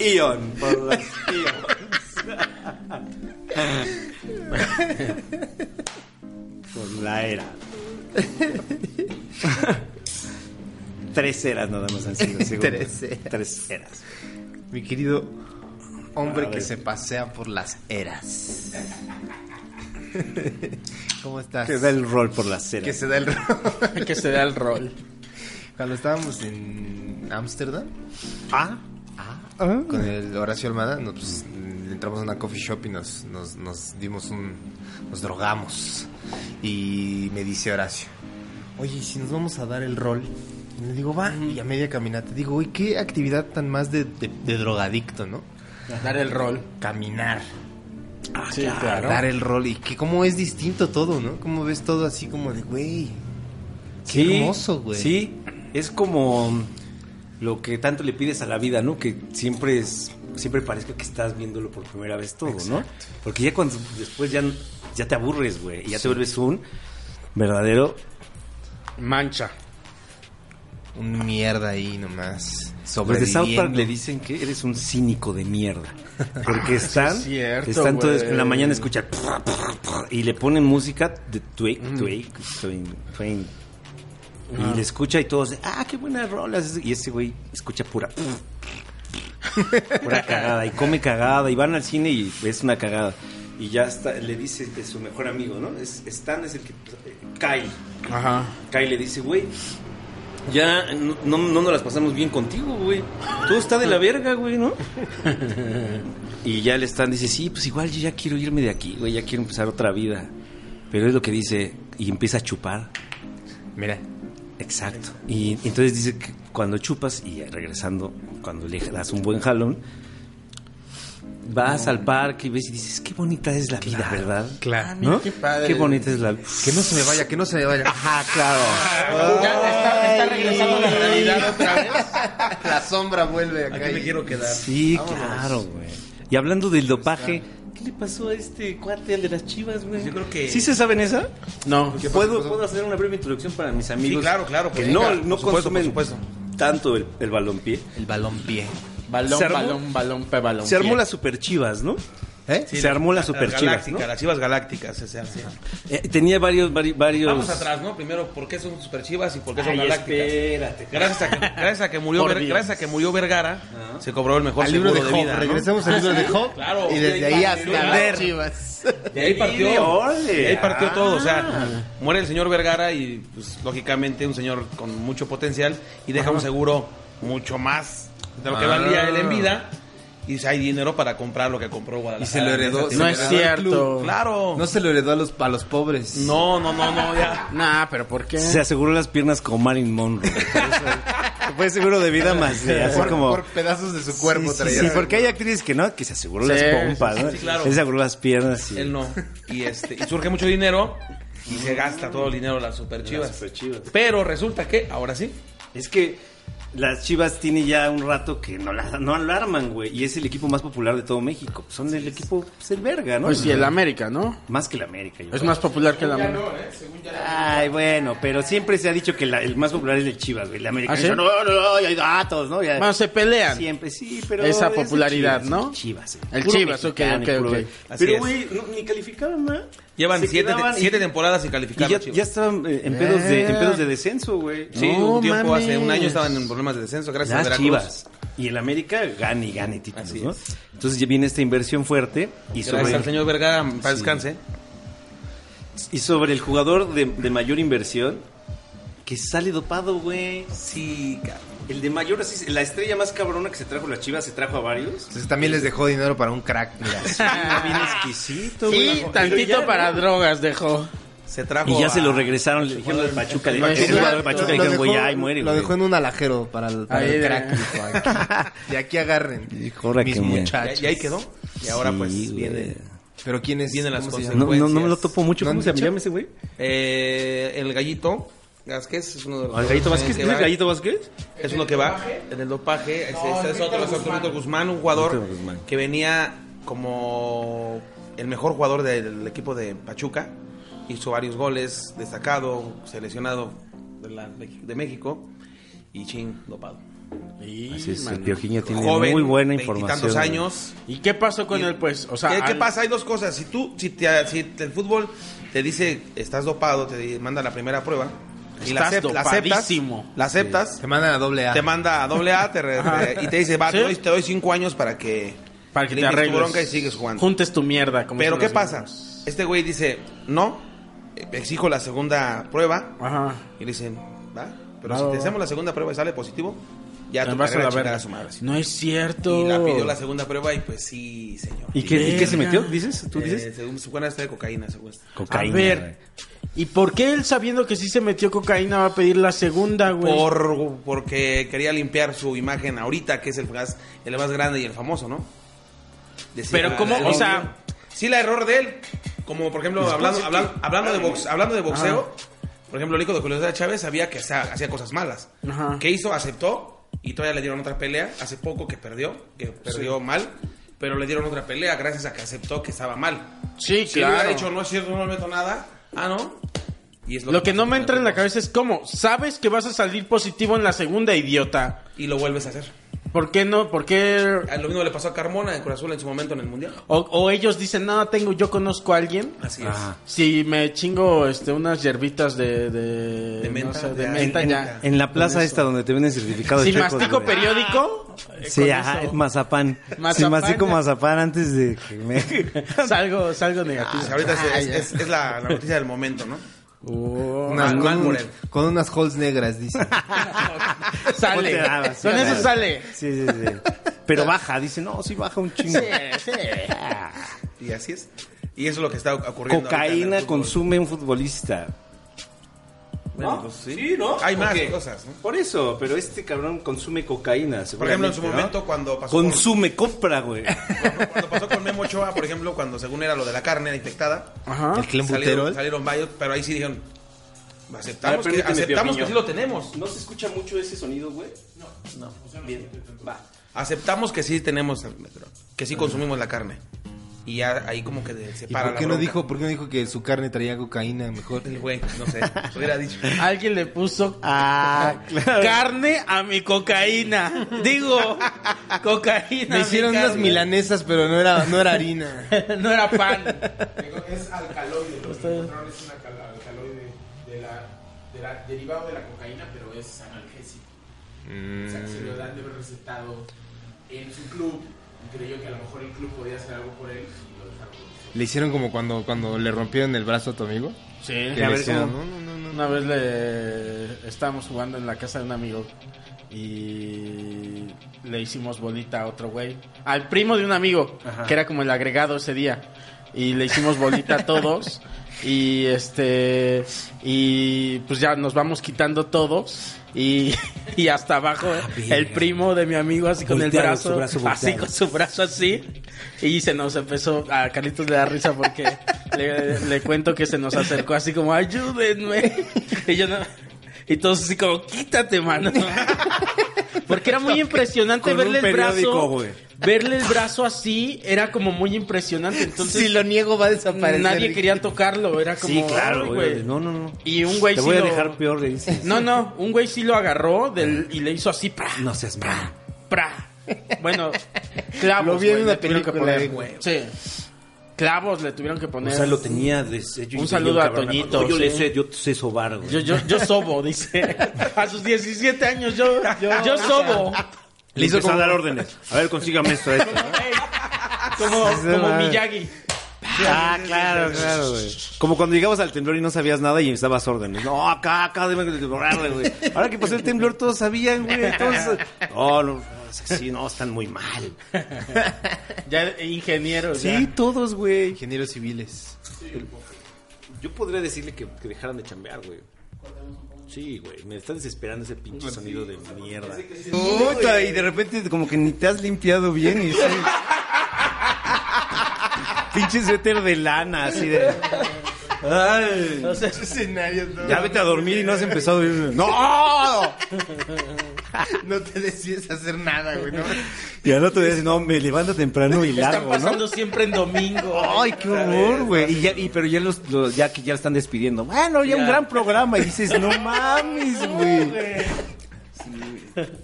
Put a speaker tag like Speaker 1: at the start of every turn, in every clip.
Speaker 1: Ion, por las Ions. por la era. Tres eras nada más han sido, según.
Speaker 2: Tres eras.
Speaker 1: Tres eras.
Speaker 2: Mi querido hombre
Speaker 1: A
Speaker 2: que
Speaker 1: ver.
Speaker 2: se pasea por las eras. ¿Cómo estás?
Speaker 1: Que da el rol por las
Speaker 2: Que
Speaker 1: eras.
Speaker 2: se da el rol.
Speaker 3: que se da el rol.
Speaker 2: Cuando estábamos en Ámsterdam
Speaker 1: Ah,
Speaker 2: con el Horacio Almada, nos, pues, entramos a una coffee shop y nos, nos, nos dimos un... nos drogamos. Y me dice Horacio, oye, ¿y si nos vamos a dar el rol? Y le digo, va, y a media caminata. Digo, uy, qué actividad tan más de, de- de drogadicto, ¿no?
Speaker 3: Dar el rol.
Speaker 2: Caminar.
Speaker 1: Ah,
Speaker 3: sí,
Speaker 2: Para dar el rol y que cómo es distinto todo, ¿no? Cómo ves todo así como de, güey. Qué
Speaker 1: sí.
Speaker 2: hermoso, güey.
Speaker 1: Sí, es como lo que tanto le pides a la vida, ¿no? Que siempre es siempre parezca que estás viéndolo por primera vez todo, ¿no? Porque ya cuando después ya ya te aburres, güey, y ya te vuelves un verdadero
Speaker 3: Mancha.
Speaker 2: Un mierda ahí nomás.
Speaker 1: Los
Speaker 2: Sobre
Speaker 1: de South Park le dicen que eres un cínico de mierda. Porque están,
Speaker 3: es cierto,
Speaker 1: están todos
Speaker 3: güey.
Speaker 1: en la mañana escuchan prr, prr, prr, y le ponen música de Twig,
Speaker 3: Mm.
Speaker 1: Twig, Twig, Twig. Y le escucha y todos, ah, qué buenas rolas. Y ese güey escucha pura, pura cagada y come cagada y van al cine y es una cagada. Y ya está, le dice de su mejor amigo, ¿no? Es, Stan es el que. eh, Kyle.
Speaker 3: Ajá.
Speaker 1: Kai le dice, güey, ya no, no, no nos las pasamos bien contigo, güey. Todo está de la verga, güey, ¿no? Y ya le están, dice, sí, pues igual yo ya quiero irme de aquí, güey, ya quiero empezar otra vida. Pero es lo que dice, y empieza a chupar.
Speaker 2: Mira.
Speaker 1: Exacto. Y entonces dice que cuando chupas, y regresando, cuando le das un buen jalón, vas al parque y ves y dices, qué bonita es la vida, ¿verdad?
Speaker 2: claro.
Speaker 3: Ah, mira,
Speaker 1: ¿No?
Speaker 3: qué padre.
Speaker 1: Qué bonita es la vida.
Speaker 2: Que no se me vaya, que no se me vaya.
Speaker 1: Ajá, claro.
Speaker 3: Ya está, está regresando la realidad otra vez.
Speaker 2: la sombra vuelve acá.
Speaker 3: Aquí me
Speaker 2: y-
Speaker 3: quiero quedar.
Speaker 1: Sí, claro, güey. Y hablando del dopaje, ¿qué le pasó a este cuate, al de las chivas, güey?
Speaker 4: Yo creo que-
Speaker 1: ¿Sí se saben esa?
Speaker 3: No.
Speaker 1: ¿Puedo, puedo hacer una breve introducción para mis amigos?
Speaker 4: claro, claro,
Speaker 1: Que
Speaker 4: pues,
Speaker 1: no,
Speaker 4: venga,
Speaker 1: no
Speaker 4: por supuesto,
Speaker 1: consumen
Speaker 4: por supuesto.
Speaker 1: tanto el, el balompié.
Speaker 2: El balón pie.
Speaker 3: Balón,
Speaker 1: Se armó-
Speaker 3: balón, balón, pe balón.
Speaker 1: Se armó
Speaker 3: pie.
Speaker 1: las super chivas, ¿no?
Speaker 2: ¿Eh?
Speaker 1: Se armó la Super
Speaker 4: las
Speaker 1: Chivas,
Speaker 4: galácticas,
Speaker 1: ¿no?
Speaker 4: Las chivas galácticas, o sea, sí.
Speaker 1: Eh, tenía varios, vari- varios...
Speaker 4: Vamos atrás, ¿no? Primero, ¿por qué son super chivas y por qué son
Speaker 1: Ay,
Speaker 4: galácticas?
Speaker 1: espérate.
Speaker 4: Gracias a que, gracias a que murió,
Speaker 3: Por
Speaker 4: Ver-
Speaker 3: Dios.
Speaker 4: gracias a que murió Vergara, se cobró el mejor
Speaker 2: Al libro de
Speaker 4: seguro de,
Speaker 2: Job.
Speaker 4: vida. ¿no?
Speaker 2: Regresamos al libro de Job.
Speaker 4: Claro.
Speaker 2: Y desde ahí hasta
Speaker 4: Claro.
Speaker 2: las chivas.
Speaker 4: De ahí
Speaker 1: Sí,
Speaker 4: partió.
Speaker 1: ole.
Speaker 4: De ahí partió
Speaker 1: Ah.
Speaker 4: todo. O sea, muere el señor Vergara y, pues, lógicamente, un señor con mucho potencial y deja un seguro mucho más de lo que
Speaker 2: Ah.
Speaker 4: valía él en vida. Y o sea, hay dinero para comprar lo que compró Guadalajara.
Speaker 2: Y se lo heredó. se
Speaker 3: No
Speaker 2: lo
Speaker 3: es
Speaker 2: heredó al
Speaker 3: cierto.
Speaker 2: club.
Speaker 4: Claro.
Speaker 2: No se lo heredó a los, a los pobres.
Speaker 4: No, no, no, no, ya.
Speaker 3: Nah, pero ¿por qué?
Speaker 1: Se aseguró las piernas con Marilyn Monroe. Por eso- Fue seguro de vida más, eh, así
Speaker 2: Por,
Speaker 1: como...
Speaker 2: por pedazos de su cuerpo
Speaker 1: sí, sí,
Speaker 2: traía.
Speaker 1: sí, porque hay actrices que no, que se aseguró
Speaker 3: Sí,
Speaker 1: las pompas,
Speaker 4: sí,
Speaker 1: ¿no?
Speaker 4: sí, claro.
Speaker 1: Él se aseguró las piernas. y-
Speaker 4: Él no. Y este, y surge mucho dinero y se gasta todo el dinero de las super chivas.
Speaker 1: Las superchivas.
Speaker 4: Pero resulta que, ahora sí,
Speaker 1: Es que las Chivas tiene ya un rato que no la no alarman, güey, y es el equipo más popular de todo México. Son el equipo pues, el verga, ¿no?
Speaker 3: Pues sí, el América, ¿no?
Speaker 1: Más que el América. yo
Speaker 3: Es
Speaker 1: creo.
Speaker 3: más popular que el América.
Speaker 1: Ay, bueno, pero siempre se ha dicho que la- el más popular es el Chivas, güey. El América.
Speaker 3: ¿Ah, sí?
Speaker 1: No, no, no, ya hay datos, ¿no? Ya-
Speaker 3: Bueno, se pelean.
Speaker 1: Siempre, sí, pero.
Speaker 3: Esa
Speaker 1: es el
Speaker 3: popularidad,
Speaker 1: Chivas,
Speaker 3: ¿no?
Speaker 1: El Chivas. eh.
Speaker 3: El
Speaker 1: Puro
Speaker 3: Chivas, ok,
Speaker 1: mexicano,
Speaker 3: ok,
Speaker 1: puro-
Speaker 3: ok.
Speaker 4: Así
Speaker 1: Pero,
Speaker 4: es.
Speaker 1: güey, no, ni calificaban, ¿no?
Speaker 4: llevan
Speaker 1: Se
Speaker 4: siete,
Speaker 1: quedaban y-
Speaker 4: siete temporadas y
Speaker 1: Y
Speaker 4: calificaron.
Speaker 1: ya,
Speaker 4: chivas.
Speaker 1: ya estaban eh, en pedos, de, en pedos de descenso, güey.
Speaker 4: Sí,
Speaker 3: No
Speaker 4: un tiempo,
Speaker 3: mames.
Speaker 4: hace un año estaban en problemas de descenso, gracias a
Speaker 1: Las
Speaker 4: Veracruz.
Speaker 1: Chivas. Y el América gana y gana y títulos,
Speaker 4: Así
Speaker 1: ¿no?
Speaker 4: es.
Speaker 1: Entonces ya viene esta inversión fuerte y
Speaker 4: Gracias al
Speaker 1: sobre,
Speaker 4: señor Vergara, para descanse.
Speaker 1: y sobre el jugador de, de mayor inversión que sale dopado, güey.
Speaker 4: Sí, ca-
Speaker 1: El de mayor, así, la estrella más cabrona que se trajo las Chivas se trajo a varios.
Speaker 2: Entonces también les dejó
Speaker 4: Ah,
Speaker 2: dinero para un crack, mira.
Speaker 1: Bien exquisito,
Speaker 3: Y
Speaker 1: güey.
Speaker 3: tantito para drogas dejó.
Speaker 4: se trajo.
Speaker 1: Y ya se lo
Speaker 4: a-
Speaker 1: regresaron, le dijeron lo de Pachuca. Le
Speaker 3: Pachuca.
Speaker 1: dijeron lo de Pachuca, pues, le dijeron, güey,
Speaker 2: dejó-
Speaker 1: ay, muere,
Speaker 2: lo
Speaker 1: güey.
Speaker 2: dejó en un alajero para el, para
Speaker 3: Ahí,
Speaker 2: el
Speaker 3: de-
Speaker 2: crack. hijo, aquí. De aquí agarren
Speaker 1: Y corra
Speaker 2: mis
Speaker 1: que muere.
Speaker 2: muchachos.
Speaker 4: Y, y ahí quedó. Y ahora
Speaker 1: Sí,
Speaker 4: pues
Speaker 1: güey.
Speaker 4: viene
Speaker 2: Pero quién es.
Speaker 4: Vienen las
Speaker 2: ¿Cómo se
Speaker 4: cosas.
Speaker 2: llama?
Speaker 1: No, no, no me lo topo mucho.
Speaker 2: ¿No
Speaker 1: ¿Cómo
Speaker 2: han
Speaker 1: se
Speaker 2: dicho?
Speaker 1: llama ese güey?
Speaker 4: eh, el gallito. Vázquez es uno de los.
Speaker 1: ¿El Gallito
Speaker 4: que
Speaker 1: Vázquez?
Speaker 4: va-
Speaker 1: ¿Es el Gallito Vázquez?
Speaker 4: Es uno que va en el dopaje. Es, es- es otro, es otro Víctor Guzmán, un jugador
Speaker 1: Víctor Guzmán.
Speaker 4: que venía como el mejor jugador del equipo de Pachuca. Hizo varios goles, destacado, seleccionado de, la- de México y chin dopado.
Speaker 1: Así es, el Piojiña tiene
Speaker 4: Joven,
Speaker 1: muy buena información.
Speaker 4: veintitantos años.
Speaker 3: ¿Y qué pasó con
Speaker 4: Y-
Speaker 3: él, pues? O sea,
Speaker 4: ¿Qué, qué
Speaker 3: al-
Speaker 4: pasa? Hay dos cosas. Si tú, si, te- si el fútbol te dice estás dopado, te di- manda la primera prueba y la,
Speaker 3: Estás
Speaker 4: acep- la aceptas,
Speaker 3: dopadísimo.
Speaker 4: la aceptas,
Speaker 2: Te mandan a doble A.
Speaker 4: te manda a doble A te re-
Speaker 3: Ajá.
Speaker 4: te- y te dice va, te,
Speaker 3: ¿Sí?
Speaker 4: doy, te doy cinco años para que
Speaker 3: Para que te
Speaker 4: limpies tu
Speaker 3: arregles.
Speaker 4: bronca y sigues jugando.
Speaker 3: Juntes tu mierda. como
Speaker 4: Pero
Speaker 3: dicen
Speaker 4: qué
Speaker 3: los
Speaker 4: pasa?
Speaker 3: gringos.
Speaker 4: Este güey dice no, eh, exijo la segunda prueba
Speaker 3: Ajá.
Speaker 4: y le dicen va, pero
Speaker 3: Va,
Speaker 4: si
Speaker 3: va,
Speaker 4: te
Speaker 3: va.
Speaker 4: hacemos la segunda prueba y sale positivo, ya
Speaker 3: Te
Speaker 4: tu
Speaker 3: vas a
Speaker 4: carrera
Speaker 3: la
Speaker 4: chingar
Speaker 3: verga.
Speaker 4: a su madre.
Speaker 3: No es cierto.
Speaker 4: Y la pidió la segunda prueba y pues sí, señor.
Speaker 1: ¿Y qué, y qué se
Speaker 3: Verga.
Speaker 1: metió? ¿Dices? ¿Tú dices?
Speaker 4: Eh, según su cuenta está de cocaína, según.
Speaker 3: A ver. ¿Y por qué él sabiendo que sí se metió cocaína va a pedir la segunda, güey?
Speaker 4: Por, porque quería limpiar su imagen ahorita, que es el más, el más grande y el famoso, ¿no? Decía,
Speaker 3: Pero ¿cómo?
Speaker 4: el-
Speaker 3: O sea-
Speaker 4: Sí, la error de él. Como, por ejemplo, hablando, hablando, hablando de, box, hablando de boxeo, por ejemplo, el hijo de Julio César Chávez sabía que hacía, hacía cosas malas.
Speaker 3: Ajá.
Speaker 4: ¿Qué hizo? Aceptó y todavía le dieron otra pelea hace poco que perdió, que perdió mal, pero le dieron otra pelea gracias a que aceptó que estaba mal.
Speaker 3: Sí,
Speaker 4: Si le
Speaker 3: claro.
Speaker 4: hubiera dicho, no es cierto, no meto nada. Ah, no. Y es
Speaker 3: Lo que
Speaker 4: pasa
Speaker 3: no
Speaker 4: con
Speaker 3: me
Speaker 4: el
Speaker 3: entra en la
Speaker 4: fútbol.
Speaker 3: cabeza es cómo. Sabes que vas a salir positivo en la segunda, idiota.
Speaker 4: Y lo vuelves a hacer.
Speaker 3: ¿Por qué no? ¿Por qué...?
Speaker 4: A Lo mismo le pasó a Carmona en Cruz Azul en su momento en el Mundial.
Speaker 3: O, o ellos dicen, no, tengo, yo conozco a alguien.
Speaker 4: Así
Speaker 2: Ah.
Speaker 1: Ajá.
Speaker 3: Si me chingo este, unas hierbitas de... De,
Speaker 4: De menta,
Speaker 3: no sé, de
Speaker 4: de
Speaker 3: menta,
Speaker 4: almendra.
Speaker 3: ya.
Speaker 1: En la plaza
Speaker 3: Con
Speaker 1: esta donde te venden certificados
Speaker 3: Si
Speaker 1: chuecos,
Speaker 3: mastico
Speaker 1: güey.
Speaker 3: periódico, eh,
Speaker 1: Ah, Sí,
Speaker 3: con
Speaker 1: ajá,
Speaker 3: eso
Speaker 1: mazapán. Si
Speaker 3: Mazapán,
Speaker 1: mastico
Speaker 3: ya.
Speaker 1: mazapán antes de que me...
Speaker 3: salgo, salgo negativo.
Speaker 1: Ah,
Speaker 4: es. Ahorita es, es- es la, la noticia del momento, ¿no?
Speaker 3: Oh,
Speaker 2: Unas-
Speaker 4: Mal- mal
Speaker 2: con,
Speaker 4: por él.
Speaker 2: con unas holes negras, dice.
Speaker 3: sale.
Speaker 1: Ponte nada, sí,
Speaker 3: Con
Speaker 1: a
Speaker 3: eso
Speaker 1: ver.
Speaker 3: sale.
Speaker 1: Sí, sí, sí. Pero baja, dice, no, sí baja un chingo. Ah.
Speaker 4: Y así es. Y eso es lo que está ocurriendo.
Speaker 1: Cocaína consume un futbolista. pues
Speaker 4: ¿No?
Speaker 1: sí.
Speaker 4: sí.
Speaker 1: ¿no?
Speaker 4: Hay más
Speaker 1: Porque-
Speaker 4: cosas, ¿no?
Speaker 1: Por eso, pero este cabrón consume cocaína.
Speaker 4: Por ejemplo, en su
Speaker 1: seguramente, ¿no?
Speaker 4: momento cuando pasó.
Speaker 1: Consume, compra, güey.
Speaker 4: Con, cuando pasó con Memo Ochoa, por ejemplo, cuando según era lo de la carne infectada.
Speaker 3: Ajá.
Speaker 2: El Clem
Speaker 4: Salieron,
Speaker 2: Buterol.
Speaker 4: salieron varios, pero ahí sí dijeron.
Speaker 1: A ver,
Speaker 4: Aceptamos, que,
Speaker 1: permíteme,
Speaker 4: aceptamos
Speaker 1: Piojiño.
Speaker 4: que sí lo tenemos.
Speaker 1: ¿No se escucha mucho ese sonido, güey? No. Bien, va.
Speaker 4: Aceptamos que sí tenemos el metro, que sí consumimos la carne. Y ya ahí como que de- se
Speaker 2: Ah. ¿Y
Speaker 4: para
Speaker 2: por
Speaker 4: la
Speaker 2: qué, no
Speaker 4: bronca.
Speaker 2: dijo, por qué no dijo que su carne traía cocaína mejor?
Speaker 4: El güey, no sé, hubiera dicho.
Speaker 3: Alguien le puso
Speaker 1: Ah, claro.
Speaker 3: carne a mi cocaína. Digo, cocaína. a
Speaker 2: Me
Speaker 3: mi
Speaker 2: hicieron unas
Speaker 3: carne.
Speaker 2: milanesas, pero no era, no era harina.
Speaker 3: no era pan.
Speaker 5: Es alcaloide, lo que encontraron es un alcal- alcaloide de la, de la- derivado de la cocaína, pero es analgésico. O sea, que se lo dan de haber recetado en su club. y Creyó que a lo mejor el club podía hacer algo por él y lo dejaron.
Speaker 2: Le hicieron como cuando, cuando le rompieron el brazo a tu amigo.
Speaker 3: Sí.
Speaker 2: Que
Speaker 1: a
Speaker 2: le
Speaker 1: ver,
Speaker 2: hicieron,
Speaker 1: ¿cómo?
Speaker 2: "No, no, no, no".
Speaker 3: Una vez le estábamos jugando en la casa de un amigo y le hicimos bolita a otro güey, al primo de un amigo, que era como el agregado ese día. Y le hicimos bolita a todos y este y pues ya nos vamos quitando todos y, y hasta abajo
Speaker 2: Ah,
Speaker 3: eh, el primo de mi amigo así con el
Speaker 1: Volteado,
Speaker 3: brazo,
Speaker 1: su brazo
Speaker 3: así
Speaker 1: volteado.
Speaker 3: con su brazo así y se nos empezó a Carlitos le da risa porque le, le cuento que se nos acercó así como ayúdenme y yo no y todos así como quítate mano porque era muy impresionante
Speaker 1: Con un
Speaker 3: verle el
Speaker 1: periódico,
Speaker 3: brazo
Speaker 1: güey.
Speaker 3: verle el brazo así era como muy impresionante entonces
Speaker 2: si lo niego va a desaparecer.
Speaker 3: nadie quería tocarlo era como
Speaker 1: Sí, claro,
Speaker 3: "Ay,
Speaker 1: güey. No, no, no.
Speaker 3: y un güey
Speaker 1: Te
Speaker 3: sí
Speaker 1: voy a
Speaker 3: lo-
Speaker 1: dejar peor, Eh. le dices.
Speaker 3: no no un güey sí lo agarró del- y le hizo así pra
Speaker 1: No seas malo.
Speaker 3: pra bueno clavos
Speaker 2: Lo vi en
Speaker 3: güey,
Speaker 2: una
Speaker 3: le tuvieron que
Speaker 2: película de
Speaker 3: poner. sí clavos le tuvieron que
Speaker 1: O
Speaker 3: poner
Speaker 1: sea, lo tenía deshecho.
Speaker 3: Un
Speaker 1: y
Speaker 3: saludo
Speaker 1: tenía
Speaker 3: a
Speaker 1: cabrón.
Speaker 3: Toñito,
Speaker 1: No, Yo le
Speaker 3: sí.
Speaker 1: sé, yo sé sobar, güey.
Speaker 3: Yo, yo, yo sobo, dice. A sus 17 años yo, yo, sobo.
Speaker 1: Le hizo a dar órdenes. A ver, consígame esto, esto.
Speaker 3: Como, como Miyagi.
Speaker 1: Ah, claro, claro, güey. Como cuando llegabas al temblor y no sabías nada y estabas órdenes. No, acá, acá deben de borrarle, güey. Ahora que pasó el temblor, todos sabían, güey. Todos... No, no, es que sí, no, están muy mal.
Speaker 3: Ya ingeniero.
Speaker 1: Sí, todos, güey.
Speaker 2: Ingenieros civiles.
Speaker 6: Yo podría decirle que, que dejaran de chambear, güey. Sí, güey, me está desesperando ese pinche sonido de mierda.
Speaker 1: Puta, y de repente como que ni te has limpiado bien y sí. Pinche suéter de lana, así de. Ay.
Speaker 3: O sea, ese escenario todo.
Speaker 1: Ya vete a dormir y no has empezado a ir. ¡No!
Speaker 3: No te decides hacer nada, güey. ¿no?
Speaker 1: Y al otro día dice, no, me levanto temprano y
Speaker 3: Están
Speaker 1: largo,
Speaker 3: pasando
Speaker 1: ¿no?
Speaker 3: siempre en domingo.
Speaker 1: Ay, qué horror, güey. Y ya, y, pero ya los, los- ya que ya lo están despidiendo. Bueno, ya, un gran programa. Y dices, no mames, güey.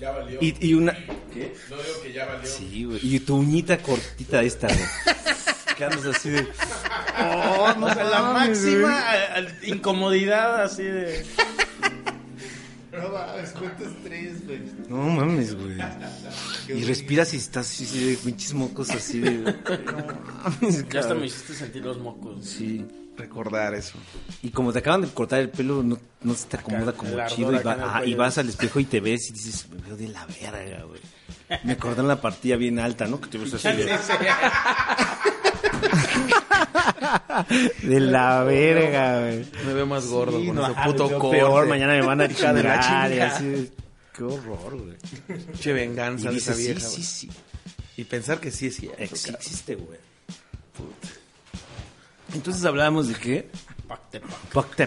Speaker 2: Ya valió.
Speaker 1: Y, y una.
Speaker 2: No digo que ya valió.
Speaker 1: Sí, güey. Y tu uñita cortita esta, güey. Que andas así de. Oh, no
Speaker 3: O sea, la
Speaker 1: mames,
Speaker 3: máxima
Speaker 1: güey.
Speaker 3: a- a- incomodidad así de...
Speaker 2: No mames, cuánto estrés, güey.
Speaker 1: No mames, güey. Y respiras y estás así así de pinches mocos así de. No mames,
Speaker 3: Ya hasta
Speaker 1: cabrón.
Speaker 3: me hiciste sentir los mocos.
Speaker 1: Sí.
Speaker 4: Recordar eso.
Speaker 1: Y como te acaban de cortar el pelo, no, no se te acomoda
Speaker 3: Acá,
Speaker 1: como
Speaker 3: el ardor
Speaker 1: chido. Y,
Speaker 3: acá
Speaker 1: va-
Speaker 3: en el
Speaker 1: ah, y
Speaker 3: cuello.
Speaker 1: vas al espejo y te ves y dices, me veo de la verga, güey. Me cortaron la partida bien alta, ¿no? Que te ves así de, de la verga, güey.
Speaker 4: Me veo más gordo
Speaker 1: Sí,
Speaker 4: con
Speaker 1: no,
Speaker 4: ese
Speaker 1: ah,
Speaker 4: puto
Speaker 1: lo
Speaker 4: corte.
Speaker 1: peor, mañana me van a
Speaker 4: Hija de la
Speaker 1: chingar y
Speaker 4: chingada.
Speaker 1: así. de, Qué horror, güey.
Speaker 4: Che venganza
Speaker 1: Y
Speaker 4: de esa
Speaker 1: dices, sí,
Speaker 4: vieja.
Speaker 1: sí,
Speaker 4: güey.
Speaker 1: sí.
Speaker 4: Y pensar que sí es cierto.
Speaker 1: Ex-
Speaker 4: cabrón.
Speaker 1: existe, güey. Puta. Entonces hablábamos de qué?
Speaker 3: Pacte, pacte,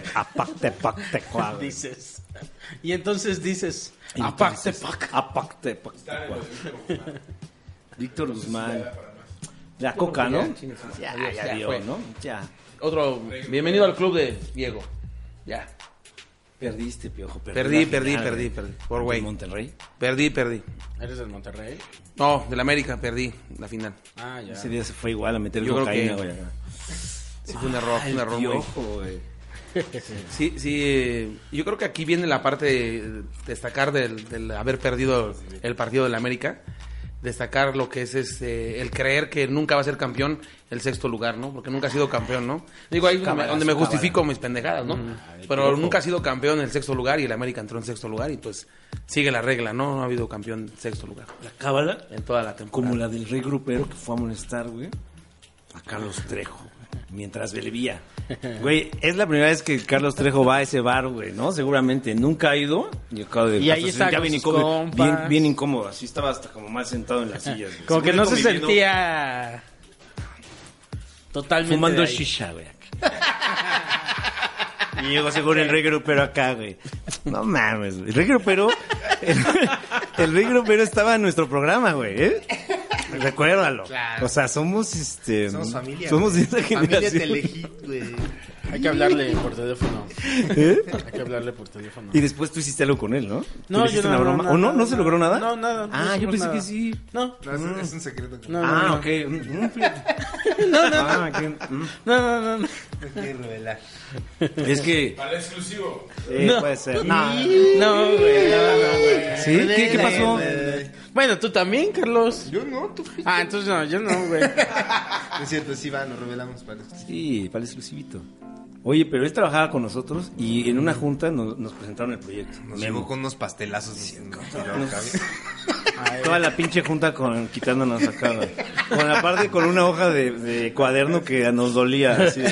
Speaker 1: Pacte, apacte, pacte, cua, güey.
Speaker 3: dices. Y entonces dices...
Speaker 1: Y
Speaker 3: Apacte,
Speaker 1: entonces,
Speaker 3: pac.
Speaker 1: Apacte, pacte, cua. Víctor Guzmán. La coca, ¿no? Ya, ya,
Speaker 4: ya
Speaker 1: dio,
Speaker 4: fue.
Speaker 1: ¿no? Ya.
Speaker 4: Otro, bienvenido al club de Diego. Ya.
Speaker 1: Perdiste, piojo.
Speaker 4: Perdí,
Speaker 1: la
Speaker 4: perdí,
Speaker 1: final,
Speaker 4: perdí,
Speaker 1: güey.
Speaker 4: perdí. Por güey.
Speaker 1: Monterrey.
Speaker 4: Perdí, perdí.
Speaker 3: ¿Eres del Monterrey?
Speaker 4: No, del América perdí la final.
Speaker 3: Ah, ya.
Speaker 1: Ese día se fue igual a meter
Speaker 4: Yo creo
Speaker 1: cocaína,
Speaker 4: que-
Speaker 1: güey.
Speaker 4: Sí, fue un error,
Speaker 1: Ah,
Speaker 4: un
Speaker 1: el
Speaker 4: error muy.
Speaker 1: piojo, güey.
Speaker 4: Sí, sí. eh, Yo creo que aquí viene la parte de destacar del, del haber perdido el partido del América. Destacar lo que es este, el creer que nunca va a ser campeón el sexto lugar, ¿no? Porque nunca ha sido campeón, ¿no? Digo, ahí es donde me-
Speaker 1: Cábala,
Speaker 4: donde me
Speaker 1: cábala.
Speaker 4: justifico mis pendejadas, ¿no? Pero nunca ha sido campeón el sexto lugar y el América entró en sexto lugar y pues sigue la regla, ¿no? No ha habido campeón en sexto lugar
Speaker 1: La cábala.
Speaker 4: en toda la temporada.
Speaker 1: Como la del rey grupero que fue a molestar, güey. A Carlos Trejo. güey, Mientras bebía. Güey, es la primera vez que Carlos Trejo va a ese bar, güey, ¿no? Seguramente. Nunca ha ido. Y acabo de
Speaker 3: Y ahí
Speaker 1: hasta se
Speaker 3: está
Speaker 1: sentía
Speaker 3: con
Speaker 1: bien
Speaker 3: sus
Speaker 1: incómodo.
Speaker 3: compas.
Speaker 1: Bien, bien incómodo. Así estaba hasta como más sentado en las sillas. güey.
Speaker 3: Como que no se
Speaker 1: Conviviendo,
Speaker 3: sentía... Totalmente
Speaker 1: Fumando
Speaker 3: de ahí.
Speaker 1: shisha, güey. Y llegó seguro el rey grupero acá, güey. No mames, güey. El rey grupero... El, el rey grupero estaba en nuestro programa, güey, ¿eh? Recuérdalo. O sea, somos, este... Somos familia. Somos de esa
Speaker 2: Familia
Speaker 1: generación.
Speaker 2: Telehit, güey.
Speaker 3: Hay que hablarle por teléfono.
Speaker 1: ¿Eh?
Speaker 3: Hay que hablarle por teléfono.
Speaker 1: Y después tú hiciste algo con él, ¿no? ¿Tú
Speaker 3: No,
Speaker 1: le
Speaker 3: yo
Speaker 1: hiciste
Speaker 3: no,
Speaker 1: una
Speaker 3: no,
Speaker 1: broma?
Speaker 3: no,
Speaker 1: ¿O no?
Speaker 3: no,
Speaker 1: ¿No se
Speaker 3: no.
Speaker 1: logró nada?
Speaker 3: No, nada, no
Speaker 1: Ah, yo
Speaker 3: hicimos
Speaker 1: pensé
Speaker 3: nada.
Speaker 1: que sí.
Speaker 3: No,
Speaker 2: No, es, es un secreto. que-
Speaker 3: no, no,
Speaker 1: Ah,
Speaker 3: no.
Speaker 1: ok. Mm, Ah, mm, No, no, no.
Speaker 3: No, no, no, no.
Speaker 2: que revelar.
Speaker 1: Es que...
Speaker 2: Para exclusivo.
Speaker 1: eh,
Speaker 3: No.
Speaker 1: Puede ser. No.
Speaker 3: No, güey, no, no, güey.
Speaker 1: ¿Sí?
Speaker 2: Eh,
Speaker 1: ¿Qué, qué pasó?
Speaker 3: Bueno, tú también, Carlos.
Speaker 2: Yo no, tú. No
Speaker 3: Ah, entonces no, yo no, güey.
Speaker 2: es cierto, sí va, nos revelamos para
Speaker 1: Sí, para el exclusivito. Oye, pero él trabajaba con nosotros y en una junta nos, nos presentaron el proyecto. Nos Memo. llegó
Speaker 2: con unos pastelazos diciendo.
Speaker 1: Toda la pinche junta con, quitándonos acá. güey. Con la parte con una hoja de, de cuaderno que nos dolía. así.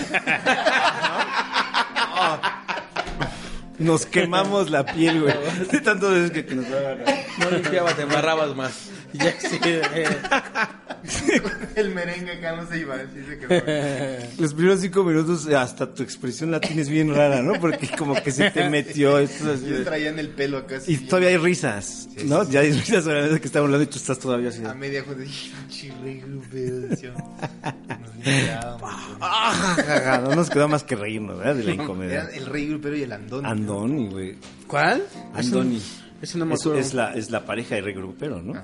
Speaker 1: Nos quemamos la piel, güey. De tanto veces que, que nos
Speaker 4: No limpiabas, te embarrabas más.
Speaker 3: Ya sí. eh.
Speaker 2: El merengue acá no se iba, sí se quedó.
Speaker 1: Los primeros cinco minutos hasta tu expresión la tienes bien rara, ¿no? Porque como que se te metió. esto es así de-
Speaker 2: Yo traía en el pelo acá así.
Speaker 1: Y todavía hay risas, ¿no? Ya hay risas a la vez que estamos hablando y tú estás todavía así. de-
Speaker 2: A media junta dije, "Ah, pinche rey grupero", decíamos. Nos limpiábamos.
Speaker 1: Ah, ja, ja, ja. No nos quedó más que reírnos, ¿verdad? De la incomodidad.
Speaker 2: Era el rey grupero y el andón.
Speaker 1: Andoni, güey.
Speaker 3: ¿Cuál?
Speaker 1: Andoni.
Speaker 3: Ese no me
Speaker 1: Es,
Speaker 3: acuerdo.
Speaker 1: es la, es la pareja de Rey Grupero, ¿no?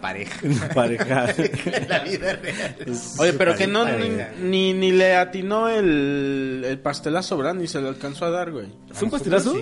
Speaker 2: pareja.
Speaker 1: Una pareja.
Speaker 2: la vida real.
Speaker 1: Es
Speaker 3: Oye, pero que no ni,
Speaker 1: pareja.
Speaker 3: ni, ni le atinó el, el pastelazo, ¿verdad? Ni se lo alcanzó a dar, güey.
Speaker 1: ¿Fue un pastelazo?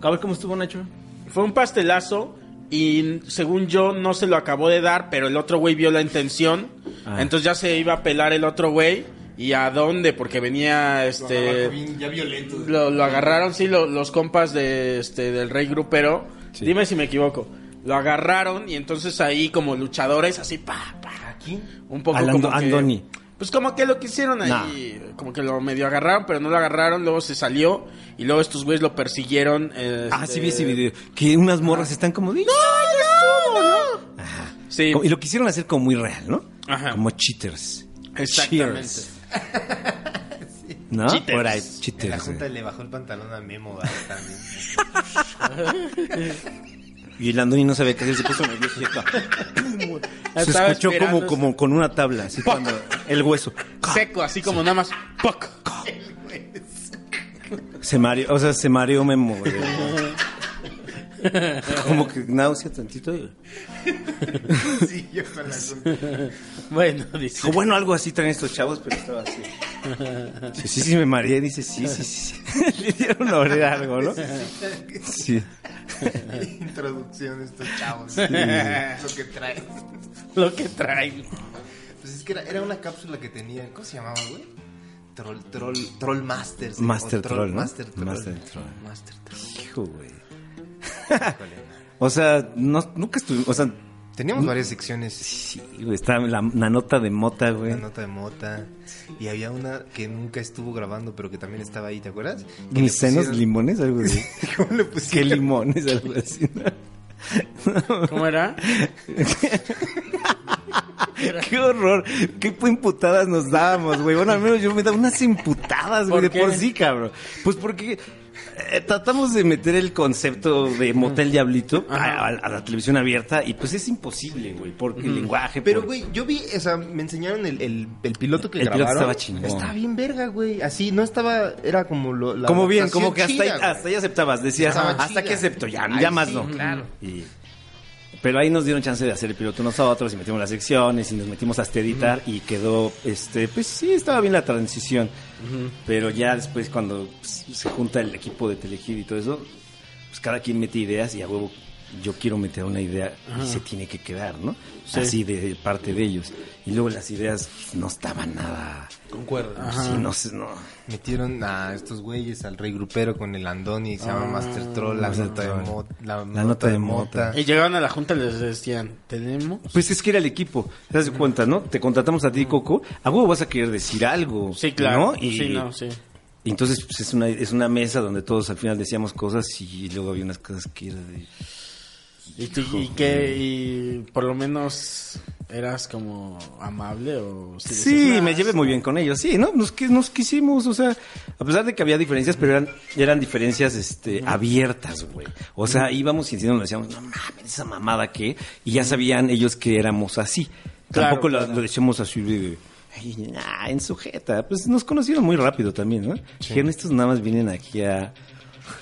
Speaker 1: A ver cómo estuvo Nacho.
Speaker 3: Fue un pastelazo y según yo no se lo acabó de dar, pero el otro güey vio la intención.
Speaker 1: Ah.
Speaker 3: Entonces ya se iba a pelar el otro güey. ¿Y a dónde? Porque venía este.
Speaker 2: Ya violento.
Speaker 3: Lo, lo agarraron, sí, lo- los compas de este del Rey Grupero.
Speaker 1: Sí.
Speaker 3: Dime si me equivoco. Lo agarraron y entonces ahí como luchadores, así, pa, pa.
Speaker 1: ¿Aquí?
Speaker 3: Un poco
Speaker 1: Al
Speaker 3: como
Speaker 1: Ando-
Speaker 3: que-
Speaker 1: Andoni.
Speaker 3: Pues como que lo quisieron ahí, como que lo medio agarraron, pero no lo agarraron, luego se salió y luego estos güeyes lo persiguieron.
Speaker 1: Ah,
Speaker 3: este,
Speaker 1: sí vi ese video. Que unas
Speaker 3: Ah.
Speaker 1: morras están como... de, "No, ya estuvo, ¿no?". Ajá.
Speaker 3: Sí.
Speaker 1: Y lo quisieron hacer como muy real, ¿no?
Speaker 3: Ajá.
Speaker 1: Como cheaters.
Speaker 3: Exactamente.
Speaker 1: Cheers. ¿No?
Speaker 3: Cheaters.
Speaker 1: Por ahí,
Speaker 2: En la
Speaker 1: cheaters.
Speaker 2: junta
Speaker 1: güey.
Speaker 2: le bajó el pantalón a Memo, ¿verdad? También.
Speaker 1: Y el Andoni no sabía qué hacer, se puso nervioso y acá. Se
Speaker 3: Estaba
Speaker 1: escuchó
Speaker 3: esperando.
Speaker 1: como, como con una tabla, así cuando el hueso.
Speaker 3: Seco, así como nada más. ¡Poc!
Speaker 1: Se mareó, o sea, se mareó Memo. güey. Como que náusea tantito. y-
Speaker 2: Sí, yo con la junta.
Speaker 3: Bueno, dice.
Speaker 1: Dijo, bueno, algo así traen estos chavos, pero estaba así. Sí, sí, sí, me mareé. Dice, sí, sí, sí. sí. Le dieron a oler algo, ¿no? Sí.
Speaker 2: introducción de estos chavos. Lo que traen.
Speaker 3: Lo que traen.
Speaker 2: Pues es que era, era una cápsula que tenía. ¿Cómo se llamaba, güey? Troll, troll, troll Masters.
Speaker 1: Master
Speaker 2: o
Speaker 1: Troll, ¿no?
Speaker 2: Master Troll.
Speaker 1: Master Troll.
Speaker 2: Master Troll.
Speaker 1: Hijo, güey.
Speaker 2: Híjole, man.
Speaker 1: O sea, no, nunca estuvimos. O sea,
Speaker 2: Teníamos varias secciones.
Speaker 1: Mm. sí, güey. Estaba la, la nota de mota, güey.
Speaker 2: Una nota de mota. Y había una que nunca estuvo grabando, pero que también estaba ahí, ¿te acuerdas? Que le
Speaker 1: Mis senos,
Speaker 2: pusieron-
Speaker 1: limones, algo así.
Speaker 2: ¿Cómo
Speaker 1: ¿Qué
Speaker 2: le pusieron?
Speaker 1: limones? Algo así. ¿no?
Speaker 3: ¿Cómo era?
Speaker 1: Qué horror. Qué imputadas nos dábamos, güey. Bueno, al menos yo me daba unas imputadas, güey,
Speaker 3: ¿Por
Speaker 1: de
Speaker 3: qué?
Speaker 1: por sí, cabrón. Pues porque eh, tratamos de meter el concepto de motel diablito a, a- a la televisión abierta y pues es imposible, güey, porque el lenguaje.
Speaker 2: Pero,
Speaker 1: por-
Speaker 2: güey, yo vi, o sea, me enseñaron el, el, el piloto que
Speaker 1: El piloto
Speaker 2: grabaron.
Speaker 1: estaba chingón.
Speaker 2: Estaba bien verga, güey. Así, no estaba, era como lo, la
Speaker 1: Como bien,
Speaker 2: adaptación
Speaker 1: como que hasta,
Speaker 2: chida,
Speaker 1: ahí, ah.
Speaker 2: güey.
Speaker 1: hasta ahí aceptabas, decías, "Ah,
Speaker 2: Estaba
Speaker 1: hasta
Speaker 2: chida.
Speaker 1: que acepto, ya,
Speaker 2: Ahí
Speaker 1: ya más
Speaker 2: sí,
Speaker 1: no.
Speaker 2: claro.
Speaker 1: Y- pero ahí nos dieron chance de hacer el piloto nosotros y metimos las secciones y nos metimos hasta editar y quedó, este, pues sí, estaba bien la transición. Pero ya después cuando pues, se junta el equipo de Telehit y todo eso, pues cada quien mete ideas y a huevo yo quiero meter una idea y se tiene que quedar, ¿no? Así de parte de ellos. Y luego las ideas no estaban nada...
Speaker 4: Concuerdo.
Speaker 1: Sí, no sé, no.
Speaker 2: Metieron a estos güeyes, al rey grupero con el Andoni, se llama Master Troll, la
Speaker 1: Ah, Master
Speaker 2: nota de
Speaker 1: Troll.
Speaker 2: mota. La,
Speaker 1: nota de mota.
Speaker 3: Y llegaron a la junta y les decían, ¿tenemos?
Speaker 1: Pues es que era el equipo, te das cuenta, ¿no? Te contratamos a ti, Coco, a huevo vas a querer decir algo.
Speaker 3: Sí, claro.
Speaker 1: ¿no? Y,
Speaker 3: Sí, no, sí.
Speaker 1: y entonces pues, es, una, es una mesa donde todos al final decíamos cosas y luego había unas cosas que era de...
Speaker 3: ¿Y, tú- y que y por lo menos eras como amable o... si
Speaker 1: Sí,
Speaker 3: decías, "Ah,
Speaker 1: me llevé muy bien con ellos, sí, ¿no? Nos, qui- nos quisimos, o sea, a pesar de que había diferencias, pero eran, eran diferencias este, abiertas, güey. O sea, íbamos y encima nos decíamos, no mames, esa mamada que, y ya sabían ellos que éramos así.
Speaker 3: Claro,
Speaker 1: Tampoco lo-
Speaker 3: claro.
Speaker 1: lo decíamos así de, "Ay, ah, en sujeta. Pues nos conocieron muy rápido también, ¿no? Dijeron, estos nada más vienen aquí a...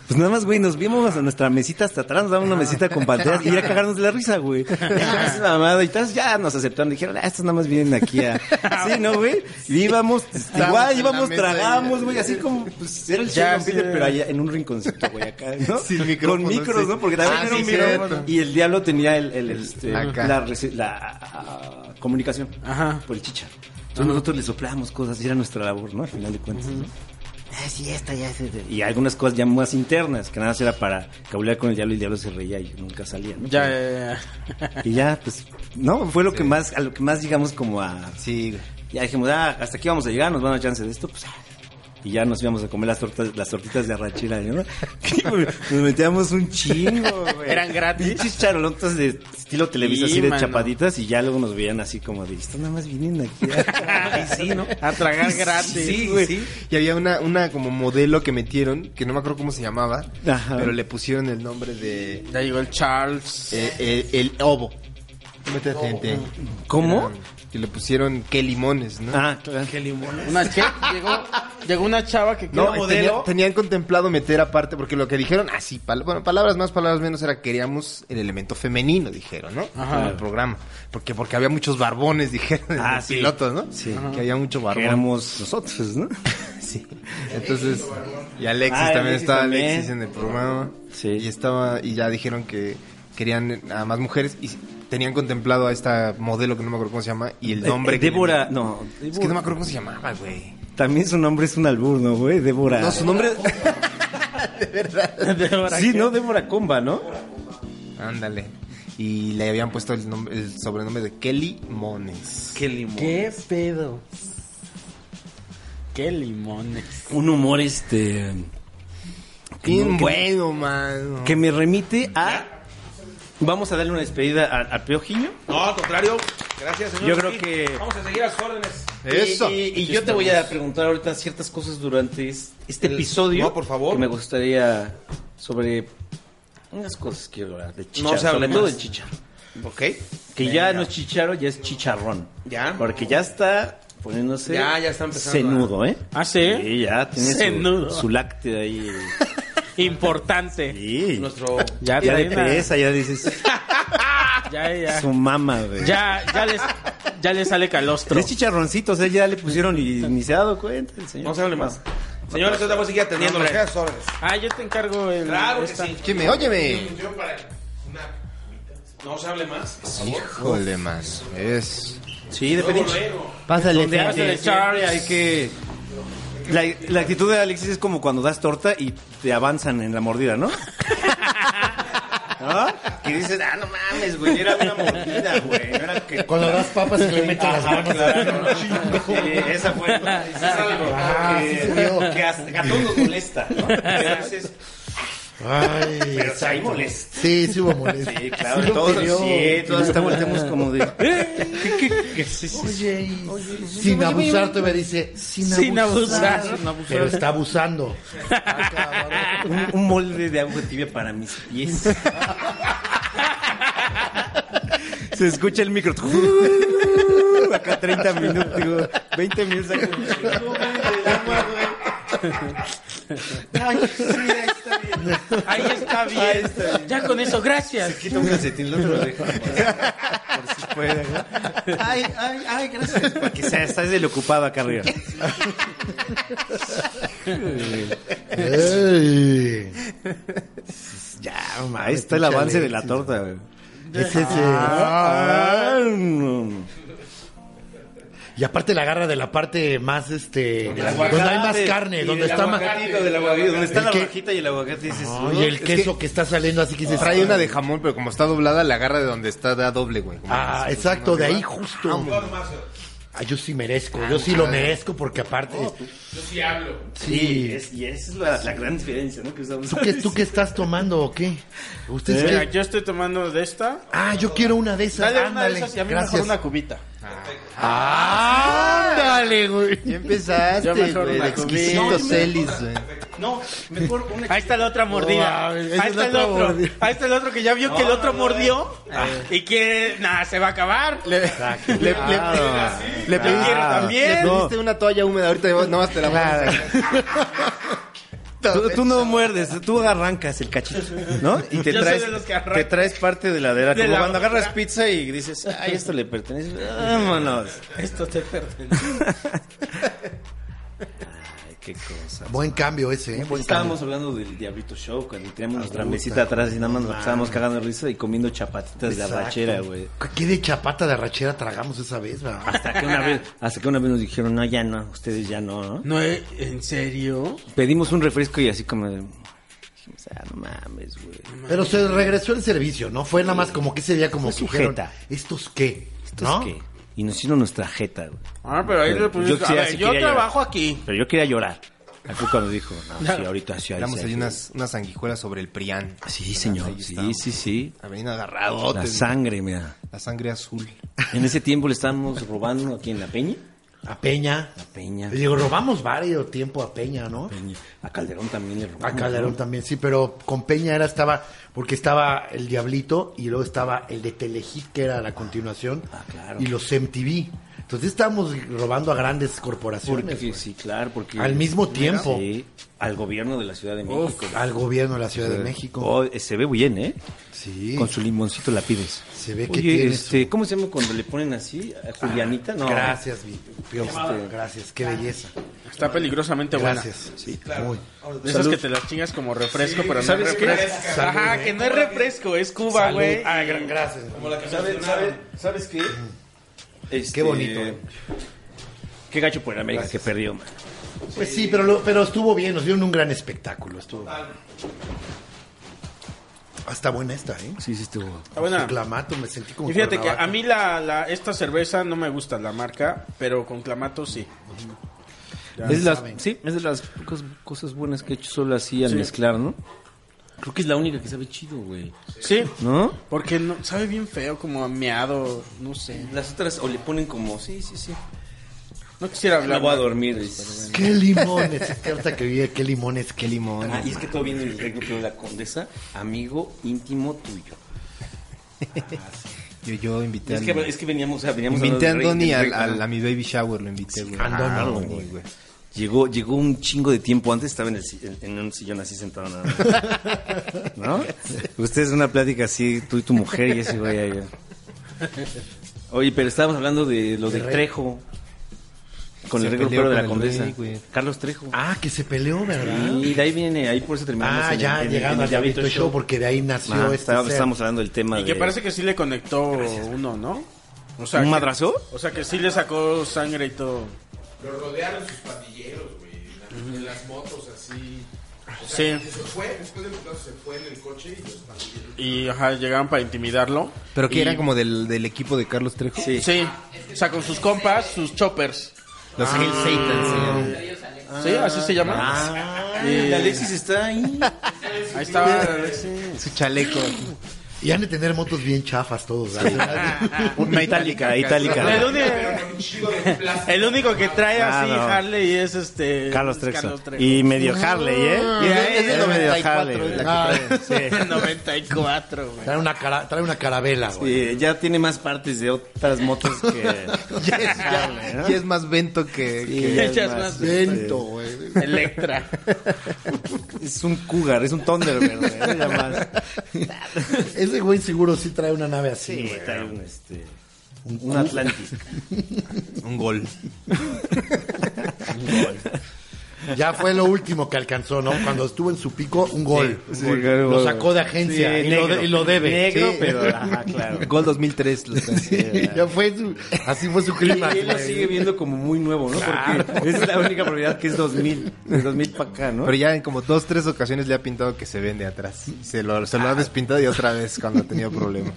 Speaker 1: Pues nada más, güey, nos vimos a nuestra mesita hasta atrás, nos daban una mesita con pantallas y ir a cagarnos de la risa, güey. Ya, es mamada, y tal, ya nos aceptaron. Dijeron, ah, estos nada más vienen aquí a... Sí, ¿no, güey? Y íbamos, este, igual,
Speaker 2: en
Speaker 1: íbamos,
Speaker 2: la mesa
Speaker 1: tragamos,
Speaker 2: y-
Speaker 1: güey, así como, pues, era el
Speaker 3: Ya,
Speaker 1: show,
Speaker 3: sí,
Speaker 1: Peter, pero allá en un rinconcito, güey, acá, ¿no?
Speaker 2: Sí, el micrófono,
Speaker 1: Con micros,
Speaker 2: sí.
Speaker 1: ¿no? Porque también
Speaker 2: Ah,
Speaker 1: era
Speaker 2: sí,
Speaker 1: un micrófono.
Speaker 2: cierto.
Speaker 1: Y el diablo tenía el, el, este,
Speaker 2: Acá.
Speaker 1: la, rece- la, ah, comunicación
Speaker 3: Ajá.
Speaker 1: por el chichar. Entonces nosotros le soplábamos cosas y era nuestra labor, ¿no? Al final de cuentas, ¿no? Ah, sí, esta ya es- Y algunas cosas ya más internas, que nada más era para cabulear con el diablo y el diablo se reía y nunca salía, ¿no?
Speaker 3: Ya, eh, ya, ya.
Speaker 1: Y ya, pues, no, fue lo que más, a lo que más llegamos como a...
Speaker 2: Sí, güey.
Speaker 1: Ya dijimos, ah, hasta aquí vamos a llegar, nos van a dar chance de esto, pues... ah. Y ya nos íbamos a comer las tortas, las tortitas de arrachera, ¿no? pues, Nos metíamos un chingo, güey.
Speaker 3: Eran gratis.
Speaker 1: Pinches charolotas de estilo Televisa,
Speaker 3: Sí,
Speaker 1: así de
Speaker 3: mano.
Speaker 1: chapaditas, y ya luego nos veían así como de, esto nada más vienen aquí. a-". Y sí, ¿no?
Speaker 3: A tragar gratis.
Speaker 1: Sí, güey.
Speaker 2: Y había una, una como modelo que metieron, que no me acuerdo cómo se llamaba,
Speaker 1: Ajá.
Speaker 2: pero le pusieron el nombre de eh,
Speaker 3: Ya llegó el Charles.
Speaker 2: eh, el Obo. Métete, gente.
Speaker 1: ¿Cómo?
Speaker 2: Y le pusieron qué limones, ¿no?
Speaker 1: Ah, claro.
Speaker 3: Una che- llegó, llegó una chava que
Speaker 2: No,
Speaker 3: quería
Speaker 2: tenían, tenían contemplado meter aparte, porque lo que dijeron, así, pal- bueno, palabras más, palabras menos, era queríamos el elemento femenino, dijeron, ¿no?
Speaker 3: Ajá.
Speaker 2: En el programa. Porque, porque había muchos barbones, dijeron, en
Speaker 1: Ah,
Speaker 2: los
Speaker 1: sí.
Speaker 2: pilotos, ¿no? Sí. Que había mucho barbón.
Speaker 1: Éramos nosotros, ¿no?
Speaker 2: Sí. Entonces, y Alexis
Speaker 1: Ah,
Speaker 2: también
Speaker 1: Alexis
Speaker 2: estaba
Speaker 1: también.
Speaker 2: Alexis en el programa.
Speaker 1: Sí.
Speaker 2: Y estaba, y ya dijeron que querían a más mujeres y tenían contemplado a esta modelo que no me acuerdo cómo se llama y el nombre.
Speaker 1: Eh,
Speaker 2: que-
Speaker 1: Débora, no.
Speaker 2: Es que no me acuerdo cómo se llamaba, güey.
Speaker 1: También su nombre es un albur, ¿no, güey? Débora.
Speaker 2: No, su nombre.
Speaker 1: Sí, ¿no? Débora Comba, ¿no?
Speaker 2: Ándale. Y le habían puesto el, nom- el sobrenombre de Kelly Mones.
Speaker 4: Qué limón.
Speaker 3: ¿Qué pedo? qué limones.
Speaker 1: Un humor este. que
Speaker 2: Bien
Speaker 1: no- que-
Speaker 2: bueno, mano.
Speaker 1: Que me remite a. Vamos a darle una despedida a, a Peojiño.
Speaker 4: No, al contrario. Gracias, señor.
Speaker 1: Yo creo
Speaker 4: Sí,
Speaker 1: que-
Speaker 4: Vamos a seguir a sus órdenes.
Speaker 2: Eso.
Speaker 1: Y, y- y yo te voy a preguntar ahorita ciertas cosas durante es- este
Speaker 4: El-
Speaker 1: episodio.
Speaker 4: no, por favor.
Speaker 1: Que me gustaría sobre unas cosas que quiero hablar de chicharro.
Speaker 4: No se hable
Speaker 1: sobre todo
Speaker 4: más.
Speaker 1: de chicharro.
Speaker 4: Ok.
Speaker 1: Que ya no es chicharo, ya es chicharrón.
Speaker 4: Ya.
Speaker 1: Porque ya está poniéndose.
Speaker 4: Ya, ya está empezando
Speaker 1: Cenudo, ¿eh?
Speaker 3: ¿Ah, sí?
Speaker 1: Sí, ya tiene su-
Speaker 3: Cenudo.
Speaker 1: su, lácteo ahí.
Speaker 3: Importante.
Speaker 1: Sí.
Speaker 4: Nuestro.
Speaker 1: ya
Speaker 3: Ya,
Speaker 1: de
Speaker 3: traen a-
Speaker 1: presa, ya dices.
Speaker 3: Ya, ya.
Speaker 1: Su mamá, güey.
Speaker 3: Ya, ya les, ya les sale calostro.
Speaker 1: Tres chicharroncitos, eh, ya le pusieron y ni se ha dado cuenta el señor.
Speaker 4: No se hable más. Señores, yo te voy a seguir atendiendo.
Speaker 3: Hombre.
Speaker 4: Gracias a sus órdenes.
Speaker 3: Ah, yo te encargo el.
Speaker 4: Claro que
Speaker 3: esta.
Speaker 4: sí.
Speaker 2: Óyeme, óyeme.
Speaker 4: No se hable más. por favor.
Speaker 2: Híjole, man. Es.
Speaker 1: Sí, de
Speaker 4: Luego,
Speaker 1: peluche.
Speaker 4: luego.
Speaker 2: Pásale,
Speaker 1: Donde hablas de
Speaker 2: gente.
Speaker 1: Charlie hay que... La, la actitud de Alexis es como cuando das torta y te avanzan en la mordida, ¿no? ¿No? Y dices, ah, no mames, güey, era una mordida, güey. no Era que...
Speaker 7: Cuando das papas y le metes
Speaker 3: Ah,
Speaker 7: las
Speaker 1: Ajá,
Speaker 7: manos.
Speaker 1: claro, ¿no? Sí, esa fue. es algo que, que hasta- a todos nos molesta, ¿no? Y a veces,
Speaker 7: Ay,
Speaker 1: pero o sea, ahí molesta.
Speaker 7: sí, sí hubo molestia.
Speaker 1: Sí, claro,
Speaker 7: Sí lo
Speaker 1: todos,
Speaker 7: pidió.
Speaker 1: sí, todos estamos volteamos como de... ¿eh? ¿Qué, qué, qué? Sí, sí, sí.
Speaker 7: Oye, y sin abusar, te me dice, sin,
Speaker 3: Sin abusar.
Speaker 7: abusar.
Speaker 3: sin abusar.
Speaker 7: Pero está abusando.
Speaker 1: Un, un molde de agua tibia para mis pies. Se escucha el micro. Acá 30 minutos, digo, 20 minutos. acá. Ay, sí, ahí está bien.
Speaker 3: Ahí está bien.
Speaker 1: Ahí está bien.
Speaker 3: Ya con eso, gracias.
Speaker 1: Quita un calcetín, el otro lo deja. Por si puede. ¿no? Ay, ay, ay, gracias. Para que sea, estás del ocupado acá arriba.
Speaker 7: Ey.
Speaker 1: Ya, ma, ahí está el avance de la torta, güey.
Speaker 7: Ese es el-
Speaker 1: Ah, no.
Speaker 7: Y aparte la agarra de la parte más, este, donde hay más carne, donde está más...
Speaker 1: Donde está
Speaker 7: El
Speaker 1: la
Speaker 7: que-
Speaker 1: rajita y el aguacate dices.
Speaker 7: No, y el
Speaker 2: Es
Speaker 7: queso que... está saliendo así que dices...
Speaker 2: Trae una de jamón, pero como está doblada, la agarra de donde está da doble, güey.
Speaker 7: Ah, exacto, de ahí justo. Ah, yo sí merezco, yo sí lo merezco porque aparte...
Speaker 5: Yo sí hablo.
Speaker 1: Sí,
Speaker 7: Sí.
Speaker 1: es, y esa es la, la gran diferencia, ¿no? Que usamos.
Speaker 7: ¿Tú qué, ¿Tú qué estás tomando o qué? ¿Ustedes
Speaker 3: Mira,
Speaker 7: qué?
Speaker 3: yo estoy tomando de esta.
Speaker 7: Ah, yo quiero una de esas.
Speaker 3: Dale una de
Speaker 7: Ándale,
Speaker 3: esas y a mí
Speaker 7: gracias. Ah,
Speaker 3: mejor una cubita.
Speaker 7: Ándale, güey.
Speaker 2: Ya
Speaker 3: Yo
Speaker 2: empezaste,
Speaker 3: mejor
Speaker 2: güey.
Speaker 3: una
Speaker 2: El exquisito
Speaker 1: comida.
Speaker 2: Celis, güey.
Speaker 1: No, mejor una.
Speaker 3: Ahí está la otra mordida.
Speaker 7: No, esa
Speaker 3: Ahí
Speaker 7: es
Speaker 3: está
Speaker 7: la
Speaker 3: el
Speaker 7: otra
Speaker 3: otro.
Speaker 7: mordida.
Speaker 3: Ahí está el otro que ya vio que el otro mordió y que nada, se va a acabar.
Speaker 2: Le, le,
Speaker 1: Ah.
Speaker 2: le pediste,
Speaker 3: quiero también.
Speaker 2: le pediste una toalla húmeda, ahorita nomás te la voy a sacar.
Speaker 1: Tú, tú no muerdes, tú arrancas el cachito, ¿no? Y te
Speaker 3: Yo soy
Speaker 1: traes,
Speaker 3: de los que arrancan.
Speaker 1: te traes parte de la de la.
Speaker 3: De
Speaker 1: Como
Speaker 3: la-
Speaker 1: cuando agarras pizza y dices, ay, esto le pertenece. Vámonos.
Speaker 3: Esto te pertenece.
Speaker 1: Ay, qué cosa.
Speaker 7: Buen cambio ese, ¿eh? Buen
Speaker 1: Estábamos hablando del Diablito Show cuando teníamos nuestra mesita atrás y nada más nos estábamos cagando de risa y comiendo chapatitas de
Speaker 7: Exacto.
Speaker 1: arrachera, güey.
Speaker 7: ¿Qué de chapata de arrachera tragamos esa vez, verdad?
Speaker 1: Hasta que una vez, hasta que una vez nos dijeron, no, ya no, ustedes ya no, ¿no?
Speaker 3: No, eh, ¿en serio?
Speaker 1: Pedimos un refresco y así como de, dijimos, ah, no mames, güey.
Speaker 7: Pero se regresó el servicio, ¿no? Fue nada más como que ese día como que
Speaker 1: Fue
Speaker 7: dijeron,
Speaker 1: sujeta.
Speaker 7: ¿estos qué?
Speaker 1: Entonces,
Speaker 7: ¿no?
Speaker 1: ¿qué? Y nos hicieron nuestra jeta, güey.
Speaker 3: Ah, pero
Speaker 1: Eh,
Speaker 3: ahí le pusiste.
Speaker 1: sí,
Speaker 3: a ver,
Speaker 1: así
Speaker 3: yo
Speaker 1: quería
Speaker 3: trabajo
Speaker 1: llorar.
Speaker 3: aquí.
Speaker 1: Pero yo quería llorar. Ahí fue cuando dijo, no, sí, ahorita sí, ahí
Speaker 2: Damos
Speaker 1: sí,
Speaker 2: ahí unas, unas sanguijuelas sobre el Prián.
Speaker 1: Sí, señor, sí, sí, sí.
Speaker 2: Habían agarrado
Speaker 1: La sangre, mira.
Speaker 2: la sangre azul.
Speaker 1: En ese tiempo le estábamos robando aquí en La Peña.
Speaker 7: A Peña.
Speaker 1: La Peña.
Speaker 7: Le digo, robamos varios tiempo a Peña, ¿no?
Speaker 1: Peña. A Calderón también le robamos.
Speaker 7: A Calderón también, sí, pero con Peña era, estaba, porque estaba el Diablito y luego estaba el de Telehit, que era la continuación,
Speaker 1: Ah, claro.
Speaker 7: y los MTV. Entonces estábamos robando a grandes corporaciones. pues.
Speaker 1: Porque,
Speaker 7: güey.
Speaker 1: sí, claro, porque...
Speaker 7: Al mismo tiempo.
Speaker 1: Sí, al gobierno de la Ciudad de México.
Speaker 7: Uf, al gobierno de la Ciudad de México.
Speaker 1: Oh, eh, se ve bien, ¿eh?
Speaker 7: sí.
Speaker 1: Con su limoncito la pides.
Speaker 7: Se ve que
Speaker 1: Oye,
Speaker 7: tiene
Speaker 1: este, ¿cómo se llama cuando le ponen así? ¿A Julianita, no.
Speaker 7: Gracias, mi Piojo. Gracias, qué belleza.
Speaker 3: Está peligrosamente buena.
Speaker 7: Gracias. Sí, Muy.
Speaker 3: De esas que te las chingas como refresco, pero no
Speaker 1: ¿Sabes
Speaker 3: es
Speaker 1: qué?
Speaker 3: refresco.
Speaker 7: Salud,
Speaker 3: Ajá,
Speaker 7: eh.
Speaker 3: que no es refresco, es Cuba, güey.
Speaker 7: Ah, gra- gracias.
Speaker 1: ¿Sabes, sabes, sabes qué? Este,
Speaker 7: Qué bonito, ¿eh?
Speaker 1: Qué gacho por el América que perdió, man.
Speaker 7: Pues sí, pero, lo- pero estuvo bien, nos dieron un gran espectáculo. Estuvo. Hasta buena esta, ¿eh?
Speaker 1: Sí, sí estuvo.
Speaker 3: Está buena.
Speaker 7: Clamato, me sentí como.
Speaker 3: Y fíjate que
Speaker 7: Cuernavaca.
Speaker 3: a mí la, la- esta cerveza no me gusta, la marca, pero con clamato sí.
Speaker 7: Ya
Speaker 1: Es de las,
Speaker 7: saben.
Speaker 1: sí, es de las pocas cosas buenas que he hecho solo así al mezclar, ¿no? Creo que es la única que sabe chido, güey.
Speaker 3: Sí,
Speaker 1: ¿No?
Speaker 3: porque no, sabe bien feo, como ameado, no sé.
Speaker 1: Las otras o le ponen como, sí, sí, sí.
Speaker 3: No quisiera
Speaker 7: Ah,
Speaker 1: La
Speaker 3: hablar.
Speaker 1: voy a dormir. dices.
Speaker 7: Qué limones, es que ahorita que vive, qué limones, qué limones.
Speaker 1: Ah, y es que todo viene del reglo de la condesa, amigo íntimo tuyo.
Speaker 2: Yo, yo invité
Speaker 1: Es
Speaker 2: al-
Speaker 1: que, es que veníamos, o sea, veníamos
Speaker 2: Invité a
Speaker 1: hablando del rey-
Speaker 2: Andoni
Speaker 1: del
Speaker 2: al-
Speaker 1: rey,
Speaker 2: al-
Speaker 1: ¿no?
Speaker 2: a mi baby shower, lo invité, güey.
Speaker 7: Andoni,
Speaker 2: Claro,
Speaker 7: güey.
Speaker 2: güey, güey.
Speaker 1: Llegó, llegó un chingo de tiempo antes, estaba en, el si- en- en un sillón así sentado nada más. ¿No? Ustedes una plática así, tú y tu mujer y ese güey ahí. Oye, pero estábamos hablando de lo de Trejo. Con
Speaker 2: Se
Speaker 1: el reglo
Speaker 2: peleó
Speaker 1: pero de
Speaker 2: con
Speaker 1: la
Speaker 2: el rey,
Speaker 1: condesa.
Speaker 2: güey.
Speaker 1: Carlos Trejo.
Speaker 7: Ah, que se peleó, ¿verdad?
Speaker 1: y de ahí viene, ahí por eso terminamos.
Speaker 7: ah,
Speaker 1: en el-
Speaker 7: ya,
Speaker 1: en el- en
Speaker 7: llegando
Speaker 1: el
Speaker 7: al Diablito
Speaker 1: Diablito Ah,
Speaker 7: Show, porque de ahí nació
Speaker 1: Ajá,
Speaker 7: este
Speaker 1: estábamos,
Speaker 7: ser.
Speaker 1: estábamos hablando del tema
Speaker 3: Y
Speaker 1: de...
Speaker 3: que parece que sí le conectó uno, ¿no? O sea,
Speaker 1: ¿Un
Speaker 3: que-
Speaker 1: madrazo?
Speaker 3: O sea, que sí le sacó sangre y todo.
Speaker 5: Lo rodearon sus pandilleros, güey. En, la- en las motos, así. O
Speaker 3: Sí.
Speaker 5: sea, Se fue, después del putazo se fue en el coche y los pandilleros.
Speaker 3: Y ajá, llegaron para intimidarlo.
Speaker 2: Pero que
Speaker 3: Y-
Speaker 2: eran como del, del equipo de Carlos Trejo.
Speaker 1: Sí.
Speaker 3: Sí, o sea, con sus compas, sus choppers.
Speaker 2: Los Hill Satan se llaman.
Speaker 3: Sí, así se llama.
Speaker 1: Ay, Ah. Alexis está ahí.
Speaker 3: Ahí estaba Alexis.
Speaker 2: Su chaleco.
Speaker 7: Y han de tener motos bien chafas todos, ¿verdad?
Speaker 1: Una itálica,
Speaker 3: El
Speaker 1: itálica.
Speaker 3: único, el único que trae así
Speaker 8: Ah, no.
Speaker 3: Harley es este
Speaker 8: Carlos Trejo.
Speaker 3: Carlos
Speaker 8: Y medio Harley, ¿eh?
Speaker 3: Ah,
Speaker 7: Ah. Y es- es del
Speaker 8: Es medio
Speaker 7: 94,
Speaker 8: Harley.
Speaker 7: es la
Speaker 8: güey.
Speaker 7: que
Speaker 8: Sí.
Speaker 3: 94, güey.
Speaker 7: Trae una, cara, trae una carabela, güey.
Speaker 1: Sí, ya tiene más partes de otras motos que...
Speaker 2: Y es, ya- y es más vento que... que-
Speaker 3: ya es más
Speaker 7: Lento, güey.
Speaker 3: Electra.
Speaker 8: Es un cougar, es un Thunderbird, güey.
Speaker 1: ¿eh?
Speaker 8: Era más-
Speaker 7: Ese güey seguro sí trae una nave así,
Speaker 1: Sí,
Speaker 7: güey.
Speaker 1: trae un, este, un, Atlantis.
Speaker 2: Un gol.
Speaker 7: Ya fue lo último que alcanzó, ¿no? Cuando estuvo en su pico, un gol.
Speaker 8: sí,
Speaker 7: Un gol.
Speaker 8: claro,
Speaker 7: lo
Speaker 8: güey.
Speaker 7: sacó de agencia
Speaker 8: Sí,
Speaker 7: y, lo
Speaker 8: negro.
Speaker 7: de- y lo debe.
Speaker 8: Negro,
Speaker 7: Sí.
Speaker 8: pero ajá, claro.
Speaker 2: Gol 2003. Los
Speaker 7: Ya fue su- así fue
Speaker 1: Y
Speaker 7: su clima.
Speaker 1: él lo sigue viendo como muy nuevo, ¿no? Porque esa es la única probabilidad que es 2000. De 2000 para acá, ¿no?
Speaker 2: Pero ya en como dos, tres ocasiones le ha pintado que se vende atrás. Se lo, se lo ha despintado y otra vez cuando ha tenido problemas.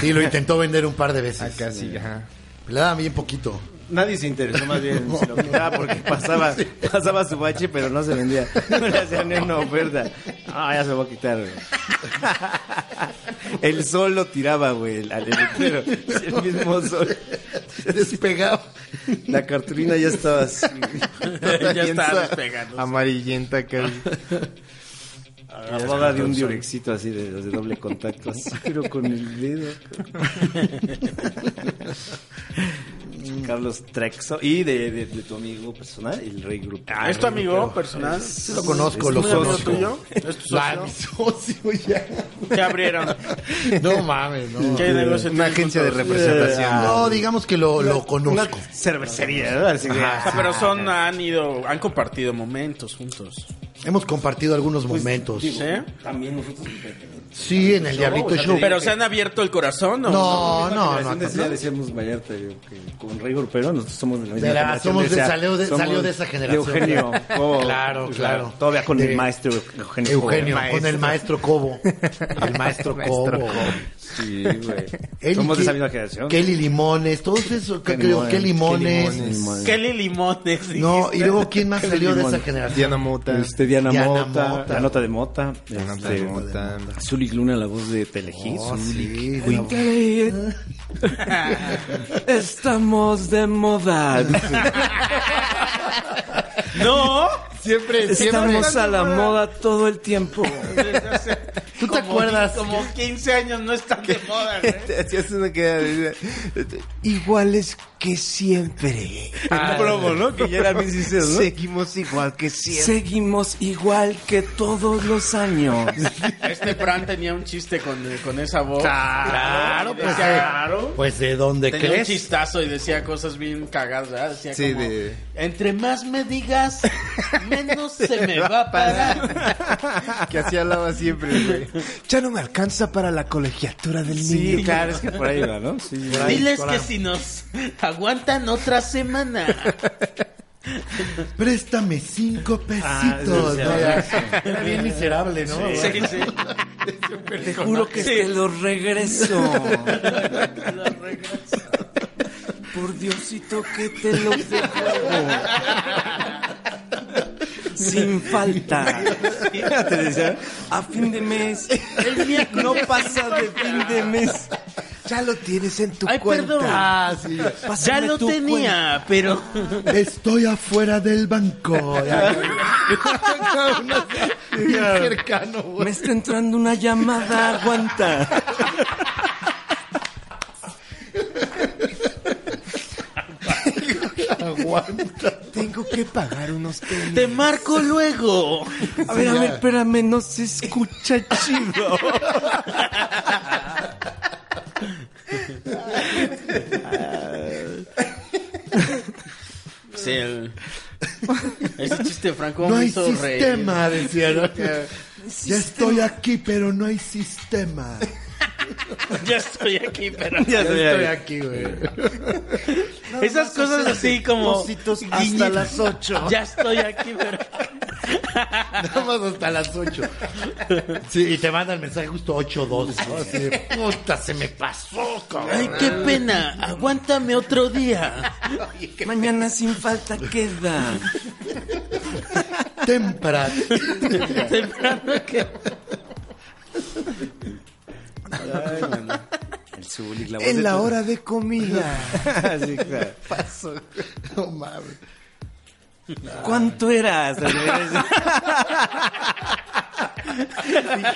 Speaker 7: Sí, lo intentó vender un par de veces.
Speaker 2: Acá sí, ajá.
Speaker 7: Le daban bien poquito.
Speaker 8: Nadie se interesó más bien. Se lo quitaba porque pasaba, pasaba su bache, pero no se vendía. No le hacían ni una oferta. Ah, ya se va a quitar, güey. El sol lo tiraba, güey, al electrero. El mismo sol.
Speaker 7: Despegado.
Speaker 8: La cartulina ya estaba así.
Speaker 3: ya está
Speaker 2: Piensa
Speaker 3: despegando.
Speaker 2: Amarillenta casi.
Speaker 8: Agarrada de un diurexito así de, los de doble contacto. Así, pero con el dedo. Carlos Trexo. Y de, de- de tu amigo personal, el Rey Grupo.
Speaker 3: Ah,
Speaker 1: Ah,
Speaker 3: ¿Es tu amigo personal?
Speaker 7: Sí lo conozco, lo
Speaker 3: ¿Es amigo
Speaker 7: conozco.
Speaker 3: tuyo? ¿Es tu
Speaker 7: La-
Speaker 3: socio?
Speaker 7: Ah, mi socio ya.
Speaker 3: ¿Qué abrieron?
Speaker 7: No mames, no.
Speaker 3: ¿Qué negocio
Speaker 2: Una
Speaker 3: tienen
Speaker 2: agencia de
Speaker 3: juntos?
Speaker 2: representación.
Speaker 7: No, digamos que lo, lo conozco.
Speaker 8: cervecería, ¿verdad? Así que-
Speaker 3: Ah, pero son, han ido, han compartido momentos juntos.
Speaker 7: Hemos compartido algunos momentos.
Speaker 3: ¿Sí?
Speaker 1: También nosotros...
Speaker 7: Sí, en el Diablito Show.
Speaker 3: Oh, ¿Pero se han abierto el corazón o
Speaker 7: No, no, no.
Speaker 1: Recién decía- decíamos Vallarta yo, que con Rey Grupero nosotros somos de la misma
Speaker 7: De la-
Speaker 1: generación,
Speaker 7: somos de-
Speaker 1: decía,
Speaker 7: salió de- salió de esa generación.
Speaker 8: de Eugenio. Cobo.
Speaker 7: Claro, claro.
Speaker 8: Todavía con
Speaker 7: De-
Speaker 8: el maestro Eugenio. Cobo.
Speaker 7: Eugenio, con el maestro Cobo. El maestro Cobo.
Speaker 8: Sí, güey.
Speaker 7: Él y
Speaker 8: Somos de esa
Speaker 7: Ke-
Speaker 8: misma generación.
Speaker 7: Kelly Limones, todos esos. que- creo, Kelly Limones.
Speaker 3: Kelly Limones.
Speaker 7: No, y
Speaker 3: dijiste.
Speaker 7: luego, ¿quién más
Speaker 8: Kelly
Speaker 7: salió de esa
Speaker 8: Limones.
Speaker 7: generación?
Speaker 2: Diana Mota.
Speaker 8: Este, Diana,
Speaker 7: Diana
Speaker 8: Mota,
Speaker 7: Mota.
Speaker 8: la nota de Mota,
Speaker 2: Diana
Speaker 8: este,
Speaker 2: Mota.
Speaker 1: Zulik Luna, la voz de Telehit.
Speaker 7: Oh, sí, de la-
Speaker 1: Cuíntale. Estamos de moda.
Speaker 3: No.
Speaker 2: Siempre,
Speaker 1: Estamos a la moda todo el tiempo.
Speaker 7: ¿Tú te acuerdas?
Speaker 3: Como 15 años no están de moda, güey.
Speaker 2: Hacías una queda.
Speaker 8: Iguales que siempre.
Speaker 1: Ah, promo, ¿no? Que ya era mis inicios, ¿no?
Speaker 8: Seguimos igual que siempre.
Speaker 1: Seguimos igual que todos los años.
Speaker 3: Este Fran tenía un chiste con, con esa voz.
Speaker 7: Claro, pues, eh,
Speaker 3: Claro.
Speaker 7: Pues de dónde
Speaker 3: Tenía un
Speaker 7: crees.
Speaker 3: chistazo y decía cosas bien cagadas, ¿verdad? Decía
Speaker 2: Sí,
Speaker 3: como,
Speaker 2: de-
Speaker 3: entre más me digas, menos se me va a pagar.
Speaker 2: Que así hablaba siempre, güey.
Speaker 8: Ya no me alcanza para la colegiatura del niño. Sí, claro, es que por ahí va, ¿no? Sí,
Speaker 3: Diles que si nos aguantan otra semana.
Speaker 7: Préstame cinco pesitos. ¿no? Era bien miserable, ¿no?
Speaker 3: Sí, sí.
Speaker 1: Te juro que te lo regreso. Por Diosito, que te lo devuelvo. Sin falta. Te decía, a fin de mes. El día no pasa de fin de mes.
Speaker 7: Ya lo tienes en tu
Speaker 3: Ay,
Speaker 7: cuenta.
Speaker 3: perdón.
Speaker 7: Ah, sí.
Speaker 3: Ya
Speaker 1: Pásame
Speaker 3: lo
Speaker 1: tu
Speaker 3: tenía, pero.
Speaker 7: Estoy afuera del banco. Ya. Bien cercano,
Speaker 1: cuenta. Me está entrando una llamada, aguanta.
Speaker 2: Tengo que pagar unos tenis.
Speaker 3: Te marco luego.
Speaker 1: A ver, a ver, espérame, no se escucha chido.
Speaker 3: Sí, el- Ese chiste de Franco
Speaker 7: No
Speaker 3: me
Speaker 7: hay
Speaker 3: hizo reír.
Speaker 7: sistema, decía. ¿no? Ya estoy aquí, pero no hay sistema.
Speaker 3: Ya estoy aquí, pero.
Speaker 7: Ya estoy aquí, güey.
Speaker 3: Esas cosas así como.
Speaker 7: Ositos hasta las 8.
Speaker 3: Ya estoy aquí, pero.
Speaker 7: Nada más hasta las 8. Sí, y te mandan mensaje justo 8-2. ¿no? Así de, puta, se me pasó, cabrón.
Speaker 3: Ay, qué pena. Aguántame otro día.
Speaker 1: Mañana sin falta queda.
Speaker 7: Temprano.
Speaker 3: Temprano que.
Speaker 1: El Zuli, la voz de
Speaker 2: En la
Speaker 1: tu- Ah,
Speaker 2: hora de comida.
Speaker 8: Así, claro.
Speaker 7: Pasó. No mames.
Speaker 1: ¿Cuánto eras?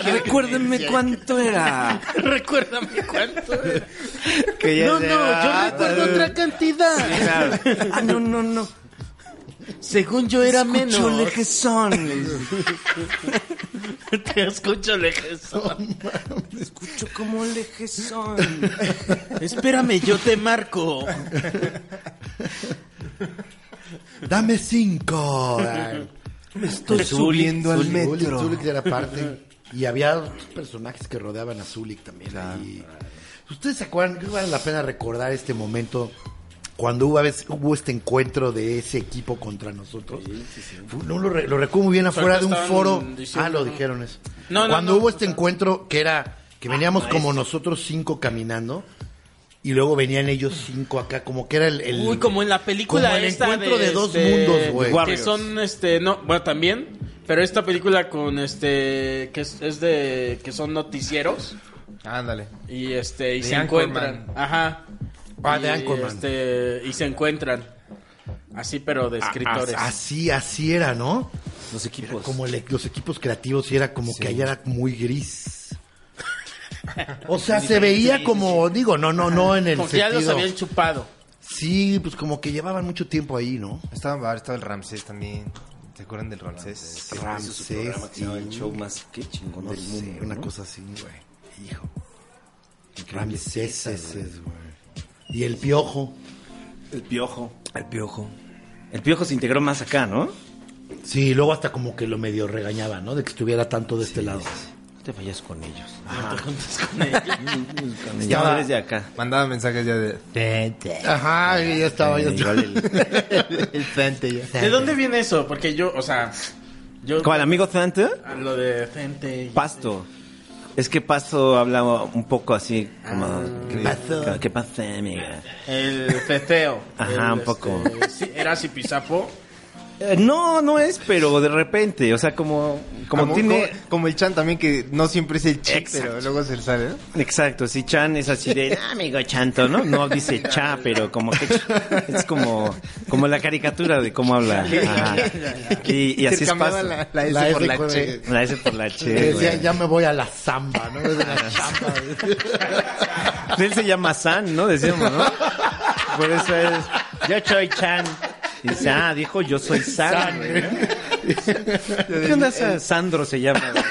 Speaker 1: Recuérdenme cuánto era.
Speaker 3: Recuérdame cuánto. era.
Speaker 8: Que ya
Speaker 3: No, no,
Speaker 8: se
Speaker 3: yo
Speaker 8: va.
Speaker 3: recuerdo otra cantidad.
Speaker 8: Claro.
Speaker 1: Ah, no, no, no.
Speaker 3: Según yo era
Speaker 1: Escucho
Speaker 3: menos.
Speaker 1: lejezón.
Speaker 3: Te escucho lejos.
Speaker 7: Oh,
Speaker 1: Escucho como lejezón.
Speaker 3: Espérame, yo te marco.
Speaker 7: Dame 5.
Speaker 2: Estoy subiendo al metro.
Speaker 7: Zulik de la parte. Y había otros personajes que rodeaban a Zulik también. ahí. ¿Ustedes se acuerdan? Creo que vale la pena recordar este momento. Cuando hubo, a veces- hubo este encuentro de ese equipo contra nosotros, Fue- no lo, re- lo recuerdo muy bien afuera de un
Speaker 3: estaban
Speaker 7: foro.
Speaker 3: diciendo,
Speaker 7: ah, lo
Speaker 3: ¿no?
Speaker 7: dijeron eso.
Speaker 3: No, no,
Speaker 7: Cuando
Speaker 3: no, Ah,
Speaker 7: hubo
Speaker 3: o
Speaker 7: este encuentro que era que veníamos como nosotros cinco caminando y luego venían ellos cinco acá, como que era el, el-
Speaker 3: Uy, como en la película
Speaker 7: como el
Speaker 3: esta
Speaker 7: encuentro de, dos
Speaker 3: este,
Speaker 7: mundos, güey.
Speaker 3: Que son, este, no, bueno, también, pero esta película con, este, que es, es de, que son noticieros
Speaker 2: Ándale.
Speaker 3: y, este, y
Speaker 2: De
Speaker 3: se
Speaker 2: Anchorman.
Speaker 3: encuentran. Ajá.
Speaker 7: Ah, de
Speaker 3: Y,
Speaker 7: Anchorman.
Speaker 3: Este, y se encuentran. Así, pero
Speaker 7: Ah,
Speaker 3: de escritores.
Speaker 7: Así, así era, ¿no?
Speaker 1: Los equipos.
Speaker 7: Como el- e-, los equipos creativos y era como que allá era muy gris. O sea, se veía como, digo, no, no, no en el
Speaker 3: Como que ya los
Speaker 7: sentido.
Speaker 3: habían chupado.
Speaker 7: Sí, pues como que llevaban mucho tiempo ahí, ¿no?
Speaker 2: Estaba, estaba el Ramsés también. ¿Se acuerdan del Ramsés?
Speaker 7: Ramsés
Speaker 1: que se llama el
Speaker 7: y-
Speaker 1: show más que chingón
Speaker 7: No
Speaker 1: del mundo.
Speaker 7: sé,
Speaker 1: ¿no?
Speaker 7: una cosa así, güey. Hijo. Ramsés, güey. Y el piojo.
Speaker 1: El piojo. El piojo. El piojo se integró más acá, ¿no?
Speaker 7: Sí, luego hasta como que lo medio regañaba, ¿no? De que estuviera tanto de este lado.
Speaker 1: No te vayas con ellos.
Speaker 7: Estaba-
Speaker 1: Ya eres de acá.
Speaker 2: Mandaba mensajes ya de.
Speaker 7: Ajá, y ya estaba,
Speaker 1: Eh,
Speaker 7: ya estaba.
Speaker 2: El frente ya.
Speaker 3: ¿De dónde viene eso? Porque yo, o sea, yo...
Speaker 8: Como el amigo Zante,
Speaker 3: a Lo de gente...
Speaker 8: Pasto. Es que Pasto habla un poco así, como...
Speaker 7: ¿Qué pasó?
Speaker 8: ¿Qué pasa, amiga?
Speaker 3: El feteo.
Speaker 8: Ajá,
Speaker 3: El,
Speaker 8: un poco.
Speaker 3: este, sí, era Zipizapo.
Speaker 8: Eh, no, no es, pero de repente, o sea, como, como, tiene...
Speaker 2: como, como el Chan también, que no siempre es el Chan, pero luego se le sale, ¿no?
Speaker 8: Exacto, sí, Chan es así de, "Ah, amigo Chanto, ¿no? No dice cha, pero como que ch- es como, como la caricatura de cómo habla. Ajá. Y, y así es Pasto.
Speaker 2: Intercambiaba la, la S
Speaker 7: La
Speaker 2: por
Speaker 7: S
Speaker 2: la
Speaker 7: con-
Speaker 2: Che.
Speaker 8: La S por la che,
Speaker 7: Que
Speaker 8: güey.
Speaker 7: decía, ya me voy a la zamba, ¿no? De la chamba.
Speaker 8: Él se llama San, ¿no? Decíamos, ¿no? Por eso es. Yo soy Chan. Y dice, ah, dijo yo soy San. güey, ¿no? ¿Qué onda esa? Sandro se llama. güey.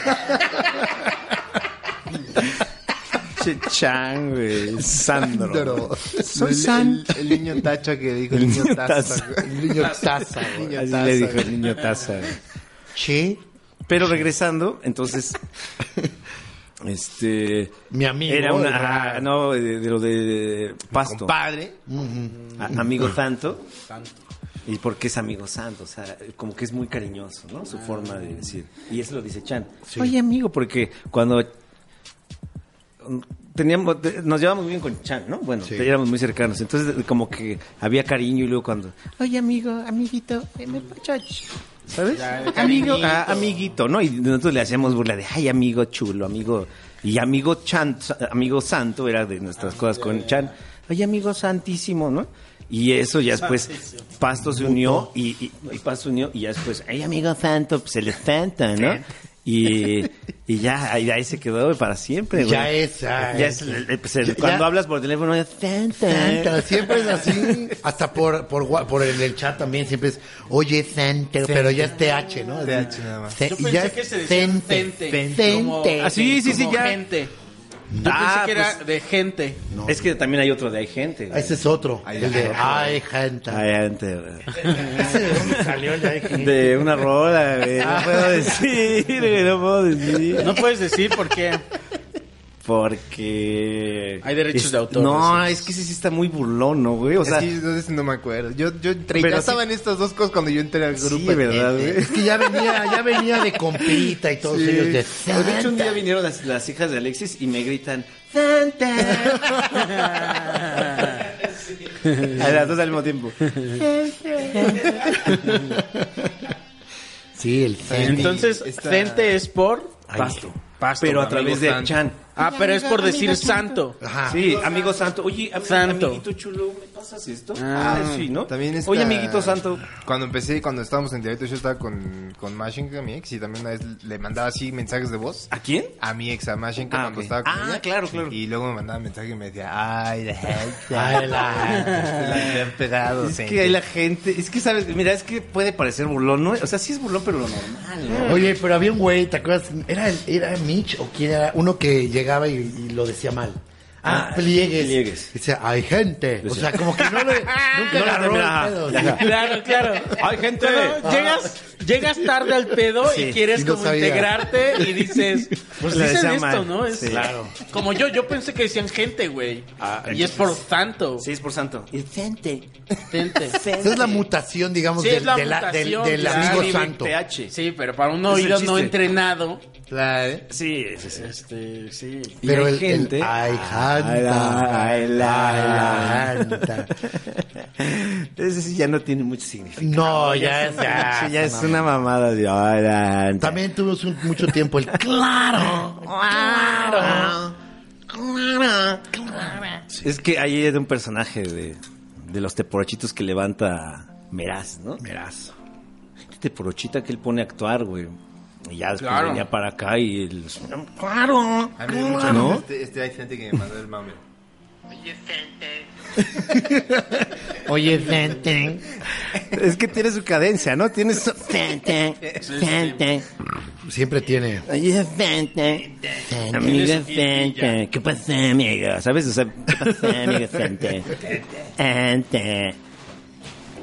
Speaker 8: Che, Chan, güey. Sandro.
Speaker 2: Pero-
Speaker 8: Soy
Speaker 2: el,
Speaker 8: San.
Speaker 2: El, el niño tacha que dijo
Speaker 8: El
Speaker 2: el niño
Speaker 8: niño
Speaker 2: taza.
Speaker 8: taza.
Speaker 2: güey.
Speaker 7: El niño taza, güey.
Speaker 2: niño
Speaker 8: Así
Speaker 2: taza,
Speaker 8: le dijo
Speaker 2: güey.
Speaker 8: el niño Taza. güey.
Speaker 7: Che,
Speaker 8: Pero regresando, entonces. Este.
Speaker 7: mi amigo.
Speaker 8: Era una.
Speaker 7: era-
Speaker 8: ah, no, de, de lo de pasto.
Speaker 2: Compadre.
Speaker 8: A- amigo tanto. Y porque es amigo santo, o sea, como que es muy cariñoso, ¿no? Su forma de decir. Y eso lo dice Chan. Oye, amigo, porque cuando
Speaker 1: teníamos, te- nos llevamos muy bien con Chan, ¿no? Bueno,
Speaker 7: Sí.
Speaker 1: éramos muy cercanos. Entonces, como que había cariño y luego cuando, oye, amigo, amiguito, eh, me pachach", ¿Sabes?
Speaker 3: Ya, el
Speaker 1: amigo,
Speaker 3: cariñito.
Speaker 1: ah, amiguito, ¿no? Y nosotros le hacíamos burla de, ay, amigo chulo, amigo. Y amigo Chan, amigo santo era de nuestras cosas con Chan. Oye, amigo santísimo, ¿no? Y eso ya después, Pasto se unió y, y, y Pasto se unió y ya después, ay, amigo santo, pues el santo, ¿no? Y, y ya, ahí, ahí se quedó para siempre, güey.
Speaker 7: Ya es, ah,
Speaker 1: Ya es el- el- pues el-
Speaker 7: Ya-
Speaker 1: cuando
Speaker 7: ya-
Speaker 1: hablas por teléfono, es Santa.
Speaker 7: Santa, siempre es así. Hasta por por, gua- por el, el chat también siempre es, oye, Santa, pero ya es TH, ¿no?
Speaker 2: TH nada más.
Speaker 7: Se-
Speaker 3: Yo
Speaker 7: y
Speaker 3: pensé
Speaker 7: ya
Speaker 3: que
Speaker 7: es
Speaker 3: se decía
Speaker 7: Sente.
Speaker 3: gente.
Speaker 7: Sente.
Speaker 3: como-
Speaker 7: Ah,
Speaker 1: sí, sí, sí,
Speaker 3: como
Speaker 1: ya.
Speaker 3: gente. Yo
Speaker 1: Ah,
Speaker 3: pensé que era
Speaker 1: pues-
Speaker 3: de gente.
Speaker 7: No.
Speaker 1: Es que también hay otro de hay gente. güey.
Speaker 7: Ese es otro.
Speaker 2: Ay,
Speaker 7: el de,
Speaker 2: otro.
Speaker 7: ay, gente.
Speaker 1: Hay gente, güey.
Speaker 7: Ese de dónde salió ya hay gente.
Speaker 1: De una rola, güey. No puedo decir, güey, no puedo decir.
Speaker 3: No puedes decir por qué.
Speaker 1: Porque.
Speaker 3: Hay derechos
Speaker 1: Es-
Speaker 3: de autor,
Speaker 1: No,
Speaker 3: ¿no?
Speaker 1: es que ese sí está muy burlón, ¿no, güey? O sea,
Speaker 2: es que yo de ese no me acuerdo. Yo, yo entré,
Speaker 1: Pero
Speaker 2: ya
Speaker 1: sí-
Speaker 2: estaban estas dos cosas cuando yo entré al grupo.
Speaker 1: sí, ¿verdad, güey?
Speaker 7: Es que ya venía, ya venía de compita y todos
Speaker 2: Sí.
Speaker 7: ellos de
Speaker 1: Pues, De hecho, un
Speaker 7: Santa.
Speaker 1: día vinieron las, las hijas de Alexis y me gritan, ¡Santa! A las dos al mismo tiempo.
Speaker 7: Sí, el Santa.
Speaker 3: Entonces,
Speaker 2: Esta-
Speaker 3: gente es por
Speaker 1: Ay,
Speaker 3: pasto. Pasto,
Speaker 1: Pero a
Speaker 3: amigo
Speaker 1: través de
Speaker 3: santo.
Speaker 1: Chan.
Speaker 3: Ah, pero es por decir santo.
Speaker 7: Ajá.
Speaker 1: Sí, amigo Ah. santo. Oye, am-
Speaker 3: Santo.
Speaker 1: amiguito chulo, ¿me pasas esto?
Speaker 3: Ah,
Speaker 1: Ah, sí, ¿no?
Speaker 2: También esta-
Speaker 1: Oye, amiguito santo.
Speaker 2: Cuando empecé, cuando estábamos en directo, yo estaba con, con Mashinka, mi ex, y también una vez le mandaba así mensajes de voz.
Speaker 1: ¿A quién?
Speaker 2: A mi ex, a Mashinka,
Speaker 1: Ah,
Speaker 2: cuando
Speaker 1: ok.
Speaker 2: estaba con
Speaker 1: Ah,
Speaker 2: ella.
Speaker 1: claro, claro.
Speaker 2: Y luego me mandaba mensaje y me decía, ay, la gente.
Speaker 7: Ay, la-
Speaker 2: la habían pegado.
Speaker 1: Es
Speaker 2: sí.
Speaker 1: que hay la gente, es que sabes, mira, es que puede parecer burlón, ¿no? O sea, sí es burlón, pero lo normal, ¿no?
Speaker 7: Oye, pero había un güey, ¿te acuerdas? ¿Era, el- era Mitch o quién era? Uno que llegaba y, y lo decía mal.
Speaker 1: Ah,
Speaker 7: Ah, pliegues.
Speaker 1: pliegues.
Speaker 7: Dice, hay gente. O sea, como que no le. Nunca
Speaker 1: No le
Speaker 7: agarró
Speaker 1: terminaba.
Speaker 7: el pedo.
Speaker 1: Ajá.
Speaker 3: Claro, claro.
Speaker 1: Hay gente.
Speaker 3: Cuando llegas, llegas tarde al pedo
Speaker 1: Sí,
Speaker 3: y quieres
Speaker 7: y no
Speaker 3: como
Speaker 7: sabía.
Speaker 3: integrarte y dices, pues
Speaker 1: Le
Speaker 3: dicen
Speaker 1: decía
Speaker 3: esto,
Speaker 1: mal,
Speaker 3: ¿no? Es
Speaker 1: sí. Claro.
Speaker 3: Como yo, yo pensé que decían gente, güey.
Speaker 1: Ah,
Speaker 3: y es por tanto.
Speaker 1: Sí, es por santo.
Speaker 9: Gente.
Speaker 3: Gente.
Speaker 7: Esa es la mutación, digamos,
Speaker 3: Sí,
Speaker 7: del-
Speaker 3: es la
Speaker 7: de la- del,
Speaker 3: mutación,
Speaker 7: del
Speaker 3: claro.
Speaker 7: amigo
Speaker 3: Sí,
Speaker 7: santo.
Speaker 1: TH.
Speaker 3: Sí, pero para un
Speaker 1: Es el
Speaker 3: oído no
Speaker 1: chiste.
Speaker 3: entrenado,
Speaker 2: Claro, ¿eh?
Speaker 1: Sí, sí, sí.
Speaker 3: este, sí.
Speaker 1: Y
Speaker 7: Pero
Speaker 1: hay
Speaker 7: el,
Speaker 1: gente-
Speaker 7: gente. ay,
Speaker 1: Ay, la-
Speaker 7: janta.
Speaker 1: ay, la-
Speaker 7: ay, janta.
Speaker 1: Ese sí ya no tiene mucho significado.
Speaker 7: No, ya es.
Speaker 1: Sí, ya es una mamada de. "Ay, la-
Speaker 7: También tuvimos un- mucho tiempo el claro. Claro. Claro.
Speaker 1: Es que ahí era un personaje de, de los teporochitos que levanta Meraz, ¿no? Meraz. Este teporochita que él pone a actuar, güey. Y ya después
Speaker 3: Claro.
Speaker 1: venía para acá y él...
Speaker 7: Claro.
Speaker 2: A mí muchas
Speaker 1: ¿No?
Speaker 2: veces este, este hay gente que me mandó el mame.
Speaker 7: Oye, gente.
Speaker 1: Es que tiene su cadencia, ¿no? Tiene su...
Speaker 7: Siempre tiene.
Speaker 1: Oye, Fente. Amiga Fente. ¿Qué pasa, amiga? ¿Sabes? O sea, ¿qué pasa, amiga Fente? Fente.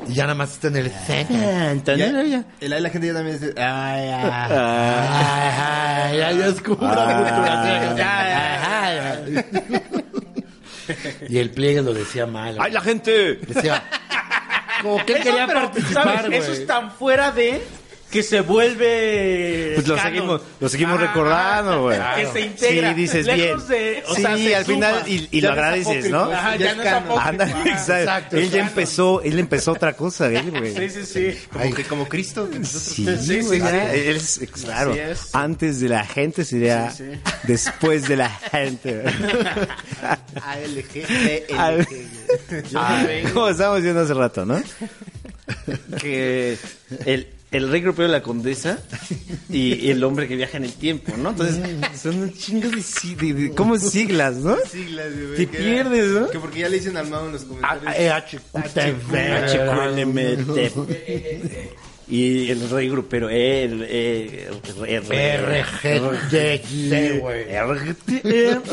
Speaker 7: Y ya nada más está en el gente.
Speaker 1: Fente.
Speaker 2: Ya-
Speaker 1: No, no, ya.
Speaker 2: el- la gente ya también dice, ay, ay.
Speaker 7: Ay, ay, ay, ya es como una cultura. Ay, ay, ay. Y el pliegue lo decía mal.
Speaker 1: ¡Ay, la gente!
Speaker 7: Decía. Como que él
Speaker 3: Eso,
Speaker 7: quería
Speaker 3: pero,
Speaker 7: participar,
Speaker 3: ¿sabes? Eso
Speaker 7: güey.
Speaker 3: es tan fuera de que se vuelve.
Speaker 1: Pues lo
Speaker 3: canon.
Speaker 1: seguimos, lo seguimos
Speaker 3: Ah,
Speaker 1: recordando, güey.
Speaker 3: Que se integra.
Speaker 1: Sí, dices
Speaker 3: Lejos
Speaker 1: bien.
Speaker 3: de- o
Speaker 1: sí,
Speaker 3: sea, se
Speaker 1: al
Speaker 3: suma.
Speaker 1: final y, y lo
Speaker 3: Ya no es
Speaker 1: agradeces,
Speaker 3: apócrifo.
Speaker 1: ¿no?
Speaker 3: Ajá, ya no es apócrifo.
Speaker 1: Ándale,
Speaker 3: Ajá.
Speaker 1: exacto.
Speaker 7: exacto,
Speaker 1: Él ya
Speaker 7: exacto.
Speaker 1: empezó, él empezó otra cosa, él, güey.
Speaker 3: Sí, sí, sí.
Speaker 2: Como, que, como Cristo. que nosotros-
Speaker 1: Sí,
Speaker 3: Sí, sí,
Speaker 1: güey,
Speaker 3: sí.
Speaker 1: ya, él es- claro.
Speaker 3: Así es.
Speaker 1: Antes de la gente sería
Speaker 3: Sí, sí.
Speaker 1: después de la gente.
Speaker 2: ALG.
Speaker 1: Ah, como estábamos diciendo hace rato, ¿no? que el, el rey grupero de la condesa y, y el hombre que viaja en el tiempo, ¿no? Entonces, son un chingo de, si- de- de- ¿cómo siglas, no?
Speaker 2: siglas, güey,
Speaker 1: Te
Speaker 2: que-
Speaker 1: pierdes, ¿no?
Speaker 2: Que porque ya le dicen al mago en los comentarios.
Speaker 3: Ah,
Speaker 7: Eh,
Speaker 1: HQLMT. Y el rey grupero, eh, el, eh, el- el-
Speaker 7: RGT, güey.
Speaker 1: RGT,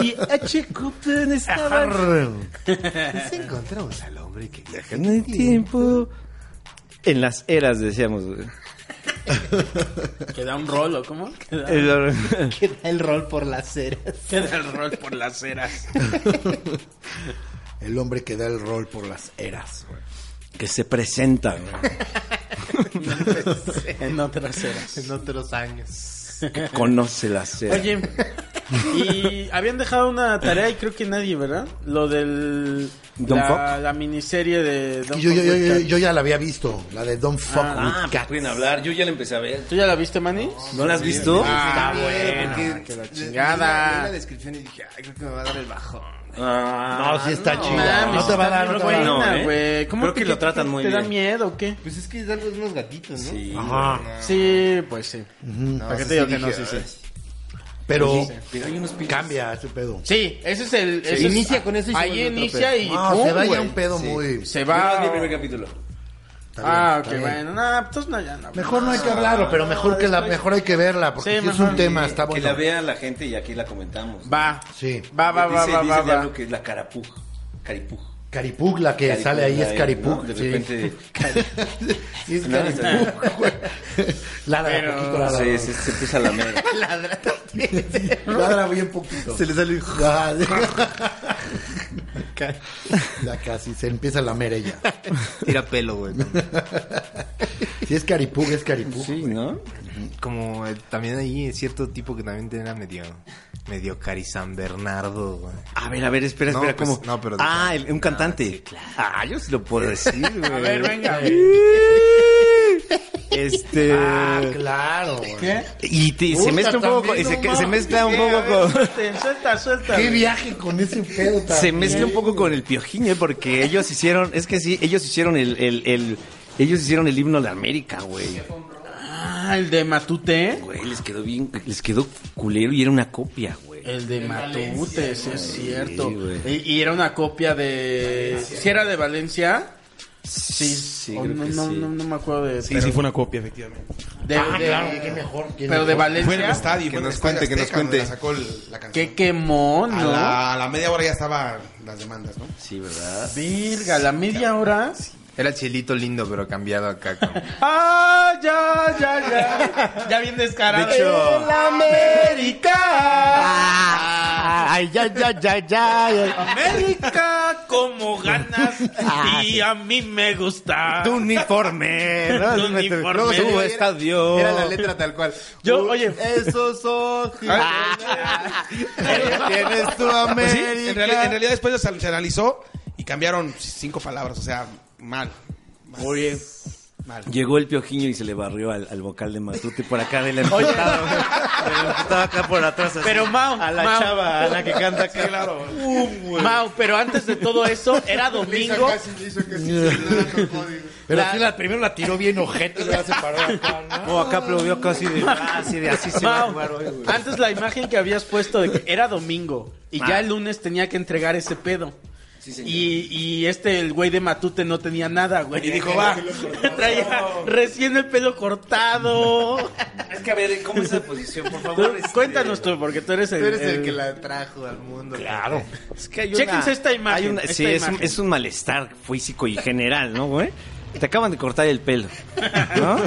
Speaker 1: y HQPN estaban
Speaker 2: Nos encontramos al hombre que viaja
Speaker 1: en el tiempo. En las eras, decíamos, güey.
Speaker 3: Que da un rolo, ¿cómo? Que da,
Speaker 1: El-
Speaker 2: el rol por las ceras.
Speaker 3: que da el rol por las eras.
Speaker 7: El hombre que da el rol por las eras.
Speaker 1: que se presenta, güey.
Speaker 3: en otras eras.
Speaker 2: En otros años.
Speaker 1: conoce la cera.
Speaker 3: Oye, Y habían dejado una tarea y creo que nadie, ¿verdad? Lo del...
Speaker 1: Don
Speaker 3: la,
Speaker 1: Fuck.
Speaker 3: la miniserie de... Don
Speaker 7: yo,
Speaker 3: Fuck
Speaker 7: yo, yo,
Speaker 3: with
Speaker 7: yo-
Speaker 3: Cats.
Speaker 7: yo ya la había visto, la de Don't Fuck
Speaker 3: Ah,
Speaker 7: with Cats.
Speaker 1: Pueden hablar, yo ya la empecé a ver.
Speaker 3: ¿Tú ya la viste, Manny?
Speaker 1: ¿No la has visto?
Speaker 3: Ah,
Speaker 2: Sí,
Speaker 3: buena,
Speaker 2: porque
Speaker 3: que la
Speaker 2: le- leí
Speaker 3: chingada.
Speaker 2: la- leí la descripción y dije, ay, creo que me va a dar el bajón.
Speaker 1: Ah,
Speaker 7: No, sí está chida.
Speaker 3: Mames,
Speaker 7: No te va a dar,
Speaker 3: está
Speaker 7: no te va a
Speaker 3: bien
Speaker 7: dar.
Speaker 1: No,
Speaker 3: buena,
Speaker 1: ¿eh?
Speaker 3: güey. ¿Cómo
Speaker 1: Creo
Speaker 3: te-
Speaker 1: que lo
Speaker 3: qué-
Speaker 1: tratan
Speaker 3: qué-
Speaker 1: muy
Speaker 3: ¿Te da
Speaker 1: bien.
Speaker 3: miedo o qué?
Speaker 2: Pues es que es algo de unos gatitos, ¿no?
Speaker 1: Sí. Ah.
Speaker 7: Ajá.
Speaker 3: Sí, pues sí.
Speaker 2: No,
Speaker 3: ¿Para qué
Speaker 2: sí,
Speaker 3: te digo
Speaker 2: sí,
Speaker 3: que no?
Speaker 2: dije,
Speaker 3: Sí,
Speaker 2: ay.
Speaker 3: sí.
Speaker 7: Pero
Speaker 1: Pero hay unos pinches-
Speaker 7: cambia ese pedo.
Speaker 3: Sí, ese es el... ese es-
Speaker 2: Inicia con eso y se
Speaker 3: Ahí
Speaker 2: vuelve otro
Speaker 3: inicia
Speaker 2: pedo.
Speaker 3: y...
Speaker 7: No,
Speaker 3: ¡pum,
Speaker 7: se vaya
Speaker 3: güey!
Speaker 7: un pedo muy...
Speaker 3: Se
Speaker 1: Yo no
Speaker 3: va...
Speaker 1: vi el primer capítulo.
Speaker 7: está bien,
Speaker 3: Ah,
Speaker 7: está
Speaker 3: ok,
Speaker 7: bien.
Speaker 3: bueno. No, entonces no, ya no.
Speaker 7: Mejor no hay que hablarlo, pero mejor que la, mejor hay que verla, porque
Speaker 3: Sí,
Speaker 7: sí es
Speaker 3: mejor.
Speaker 7: un tema, Ah, está
Speaker 1: Que
Speaker 7: bueno.
Speaker 1: la vea la gente y aquí la comentamos.
Speaker 3: Va.
Speaker 7: Sí.
Speaker 3: Va, va, va,
Speaker 1: dice,
Speaker 3: va,
Speaker 1: dice
Speaker 3: va,
Speaker 1: el diablo
Speaker 3: va.
Speaker 1: que es la carapug. Caripug.
Speaker 7: Caripug, la que
Speaker 1: Caripug,
Speaker 7: sale ahí
Speaker 1: la
Speaker 7: es
Speaker 1: de-
Speaker 7: Caripug.
Speaker 1: ¿no? De
Speaker 7: sí.
Speaker 1: repente.
Speaker 7: Sí, es
Speaker 1: No,
Speaker 7: Caripug, güey. Ladra
Speaker 3: Pero-
Speaker 7: poquito, ladra.
Speaker 1: Sí, sí, se empieza a lamer.
Speaker 7: Ladra bien poquito. Se le sale Ya casi, se empieza a lamer ella.
Speaker 2: Tira pelo, güey.
Speaker 7: Si es Caripug, es Caripug.
Speaker 1: Sí, ¿no?
Speaker 2: Como eh, también ahí cierto tipo que también era medio, medio cari San Bernardo, güey.
Speaker 1: A ver, a ver, espera,
Speaker 2: No,
Speaker 1: espera,
Speaker 2: pues,
Speaker 1: ¿cómo?
Speaker 2: no, pero-
Speaker 1: ah, el- un cantante. Ah, yo sí lo puedo decir, güey.
Speaker 3: A ver, venga, güey.
Speaker 1: Este.
Speaker 7: Ah, claro. güey.
Speaker 3: ¿Qué?
Speaker 1: y te- se
Speaker 7: Puta,
Speaker 1: mezcla un poco, con-
Speaker 7: también,
Speaker 1: se,
Speaker 7: no
Speaker 1: se
Speaker 7: mames.
Speaker 1: mezcla un
Speaker 7: Sí,
Speaker 1: poco con.
Speaker 3: Suelta, suelta, suelta.
Speaker 7: Qué
Speaker 3: güey.
Speaker 7: viaje con ese pedo tan-
Speaker 1: Se mezcla un poco con el piojiño, porque ellos hicieron, es que sí, ellos hicieron el, el, el- ellos hicieron el himno de América, güey.
Speaker 3: Ah, el de Matute.
Speaker 1: Güey, les quedó bien, les quedó culero y era una copia, güey.
Speaker 3: El de Matute, sí es cierto.
Speaker 1: güey.
Speaker 3: Y, y era una copia de. Si era de Valencia. Sí,
Speaker 1: sí,
Speaker 3: O
Speaker 1: creo
Speaker 3: Oh, no,
Speaker 1: que
Speaker 3: no,
Speaker 1: sí.
Speaker 3: no, no me acuerdo de.
Speaker 4: Sí,
Speaker 3: pero-
Speaker 4: sí, fue una copia, efectivamente.
Speaker 3: de-
Speaker 7: Ah,
Speaker 3: de-
Speaker 7: claro, qué mejor, qué
Speaker 3: Pero de
Speaker 7: mejor.
Speaker 4: Fue en el
Speaker 3: Valencia.
Speaker 4: estadio.
Speaker 2: Que
Speaker 4: fue en el
Speaker 2: nos
Speaker 4: estadio
Speaker 2: cuente, que nos
Speaker 4: Azteca, donde
Speaker 2: cuente.
Speaker 4: la sacó el- la canción.
Speaker 3: Qué quemón,
Speaker 4: A
Speaker 3: ¿no?
Speaker 4: la, a la media hora ya estaban las demandas, ¿no?
Speaker 1: Sí, ¿verdad?
Speaker 3: Verga, la media hora.
Speaker 2: Era el cielito lindo, pero cambiado acá. Con...
Speaker 3: ¡Ah, ya, ya, ya! Ya bien descarado.
Speaker 1: De hecho-
Speaker 3: ¡El América! Ah,
Speaker 8: Ay, ya, ya, ya, ya.
Speaker 3: América, como ganas. Y a mí me gusta.
Speaker 8: Tu uniforme,
Speaker 3: Tu
Speaker 8: ¿no?
Speaker 3: uniforme.
Speaker 8: Luego su estadio.
Speaker 2: Era la letra tal cual.
Speaker 3: Yo, oye.
Speaker 2: Esos ojos.
Speaker 1: Ah.
Speaker 8: Tienes tu
Speaker 4: Pues sí,
Speaker 8: América.
Speaker 4: en, realidad, en realidad después se se analizó y cambiaron cinco palabras, o sea, mal. mal.
Speaker 1: Oye.
Speaker 4: Mal.
Speaker 1: Llegó el piojiño y se le barrió al, al vocal de Matute por acá del emputado. Del emputado acá por atrás. así.
Speaker 3: Pero Mau,
Speaker 8: A la
Speaker 3: Mau.
Speaker 8: chava, a la que canta acá.
Speaker 3: Mau, pero antes de todo eso, era domingo.
Speaker 7: Pero
Speaker 3: la-
Speaker 7: sí, la, primero la tiró bien ojete, luego se paró acá, ¿no?
Speaker 8: O acá aplaudió casi de ah, así de así se va a
Speaker 3: Mau,
Speaker 8: jugar hoy, güey.
Speaker 3: antes la imagen que habías puesto de que era domingo y ya el lunes tenía que entregar ese pedo. Y, y este, el güey de Matute no tenía nada, güey. Y dijo, va, traía recién el pelo cortado.
Speaker 1: Es que a ver, ¿cómo es esa posición, por
Speaker 3: Tú,
Speaker 1: favor? este?
Speaker 3: Cuéntanos tú, porque tú eres el... el-
Speaker 2: la trajo al mundo.
Speaker 1: Claro. Es que hay
Speaker 3: Chéquense esta imagen,
Speaker 1: hay una-
Speaker 3: esta
Speaker 1: sí, es un-
Speaker 3: imagen.
Speaker 1: Es, un, malestar físico y general, ¿no, güey? Te acaban de cortar el pelo, ¿no?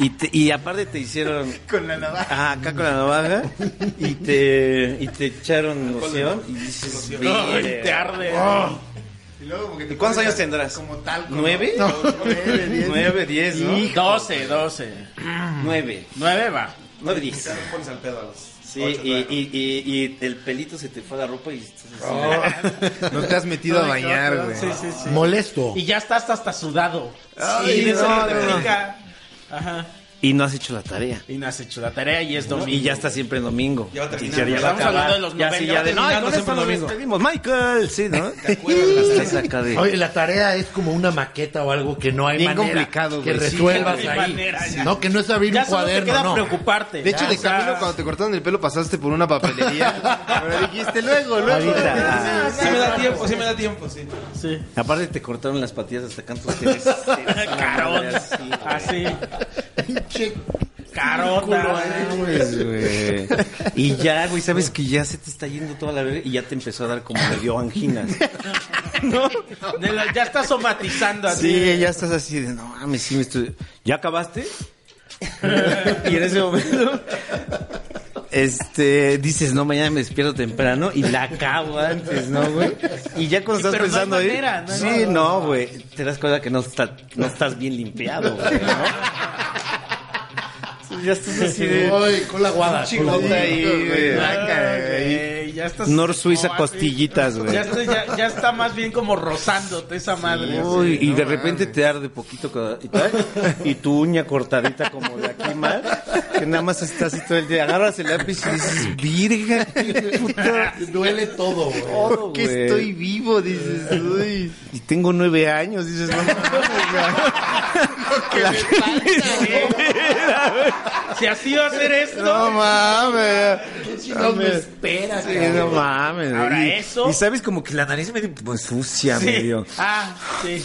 Speaker 1: Y, te- y aparte te hicieron... Con la navaja. Ah, acá con la navaja. Y te, y te echaron loción. Y dices...
Speaker 3: Ay,
Speaker 1: "Verga".
Speaker 3: te arde.
Speaker 1: ¿Y cuántos años tendrás? Como tal. ¿Nueve? Nueve, diez, ¿no?
Speaker 3: 12, 12.
Speaker 1: Nueve.
Speaker 3: 9 va.
Speaker 1: Nueve, diez.
Speaker 4: Pones al pedo a los
Speaker 1: Sí,
Speaker 4: ocho,
Speaker 1: y,
Speaker 4: nueve.
Speaker 1: y, y, y el pelito se te fue a la ropa y...
Speaker 2: No te has metido a bañar, güey.
Speaker 3: Sí, sí, sí.
Speaker 7: Molesto.
Speaker 3: Y ya estás hasta sudado.
Speaker 1: Ay,
Speaker 3: sí, de eso
Speaker 1: no,
Speaker 3: no te
Speaker 1: no, no.
Speaker 3: pica. Ajá.
Speaker 1: Y no has hecho la tarea.
Speaker 3: Y no has hecho la tarea y es domingo.
Speaker 1: Y ya está siempre en domingo.
Speaker 4: Ya va a terminar.
Speaker 1: Y
Speaker 4: Estamos
Speaker 1: va a acabar.
Speaker 3: hablando de los
Speaker 1: Ya
Speaker 3: noventa,
Speaker 1: sí,
Speaker 3: ya
Speaker 1: ya
Speaker 3: va
Speaker 1: de no,
Speaker 3: terminando
Speaker 1: y con esto
Speaker 3: siempre
Speaker 1: nos
Speaker 3: domingo".
Speaker 1: despedimos. Michael, sí, ¿no? Estás acá de-
Speaker 7: Oye, la tarea es como una maqueta o algo que no hay
Speaker 2: Bien
Speaker 7: manera
Speaker 2: complicado,
Speaker 7: que
Speaker 2: güey. Sí,
Speaker 7: resuelvas
Speaker 3: no hay
Speaker 7: ahí.
Speaker 3: manera, ya.
Speaker 7: no, que no es abrir
Speaker 3: Ya
Speaker 7: un
Speaker 3: solo te
Speaker 7: cuaderno,
Speaker 3: queda
Speaker 7: no.
Speaker 3: preocuparte. Ah,
Speaker 2: De hecho,
Speaker 3: Ya,
Speaker 2: de
Speaker 3: o sea,
Speaker 2: camino cuando te cortaron el pelo pasaste por una papelería. Pero dijiste luego, luego.
Speaker 3: ah,
Speaker 1: Ahorita.
Speaker 4: Sí me da tiempo, sí me da tiempo, sí.
Speaker 3: Sí.
Speaker 1: Aparte te cortaron las patillas hasta cantos que les-
Speaker 3: Carón.
Speaker 7: Ah,
Speaker 2: Ah,
Speaker 3: Así. Carota.
Speaker 1: güey. Y ya, güey, sabes que ya se te está yendo toda la verga y ya te empezó a dar como me dio anginas.
Speaker 3: De la- ya estás somatizando así.
Speaker 1: Sí, ya estás así de, no mames, sí me estoy... ¿Ya acabaste? y en ese momento... Este, dices, no, mañana me despierto temprano y la acabo antes, ¿no, güey? Y ya cuando estás
Speaker 3: Pero no hay
Speaker 1: pensando ahí,
Speaker 3: manera, no hay
Speaker 1: sí,
Speaker 3: manera.
Speaker 1: no, güey, te das cuenta que no, está, no estás bien limpiado, güey, ¿no? ya estás así de...
Speaker 7: Ay, cola guada.
Speaker 1: Chingota ahí,
Speaker 2: eh,
Speaker 1: güey.
Speaker 3: Ay, ya Ah, estás-
Speaker 1: Nor Suiza
Speaker 3: no, así-
Speaker 1: costillitas, güey.
Speaker 3: Ya, estás- ya- ya está más bien como rozándote esa madre.
Speaker 1: Uy,
Speaker 3: así.
Speaker 1: y de repente te arde poquito cada- y, tal, y tu uña cortadita como de aquí más, que nada más estás así todo el día, agarras el lápiz y dices, virga, qué puta,
Speaker 7: Duele todo, güey.
Speaker 1: ¿por qué
Speaker 10: güey.
Speaker 1: estoy vivo? Dices, uy, y tengo nueve años, dices, no mames,
Speaker 3: Si así va a ser esto.
Speaker 1: no mames,
Speaker 7: No me esperas,
Speaker 1: Sí,
Speaker 7: cabrón.
Speaker 1: no mames. güey.
Speaker 3: Ahora
Speaker 1: y,
Speaker 3: eso.
Speaker 1: y sabes como que la nariz medio pues, sucia,
Speaker 3: Sí.
Speaker 1: medio.
Speaker 3: Ah, sí.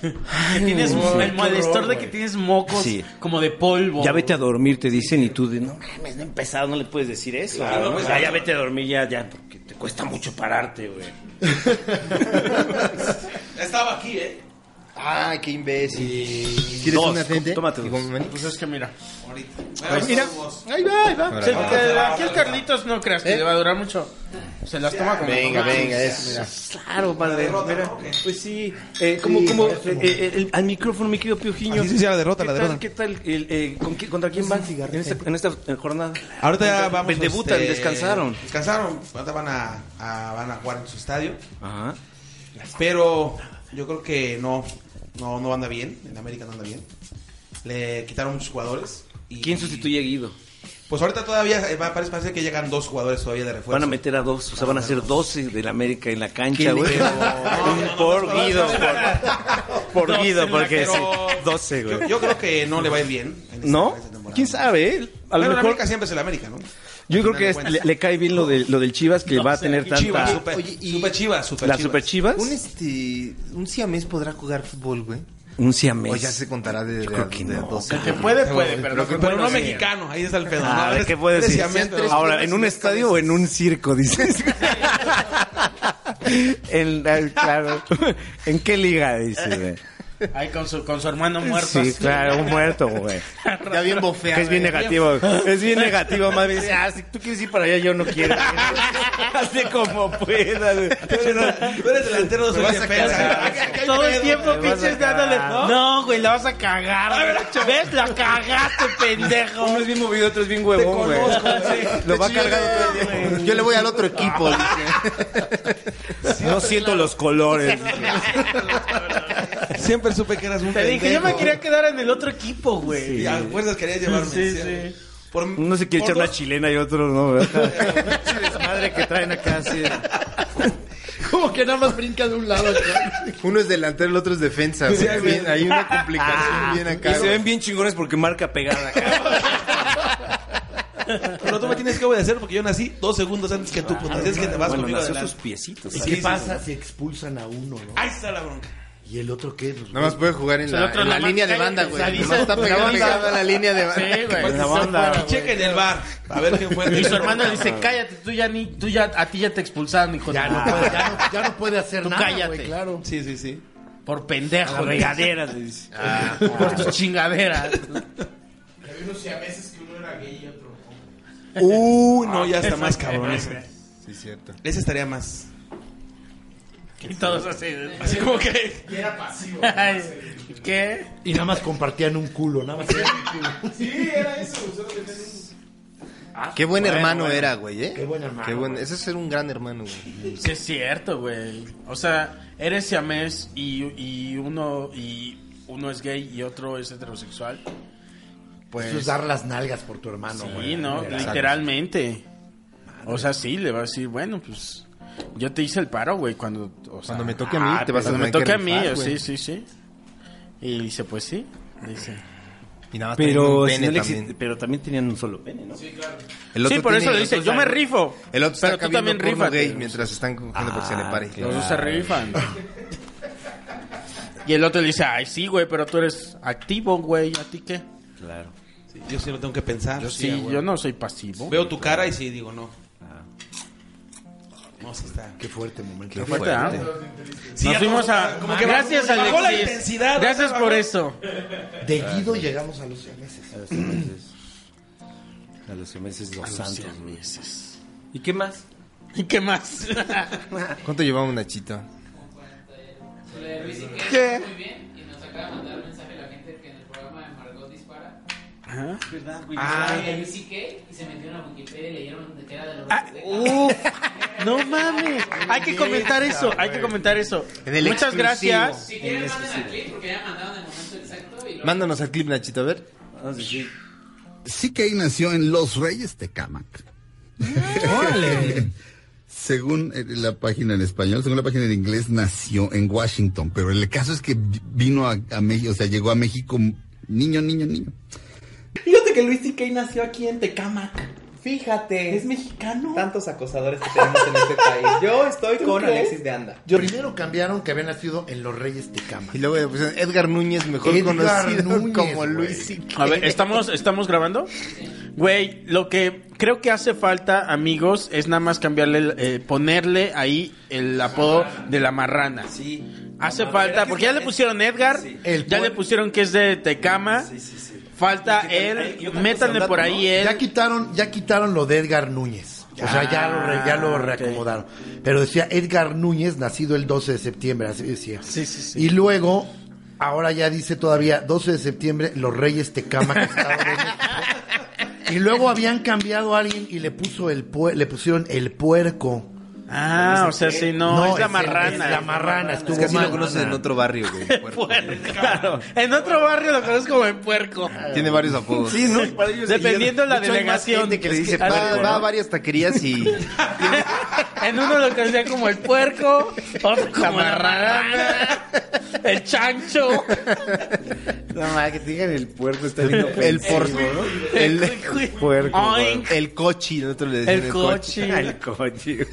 Speaker 3: Que tienes mo- el molestor de que tienes mocos
Speaker 1: Sí.
Speaker 3: como de polvo.
Speaker 1: Ya vete a dormir, te dicen, y tú de no mames, no he empezado, no le puedes decir eso. ¿no? O sea, ya vete a dormir, ya, ya, porque te cuesta mucho pararte, güey.
Speaker 4: Estaba aquí, ¿eh?
Speaker 2: Ay, qué imbécil. ¿Quieres
Speaker 1: Dos,
Speaker 2: una gente?
Speaker 1: tómate dos.
Speaker 2: Digo, maní.
Speaker 3: Pues es que mira.
Speaker 4: Ahorita.
Speaker 3: mira. Ahí va, ahí va. Pues, Se- eh, aquí el Carlitos no creas que
Speaker 2: ¿Eh?
Speaker 3: le va a durar mucho. Se las toma como.
Speaker 2: Venga,
Speaker 3: como-
Speaker 1: eh.
Speaker 2: venga, eso. mira.
Speaker 1: Claro, padre. mira. Pues sí, eh, como, como, eh, eh, el- al micrófono, mi querido Piojiño.
Speaker 4: Así se dice la derrota,
Speaker 1: ¿Qué
Speaker 4: la
Speaker 1: tal-
Speaker 4: derrota.
Speaker 1: ¿Qué tal? el- eh, ¿con quién- ¿Contra quién van en esta, en esta eh, jornada?
Speaker 4: Ahorita ya
Speaker 1: Contra-
Speaker 4: vamos.
Speaker 1: Pues Debutan,
Speaker 4: este,
Speaker 1: descansaron.
Speaker 4: Descansaron. Ahorita van a, a- van a jugar en su estadio.
Speaker 1: Ajá.
Speaker 4: Pero yo creo que no, no, no anda bien. En América no anda bien. Le quitaron muchos jugadores. Y,
Speaker 1: ¿Quién sustituye a Guido?
Speaker 4: Pues ahorita todavía eh, va- parece, parece que llegan dos jugadores todavía de refuerzo.
Speaker 1: Van a meter a dos, o sea, van a ser 12 del América en la cancha, güey.
Speaker 4: Pero- no, no, no,
Speaker 1: Por
Speaker 4: no,
Speaker 1: Guido,
Speaker 4: no, no, no, no,
Speaker 1: por, por
Speaker 3: Doce
Speaker 1: Guido,
Speaker 3: en la
Speaker 1: porque
Speaker 4: pero-
Speaker 1: sí, 12, güey.
Speaker 4: Yo, yo creo que no le va a ir bien. en esta-
Speaker 1: ¿No?
Speaker 4: esta temporada.
Speaker 1: ¿Quién sabe? eh? A
Speaker 4: Pero
Speaker 1: lo
Speaker 4: el
Speaker 1: mejor...
Speaker 4: América siempre es el América, ¿no?
Speaker 1: Yo creo
Speaker 4: final
Speaker 1: que
Speaker 4: de
Speaker 1: es- le,
Speaker 4: cuentas.
Speaker 1: le cae bien lo, de, lo del Chivas que va a tener tanta...
Speaker 4: pues, Chivas, super, super Chivas, super
Speaker 1: ¿La
Speaker 4: Chivas.
Speaker 1: Super Chivas?
Speaker 2: Un este. Un siamés podrá jugar fútbol, güey.
Speaker 1: Un siamés.
Speaker 2: O Pues ya se contará de, de,
Speaker 1: creo que
Speaker 2: de
Speaker 1: no,
Speaker 2: doce.
Speaker 3: El que puede, puede, pero no,
Speaker 4: Pero no mexicano, ahí está el pedo.
Speaker 1: Ah,
Speaker 4: no,
Speaker 1: ¿de
Speaker 4: eres-
Speaker 1: ¿Qué puedes
Speaker 4: eres
Speaker 1: decir?
Speaker 4: siamés, pero-
Speaker 1: Ahora, ¿en un estadio o en un circo, dices? En la- claro. ¿En qué liga, dices, güey?
Speaker 3: Ahí con su, con su hermano muerto.
Speaker 1: Sí,
Speaker 3: así.
Speaker 1: claro, un muerto, güey.
Speaker 2: Ya bien bofea.
Speaker 1: Que es
Speaker 4: eh.
Speaker 1: bien negativo. Es bien negativo, más bien. dice, Ah, si tú quieres ir para allá, yo no quiero. Hazte como puedas. güey. Yo no-
Speaker 4: Tú eres delantero, no soy defensa.
Speaker 3: Todo el tiempo
Speaker 1: vas a
Speaker 3: pinches
Speaker 1: cagar, Ah,
Speaker 3: dándole.
Speaker 1: ¿no?
Speaker 3: No, güey, la vas a cagar. güey. ¿Ves? La cagaste, pendejo.
Speaker 1: Uno es bien movido, otro es bien huevón, güey. Lo va cargando todo el día.
Speaker 2: Yo le voy al otro equipo.
Speaker 1: No siento los colores.
Speaker 4: Siempre supe que eras un
Speaker 3: Te dije, yo
Speaker 4: pendejo.
Speaker 3: me quería quedar en el otro equipo, güey.
Speaker 4: Y a fuerzas querías llevarme.
Speaker 3: pues, Sí,
Speaker 4: ¿sí?
Speaker 3: sí.
Speaker 4: Por-
Speaker 1: Uno se quiere
Speaker 4: por
Speaker 1: echar una
Speaker 4: dos-
Speaker 1: chilena y otro no, ¿verdad? Madre que traen acá, así.
Speaker 7: Como que nada más brinca de un lado. cabrón.
Speaker 2: Uno es delantero, el otro es defensa. güey. Ah, Bien, hay una complicación bien acá.
Speaker 1: Y se
Speaker 2: güey.
Speaker 1: ven bien chingones porque marca pegada acá.
Speaker 4: Pero tú me tienes que obedecer porque yo nací dos segundos antes que tú, puta. Así es que te vas
Speaker 1: Bueno,
Speaker 4: conmigo
Speaker 1: nació
Speaker 4: adelante.
Speaker 1: sus piecitos.
Speaker 4: Sí,
Speaker 7: ¿Qué
Speaker 4: sí,
Speaker 7: pasa si expulsan a uno, no?
Speaker 4: Ahí está la bronca.
Speaker 7: ¿Y el otro qué? Pues,
Speaker 2: Nada más puede jugar en
Speaker 3: sea, el
Speaker 2: la,
Speaker 3: otro
Speaker 2: en la
Speaker 3: nada más
Speaker 2: línea de
Speaker 3: cae
Speaker 2: banda, güey. Nada
Speaker 3: cruzadizo.
Speaker 2: más está
Speaker 3: La
Speaker 2: pegado,
Speaker 3: banda.
Speaker 2: pegado a la línea de
Speaker 3: Sí,
Speaker 2: banda.
Speaker 3: güey.
Speaker 1: La banda.
Speaker 4: Y checa en el bar. A ver quién fue. el
Speaker 3: Y su
Speaker 4: primero.
Speaker 3: hermano le dice, cállate, tú ya ni, tú ya, a ti ya te expulsaron, hijo
Speaker 7: ya,
Speaker 3: de
Speaker 7: no puede, ya, no, ya no puede hacer
Speaker 3: Tú
Speaker 7: nada,
Speaker 3: cállate.
Speaker 7: güey, claro.
Speaker 4: Sí, sí, sí.
Speaker 3: Por pendejo, güey.
Speaker 1: Regaderas, le dice.
Speaker 3: Por tus chingaderas.
Speaker 11: Había unos siameses que uno era gay y otro hombre.
Speaker 4: Uy, Uh, no,
Speaker 1: Ah,
Speaker 4: ya está más cabrón ese.
Speaker 2: Sí, cierto.
Speaker 4: Ese estaría más.
Speaker 3: Y todos así.
Speaker 4: Así como que.
Speaker 11: Y era pasivo.
Speaker 3: Ay, ¿Qué?
Speaker 7: Y nada más compartían un culo, nada más.
Speaker 11: Sí, era eso. Solo tenían un-
Speaker 2: Qué buen hermano era, güey, ¿eh?
Speaker 7: Qué buen hermano,
Speaker 2: Qué buen-
Speaker 7: güey.
Speaker 2: Ese es ser un gran hermano, güey.
Speaker 3: Sí, es cierto, güey. O sea, eres siamés y, y uno y uno es gay y otro es heterosexual. Pues
Speaker 7: Eso es dar las nalgas por tu hermano,
Speaker 3: sí,
Speaker 7: güey.
Speaker 3: ¿no?
Speaker 7: Literal.
Speaker 3: Literalmente. O sea, sí, le va a decir, bueno, pues yo te hice el paro, güey, cuando... o sea, Ah,
Speaker 2: Cuando me toque a mí, te vas a
Speaker 3: Cuando me
Speaker 2: tener que
Speaker 3: toque a mí,
Speaker 2: rifar,
Speaker 3: yo, sí,
Speaker 2: güey.
Speaker 3: sí, sí. Y le dice, pues sí. Le Dice.
Speaker 2: Y nada más tenía
Speaker 1: Pero,
Speaker 2: un
Speaker 1: si
Speaker 2: pene
Speaker 1: no le exi-
Speaker 2: también.
Speaker 1: pero también tenían un solo pene, ¿no?
Speaker 2: El otro
Speaker 3: sí, por
Speaker 2: tiene- el
Speaker 3: eso le
Speaker 2: otro
Speaker 3: dice,
Speaker 2: está-
Speaker 3: yo me rifo.
Speaker 2: El otro
Speaker 3: pero
Speaker 2: está
Speaker 3: tú también rifas.
Speaker 2: gay mientras están cogiendo porque se le pare.
Speaker 3: Los dos se rifan. Y el otro le dice, ay, sí, güey, pero tú eres activo, güey, ¿a ti qué?
Speaker 1: Claro.
Speaker 4: Sí, yo sí lo tengo que pensar.
Speaker 3: Sí,
Speaker 4: ah, güey.
Speaker 3: yo no soy pasivo.
Speaker 4: Veo tu cara y sí digo no.
Speaker 1: Ah.
Speaker 4: No, sí está.
Speaker 7: Qué fuerte momento.
Speaker 2: Qué
Speaker 7: Qué
Speaker 3: Fuerte, ¿ah?
Speaker 2: fuerte.
Speaker 3: Nos
Speaker 4: ya
Speaker 3: fuimos
Speaker 4: como-
Speaker 3: a...
Speaker 4: como que
Speaker 3: Gracias,
Speaker 4: bajó- bajó la
Speaker 3: Alexis.
Speaker 4: intensidad,
Speaker 3: Gracias
Speaker 4: bajó-
Speaker 3: por eso.
Speaker 7: De Guido llegamos a los meses.
Speaker 1: A los meses dos santos. güey.
Speaker 3: Meses.
Speaker 1: ¿Y qué más?
Speaker 3: ¿Y qué más?
Speaker 2: ¿Cuánto llevamos, Nachito?
Speaker 12: Le dije que muy bien y nos acaba de mandar mensaje la gente que en el programa de Margot Dispara
Speaker 3: Ajá.
Speaker 1: ¿Verdad, güey?
Speaker 4: Ah.
Speaker 13: Y ahí sí que, y se metieron a Wikipedia y leyeron de que era de los
Speaker 3: Ah, uf, no mames. Hay que comentar eso. Hay que comentar eso.
Speaker 2: En el
Speaker 3: Muchas
Speaker 2: exclusivo.
Speaker 3: gracias.
Speaker 13: Si quieren, manden al clip porque ya mandaron el momento exacto y lo
Speaker 2: Mándanos al clip, Nachito, a ver.
Speaker 1: Ah, sí, sí.
Speaker 14: CK nació en Los Reyes Tecámac. Según eh, la página en español, según la página en inglés, nació en Washington, pero el caso es que vi- vino a, a México, o sea, llegó a México niño, niño, niño.
Speaker 15: Fíjate que Luis C.K. nació aquí en Tecámac. Fíjate.
Speaker 3: Es mexicano.
Speaker 15: Tantos acosadores que tenemos en este país. Yo estoy con
Speaker 3: crees?
Speaker 15: Alexis de Anda.
Speaker 7: Yo primero cambiaron que había nacido en Los Reyes de Cama.
Speaker 2: Y luego le pusieron Edgar Núñez, mejor
Speaker 7: Edgar
Speaker 2: conocido
Speaker 7: Núñez,
Speaker 2: como
Speaker 7: güey.
Speaker 2: Luis C.K.
Speaker 3: A ver, ¿estamos, ¿estamos grabando? Güey, lo que creo que hace falta, amigos, es nada más cambiarle, el- eh, ponerle ahí el apodo de la marrana.
Speaker 4: Sí.
Speaker 3: Hace falta, porque ya le pusieron Edgar,
Speaker 7: El
Speaker 3: ya
Speaker 7: pue-
Speaker 3: le pusieron que es de Tecama. Falta él, métanle por ahí
Speaker 7: Ya
Speaker 3: él.
Speaker 7: quitaron, ya quitaron lo de Edgar Núñez. O sea, ya lo, re- ya
Speaker 2: Ah,
Speaker 7: lo reacomodaron. Pero decía Edgar Núñez, nacido el 12 de septiembre, así decía.
Speaker 3: Sí, sí, sí.
Speaker 7: Y luego, ahora ya dice todavía 12 de septiembre, los Reyes Tecama. y luego habían cambiado a alguien y le puso el pue- le pusieron el puerco.
Speaker 3: Ah, o sea, sí, no, es la
Speaker 7: el-
Speaker 3: marrana.
Speaker 7: es la marrana, estuvo
Speaker 2: Es que así
Speaker 7: mal.
Speaker 2: lo conoces en otro barrio, güey. puerco.
Speaker 3: Claro, en otro barrio lo conozco como en puerco.
Speaker 2: Tiene varios apodos.
Speaker 1: Sí, ¿no? Para ellos
Speaker 3: Dependiendo la
Speaker 2: hecho, hay más
Speaker 3: delegación.
Speaker 2: gente que le dice,
Speaker 3: Es que- ah,
Speaker 2: va,
Speaker 3: Puerco,
Speaker 2: va a
Speaker 3: ¿no?
Speaker 2: varias taquerías y...
Speaker 3: En uno lo conocía como el puerco, otro como la marrana, el chancho.
Speaker 8: No, ma, que te digan el puerco está bien
Speaker 2: El
Speaker 8: ofensivo,
Speaker 2: por... El,
Speaker 3: El-
Speaker 8: puerco.
Speaker 3: Oink.
Speaker 2: el cochi, nosotros le decimos
Speaker 3: El coche.
Speaker 8: El coche.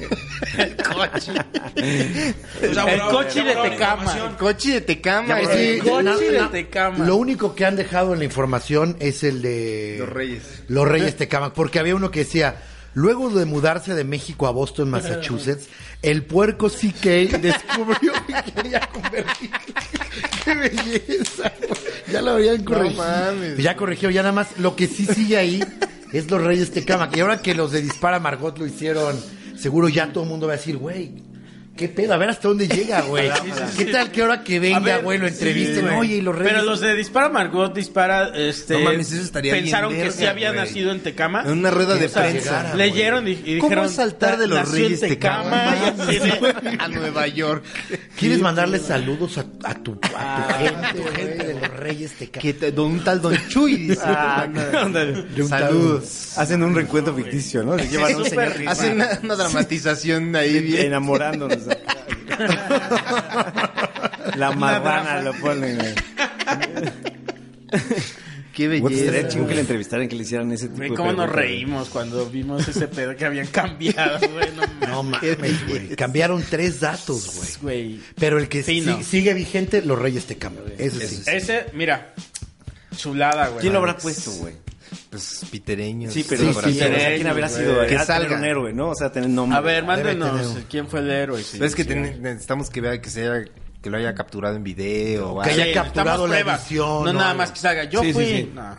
Speaker 3: El coche de Tecama.
Speaker 7: El coche de Tecama.
Speaker 3: El
Speaker 2: eh,
Speaker 3: coche de Tecama.
Speaker 7: Lo único que han dejado en la información es el de...
Speaker 2: Los Reyes.
Speaker 7: Los Reyes Tecamac, porque había uno que decía, luego de mudarse de México a Boston, Massachusetts, el puerco CK descubrió que quería convertir. ¡Qué belleza! güey! Ya lo habían corregido.
Speaker 2: mames.
Speaker 7: ya corrigió, ya nada más. Lo que sí sigue ahí es los Reyes Tecamac. Y ahora que los de Dispara Margot lo hicieron, seguro ya todo el mundo va a decir, güey. ¿Qué pedo? A ver hasta dónde llega, güey. ¿Qué tal que ahora que
Speaker 3: A
Speaker 7: venga,
Speaker 3: ver,
Speaker 7: güey, lo
Speaker 3: sí,
Speaker 7: entrevisten?
Speaker 3: güey.
Speaker 7: Oye, y los reyes.
Speaker 3: Pero los de Dispara Margot Dispara, este.
Speaker 2: No mames, eso estaría bien
Speaker 3: pensaron que
Speaker 2: verga,
Speaker 3: sí había
Speaker 2: güey.
Speaker 3: nacido en Tecama.
Speaker 2: En una rueda
Speaker 7: Que
Speaker 2: de
Speaker 7: o sea,
Speaker 2: prensa.
Speaker 7: llegara, güey.
Speaker 3: Leyeron y, y
Speaker 2: ¿Cómo
Speaker 3: dijeron.
Speaker 2: saltar de los
Speaker 3: "Nació en
Speaker 2: Reyes Tecama
Speaker 3: y así de-
Speaker 2: a Nueva York?
Speaker 7: ¿Quieres mandarle saludos a, a tu, a tu gente, güey, de los Reyes Tecamac?
Speaker 2: Que te- don- un tal Don Chuy dice. Saludos.
Speaker 8: Hacen un reencuentro ficticio, ¿no? Se llevan a un señor que-
Speaker 2: Hacen una, una dramatización ahí bien.
Speaker 8: enamorándonos. La marrana lo ponen. güey.
Speaker 2: Qué
Speaker 8: Güey, pues,
Speaker 2: belleza.
Speaker 8: Estaría chingón que le entrevistaran, que le hicieran ese tipo
Speaker 3: Güey,
Speaker 8: de
Speaker 3: ¿Cómo nos
Speaker 8: preguntas.
Speaker 3: reímos cuando vimos ese pedo que habían cambiado, güey? No
Speaker 7: No mames, güey. Cambiaron tres datos, güey.
Speaker 3: mames, güey.
Speaker 7: Pero el que
Speaker 3: Fino.
Speaker 7: sí- sigue vigente, los Reyes Tecamac. Eso sí.
Speaker 3: Ese, mira. Chulada, güey.
Speaker 8: ¿Quién lo habrá puesto, güey?
Speaker 2: Pues pitereños.
Speaker 8: Sí, pero,
Speaker 7: sí,
Speaker 8: pero, o sea,
Speaker 3: sí,
Speaker 8: ¿quién habrá
Speaker 3: güey.
Speaker 8: sido?
Speaker 2: Que
Speaker 8: Ah, tener
Speaker 2: salga.
Speaker 8: un héroe, ¿no? O sea, tener nombre.
Speaker 3: A ver,
Speaker 7: Debe
Speaker 3: mándenos.
Speaker 7: tener un-
Speaker 3: ¿Quién fue el héroe? Sí,
Speaker 2: Ves que
Speaker 3: sí,
Speaker 2: ten-
Speaker 3: güey.
Speaker 2: necesitamos que vea que se haya, que lo haya capturado en video. o
Speaker 7: Que
Speaker 2: algo.
Speaker 7: haya capturado
Speaker 3: necesitamos
Speaker 7: la
Speaker 3: pruebas.
Speaker 7: edición,
Speaker 3: No,
Speaker 7: ¿no?
Speaker 3: nada más que salga. Yo
Speaker 4: Sí, sí,
Speaker 3: fui.
Speaker 4: sí.
Speaker 3: No.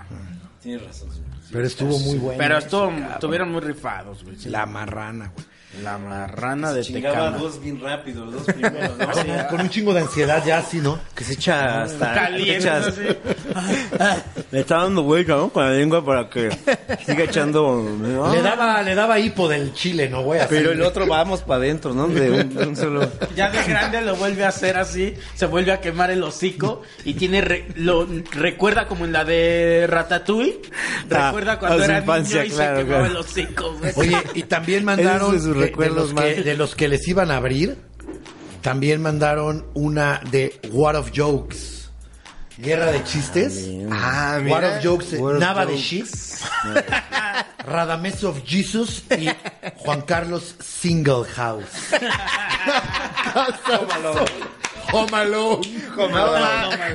Speaker 8: Tienes razón.
Speaker 7: Pero estuvo muy bueno.
Speaker 3: Pero estuvo, estuvieron muy rifados, güey. sí.
Speaker 7: La marrana, güey.
Speaker 3: La marrana de
Speaker 1: Llegaba
Speaker 3: Tecama.
Speaker 1: dos bien rápido, los dos primeros, ¿no?
Speaker 7: Con- Con un chingo de ansiedad ya, así, ¿no?
Speaker 8: Que se echa hasta...
Speaker 3: Calientes,
Speaker 8: que
Speaker 3: así.
Speaker 8: se echa- Le está dando vuelta, ¿no? Con la lengua para que siga echando...
Speaker 1: Ah.
Speaker 8: ¿no?
Speaker 7: Le daba, le daba hipo del chile, ¿no, güey? Así.
Speaker 8: Pero el otro vamos para adentro, ¿no? De un, de un solo...
Speaker 3: Ya de grande lo vuelve a hacer así, se vuelve a quemar el hocico y tiene re- lo recuerda como en la de Ratatouille,
Speaker 8: Ah,
Speaker 3: recuerda cuando
Speaker 8: a su
Speaker 3: era
Speaker 8: infancia,
Speaker 3: niño y
Speaker 8: claro,
Speaker 3: se quemaba
Speaker 8: claro.
Speaker 3: el hocico, güey.
Speaker 7: Oye, y también mandaron
Speaker 8: Esos de sus
Speaker 7: de- de
Speaker 8: recuerdos
Speaker 7: los
Speaker 8: más.
Speaker 7: que- de los que les iban a abrir, también mandaron una de War of Jokes. Guerra de chistes.
Speaker 2: Ah, mira.
Speaker 7: War of Jokes,
Speaker 2: War of
Speaker 7: Nava
Speaker 2: Jokes.
Speaker 7: de Shits, Radames of Jesus y Juan Carlos Single House. Home Alone.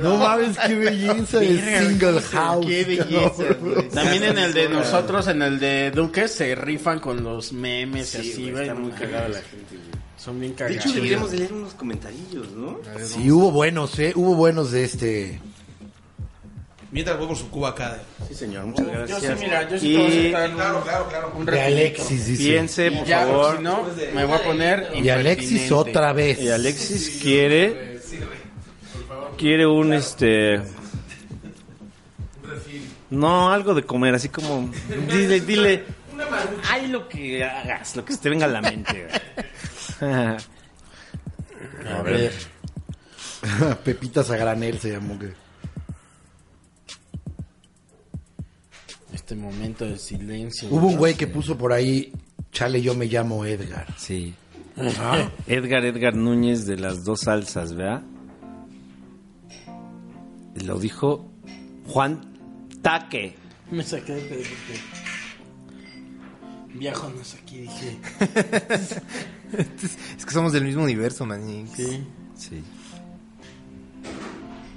Speaker 7: No mames, qué belleza de Single House.
Speaker 2: Qué belleza, güey.
Speaker 3: También en el de nosotros, en el de Duque, se rifan con los memes y así, güey. no mames.
Speaker 8: gente,
Speaker 3: Son bien
Speaker 8: De
Speaker 3: cagados.
Speaker 8: hecho, deberíamos de leer unos comentarillos, ¿no?
Speaker 7: Sí, hubo buenos, eh. Hubo buenos de este.
Speaker 4: Mientras voy por su cuba acá.
Speaker 8: Sí, señor, muchas
Speaker 3: yo
Speaker 8: gracias.
Speaker 3: sí, mira, yo sí te voy a
Speaker 8: y
Speaker 3: aceptar un-
Speaker 4: Claro, claro, claro.
Speaker 3: un
Speaker 7: De
Speaker 3: ratito.
Speaker 7: Alexis, dice.
Speaker 8: piense,
Speaker 3: Y
Speaker 8: por
Speaker 3: ya,
Speaker 8: favor.
Speaker 3: si no, me voy a poner
Speaker 7: Y Alexis
Speaker 3: impertinente.
Speaker 7: otra vez.
Speaker 8: Y Alexis quiere... Quiere un, este...
Speaker 1: No, algo de comer, así como. Dile, dile. Ay, lo que hagas, lo que se te venga a la mente. güey.
Speaker 7: A ver. Pepitas a granel se llamó. que-
Speaker 3: Este momento de silencio.
Speaker 7: Hubo un güey que puso por ahí, chale, yo me llamo Edgar.
Speaker 1: Sí.
Speaker 7: Ajá.
Speaker 1: Edgar, Edgar Núñez de las dos salsas, ¿verdad? Lo dijo Juan Taque.
Speaker 3: Me saqué de pedo porque. Viajonos aquí, dije.
Speaker 2: Es que somos del mismo universo, man.
Speaker 3: Sí.
Speaker 1: Sí.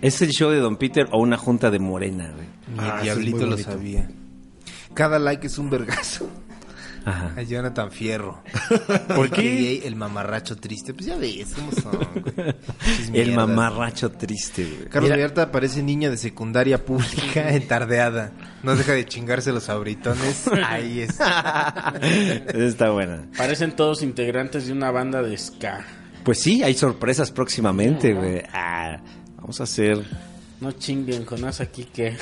Speaker 1: Es el show de Don Peter o una junta de Morena, güey.
Speaker 2: Mi diablito lo sabía. Cada like es un vergazo.
Speaker 1: Ajá.
Speaker 2: A Jonathan Fierro.
Speaker 1: ¿Por qué?
Speaker 2: AKA El mamarracho triste. Pues ya ves cómo son. güey. Pinches
Speaker 1: El
Speaker 2: mierdas.
Speaker 1: mamarracho triste, güey.
Speaker 2: Carlos Vallarta parece niña de secundaria pública entardeada. No deja de chingarse los abritones. Ahí es.
Speaker 1: Esa está buena.
Speaker 3: Parecen todos integrantes de una banda de ska.
Speaker 1: Pues sí, hay sorpresas próximamente, güey. Ah, vamos a hacer.
Speaker 3: No chinguen con as aquí que.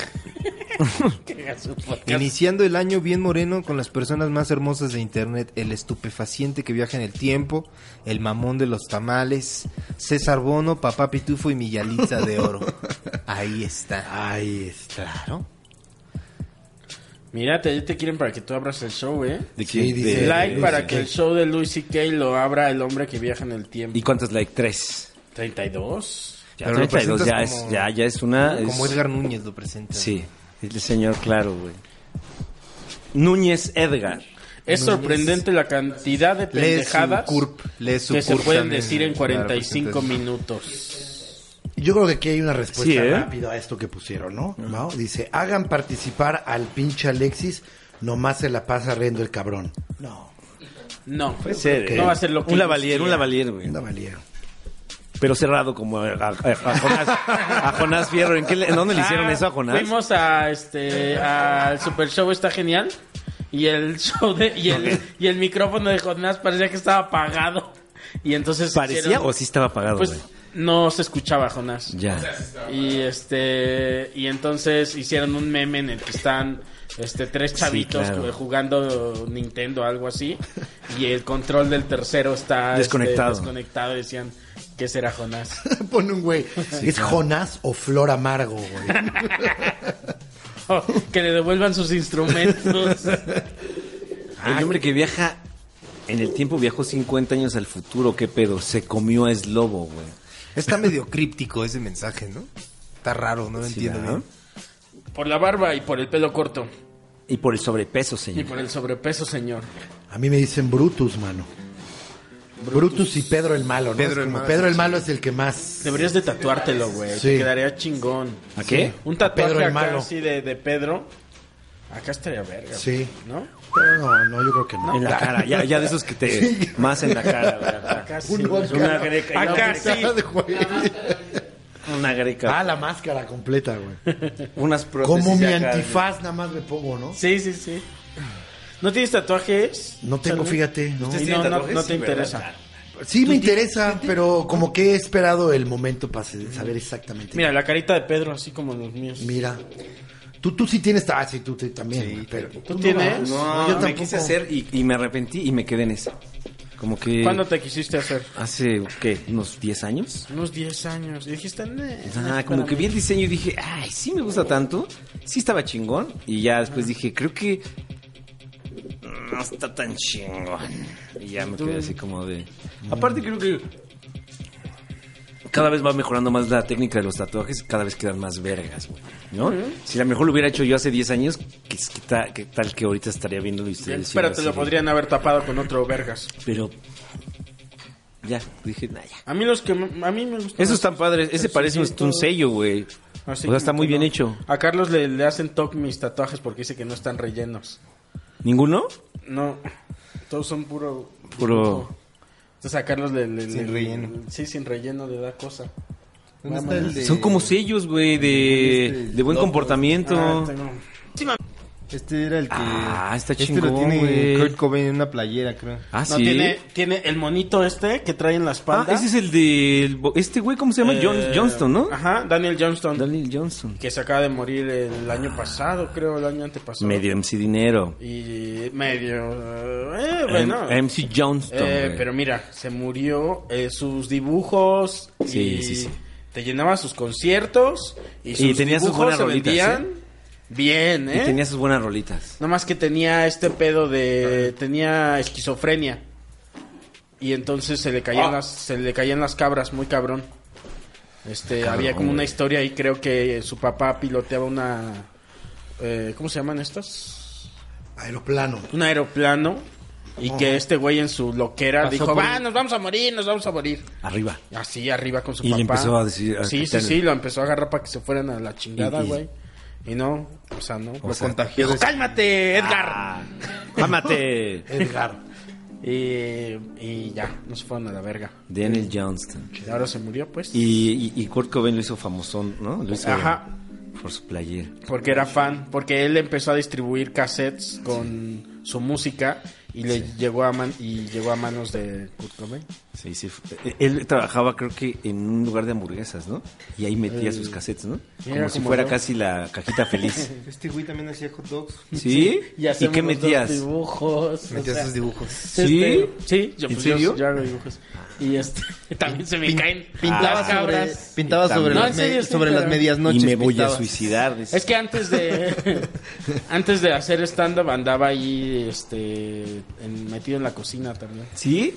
Speaker 3: que haga su podcast.
Speaker 2: Iniciando el año bien moreno con las personas más hermosas de internet, el estupefaciente que viaja en el tiempo, el mamón de los tamales, César Bono, papá pitufo y Millalita de oro. Ahí está.
Speaker 7: Ahí está.
Speaker 2: Claro.
Speaker 3: Mira, te, ya te quieren para que tú abras el show, ¿eh?
Speaker 1: ¿De
Speaker 7: Sí,
Speaker 1: quién?
Speaker 7: dice-
Speaker 1: De-
Speaker 3: Like
Speaker 7: Luis
Speaker 3: para
Speaker 7: CK.
Speaker 3: que el show de Luis C.K. lo abra el hombre que viaja en el tiempo.
Speaker 1: ¿Y cuántos like? Tres.
Speaker 3: ¿32?
Speaker 1: Ya,
Speaker 2: Pero lo
Speaker 1: 32 ya,
Speaker 2: presentas
Speaker 1: es,
Speaker 2: como-
Speaker 1: ya, ya es una. Ah, es-
Speaker 2: Como Edgar Núñez lo presenta.
Speaker 1: Sí, el señor, claro, güey. Núñez Edgar.
Speaker 3: Es sorprendente la cantidad de
Speaker 2: Lee su
Speaker 3: pendejadas
Speaker 2: curp. Lee su
Speaker 3: que se
Speaker 2: curp
Speaker 3: pueden
Speaker 2: también,
Speaker 3: decir en
Speaker 2: la
Speaker 3: 45
Speaker 2: presentación.
Speaker 3: minutos.
Speaker 7: Yo creo que aquí hay una respuesta
Speaker 1: Sí, ¿eh?
Speaker 7: rápida a esto que pusieron, ¿no? Mao Dice, hagan participar al pinche Alexis, nomás se la pasa riendo el cabrón. No,
Speaker 3: No,
Speaker 1: Puede ser.
Speaker 7: que-
Speaker 1: ¿eh?
Speaker 3: no va a ser lo que
Speaker 1: Un
Speaker 3: ellos
Speaker 1: lavalier, un
Speaker 3: quieran.
Speaker 1: lavalier, güey.
Speaker 7: no valieron.
Speaker 1: Pero cerrado como a, a- a Jonás, a Jonás Fierro. ¿En, qué le- en dónde le hicieron
Speaker 3: Ah,
Speaker 1: eso a Jonás?
Speaker 3: Fuimos a este al Super Show está genial y el show de y el, y el micrófono de Jonás parecía que estaba apagado y entonces
Speaker 1: ¿Parecía
Speaker 3: hicieron-
Speaker 1: o sí estaba apagado, güey?
Speaker 3: pues no se escuchaba Jonás.
Speaker 1: ya.
Speaker 3: Y este y entonces hicieron un meme en el que están este tres chavitos
Speaker 1: claro.
Speaker 3: güey, jugando Nintendo algo así y el control del tercero está este,
Speaker 1: Desconectado.
Speaker 3: desconectado y decían que será Jonás.
Speaker 7: Pone un güey. es Jonás o Flor Amargo, güey.
Speaker 3: Oh, que le devuelvan sus instrumentos. ah,
Speaker 1: El hombre que viaja en el tiempo viajó 50 años al futuro, qué pedo. Se comió a Slobo, güey.
Speaker 2: Está medio críptico ese mensaje, ¿no? Está raro, no lo
Speaker 1: Sí,
Speaker 2: entiendo
Speaker 1: ¿verdad?
Speaker 2: bien.
Speaker 3: Por la barba y por el pelo corto.
Speaker 1: Y por el sobrepeso, señor.
Speaker 3: Y por el sobrepeso, señor.
Speaker 7: A mí me dicen Brutus, mano. Brutus, y Pedro el Malo, ¿no?
Speaker 2: Pedro
Speaker 7: Es
Speaker 2: el
Speaker 7: como
Speaker 2: Malo.
Speaker 7: Pedro el Malo es el que más...
Speaker 3: Deberías de tatuártelo, güey.
Speaker 7: Sí.
Speaker 3: Te quedaría chingón.
Speaker 1: ¿A qué?
Speaker 3: Un tatuaje
Speaker 7: Pedro el
Speaker 3: acá
Speaker 7: Malo.
Speaker 3: así de, de Pedro. Acá estaría verga.
Speaker 7: Sí.
Speaker 3: ¿No?
Speaker 7: Pero no, no, yo creo que no.
Speaker 1: En la cara, ya, ya de esos que te... Más en la cara, güey.
Speaker 3: Acá sí.
Speaker 1: Una greca. y
Speaker 3: Acá
Speaker 1: otra-
Speaker 3: sí.
Speaker 1: Una greca.
Speaker 7: Ah, la máscara completa, güey.
Speaker 1: Unas prótesis.
Speaker 7: Como mi
Speaker 1: acá, güey.
Speaker 7: antifaz nada más me pongo, ¿no?
Speaker 3: Sí, sí, sí. ¿No tienes tatuajes?
Speaker 7: No tengo,
Speaker 3: Salud.
Speaker 7: fíjate, ¿no?
Speaker 3: Y no, no, no te interesa.
Speaker 7: Sí me interesa, pero como que he esperado el momento para se- saber exactamente.
Speaker 3: Mira, la carita de Pedro, así como los míos.
Speaker 7: Mira. Tú, tú sí tienes... Ah, sí, tú, te- también, güey, pero...
Speaker 3: ¿Tú
Speaker 7: no,
Speaker 3: tienes?
Speaker 1: No,
Speaker 7: yo
Speaker 1: me
Speaker 7: tampoco.
Speaker 1: quise hacer y, y me arrepentí y me quedé en esa. Como que...
Speaker 3: ¿Cuándo te quisiste hacer?
Speaker 1: Hace, ¿qué? ¿Unos 10 años?
Speaker 3: Unos 10 años. Y dijiste, "Nee,
Speaker 1: Ah,
Speaker 3: espérame".
Speaker 1: como que vi el diseño y dije, ay, sí me gusta tanto. Sí estaba chingón. Y ya después dije, creo que no está tan chingón. Y ya me quedé así como de... Aparte creo que cada vez va mejorando más la técnica de los tatuajes, cada vez quedan más vergas, güey. ¿No? Si a lo mejor lo hubiera hecho yo hace 10 años, que, es que, ta- que tal que ahorita estaría viendo y ustedes diciendo
Speaker 3: Pero te
Speaker 1: así
Speaker 3: lo
Speaker 1: de-
Speaker 3: podrían haber tapado con otro vergas.
Speaker 1: Pero ya, dije, nah, ya.
Speaker 3: A mí los que m- a mí me gustan.
Speaker 1: Esos están padres. Ese
Speaker 3: Sí,
Speaker 1: parece un,
Speaker 3: sí,
Speaker 1: un
Speaker 3: todo.
Speaker 1: sello, güey. O
Speaker 3: Así
Speaker 1: sea, está
Speaker 3: como
Speaker 1: muy
Speaker 3: que
Speaker 1: bien
Speaker 3: no.
Speaker 1: hecho.
Speaker 3: A Carlos le, le hacen top mis tatuajes porque dice que no están rellenos.
Speaker 1: ¿Ninguno?
Speaker 3: No, todos son puro.
Speaker 1: Puro-
Speaker 3: Entonces a Carlos le, le-
Speaker 2: Sin
Speaker 3: le-
Speaker 2: relleno.
Speaker 3: Sí, sin relleno le da cosa.
Speaker 2: ¿Dónde está el de-
Speaker 1: Son como sellos, güey, de, de buen comportamiento.
Speaker 3: Ah, tengo-
Speaker 2: Ese Este era el que.
Speaker 1: Ah, está
Speaker 2: este
Speaker 1: chingón,
Speaker 2: lo tiene
Speaker 1: güey.
Speaker 2: Kurt Cobain en una playera, creo.
Speaker 1: Ah,
Speaker 3: No,
Speaker 1: sí.
Speaker 3: tiene, tiene el monito este que trae en la
Speaker 1: Ah,
Speaker 3: espalda.
Speaker 1: ese es el de. el bo- Este güey, ¿cómo se llama?
Speaker 3: Eh,
Speaker 1: John- Johnston, ¿no?
Speaker 3: Ajá, Daniel Johnston.
Speaker 1: Daniel Johnston.
Speaker 3: Que se acaba de morir el año pasado, creo, el año antepasado.
Speaker 1: Medio MC Dinero.
Speaker 3: Eh, Y medio. eh, bueno.
Speaker 1: Em- MC Johnston.
Speaker 3: Eh,
Speaker 1: güey.
Speaker 3: pero mira, se murió eh, sus dibujos.
Speaker 1: Sí,
Speaker 3: y
Speaker 1: sí, sí.
Speaker 3: Te llenaba sus conciertos. Y,
Speaker 1: Y
Speaker 3: sus
Speaker 1: tenía sus
Speaker 3: dibujos
Speaker 1: buenas
Speaker 3: se
Speaker 1: rolitas, ¿eh?
Speaker 3: vendían bien, ¿eh?
Speaker 1: Y tenía sus buenas rolitas.
Speaker 3: Nada más que tenía este pedo de. tenía esquizofrenia. Y entonces se le caían las. se le caían las cabras, muy cabrón. Este, había como una historia y creo que su papá piloteaba una. eh, ¿Cómo se llaman estas?
Speaker 7: Aeroplano.
Speaker 3: Un aeroplano. Y que este güey en su loquera
Speaker 7: Pasó
Speaker 3: dijo:
Speaker 7: por-
Speaker 3: "Va, nos vamos a morir, nos vamos a morir.
Speaker 1: Arriba.
Speaker 3: Así, arriba con su
Speaker 1: Y le
Speaker 3: papá.
Speaker 1: empezó a decir- a
Speaker 3: sí, sí,
Speaker 1: quitarle-
Speaker 3: sí, lo empezó a agarrar para que se fueran a la chingada,
Speaker 1: Y- y-
Speaker 3: güey. Y, no, o sea, no.
Speaker 2: Lo contagió.
Speaker 3: Dijo,
Speaker 2: de-
Speaker 3: ¡Cálmate, Edgar!
Speaker 1: ¡Mámate!
Speaker 7: Edgar.
Speaker 3: Y, y ya, nos fueron a la verga.
Speaker 1: Daniel Johnston.
Speaker 3: Y ahora se murió, pues.
Speaker 1: Y, y, y Kurt Cobain lo hizo famosón, ¿no? Lo hizo
Speaker 3: Ajá.
Speaker 1: por su player.
Speaker 3: Porque era fan, porque él empezó a distribuir cassettes con su música y le llegó a man- y llegó a manos de Kurt Cobain.
Speaker 1: Sí, sí. fue- eh, Él trabajaba, creo que, en un lugar de hamburguesas, ¿no? Y ahí metía sus cassettes, ¿no? Como,
Speaker 3: Eh, Mira
Speaker 1: si
Speaker 3: cómo
Speaker 1: fuera
Speaker 3: no.
Speaker 1: casi la cajita feliz.
Speaker 2: Este güey también hacía hot dogs.
Speaker 1: ¿Sí?
Speaker 3: Y,
Speaker 1: ¿Y qué metías?
Speaker 3: dibujos. este,
Speaker 2: Metía sus dibujos.
Speaker 1: ¿Sí?
Speaker 3: sí, yo,
Speaker 1: ¿En
Speaker 3: pues,
Speaker 1: serio?
Speaker 3: yo- yo hago dibujos. Y este, también se me caen
Speaker 2: Pintaba
Speaker 3: las
Speaker 2: sobre,
Speaker 3: cabras.
Speaker 2: pintaba sobre,
Speaker 3: No, en
Speaker 2: las, me-
Speaker 3: serio, sí,
Speaker 2: sobre las
Speaker 3: pero-
Speaker 2: medias noches.
Speaker 1: y me voy
Speaker 2: pintaba.
Speaker 1: a suicidar. dice.
Speaker 3: Es que antes de antes de hacer stand up andaba ahí este en- metido en la cocina también.
Speaker 1: ¿Sí?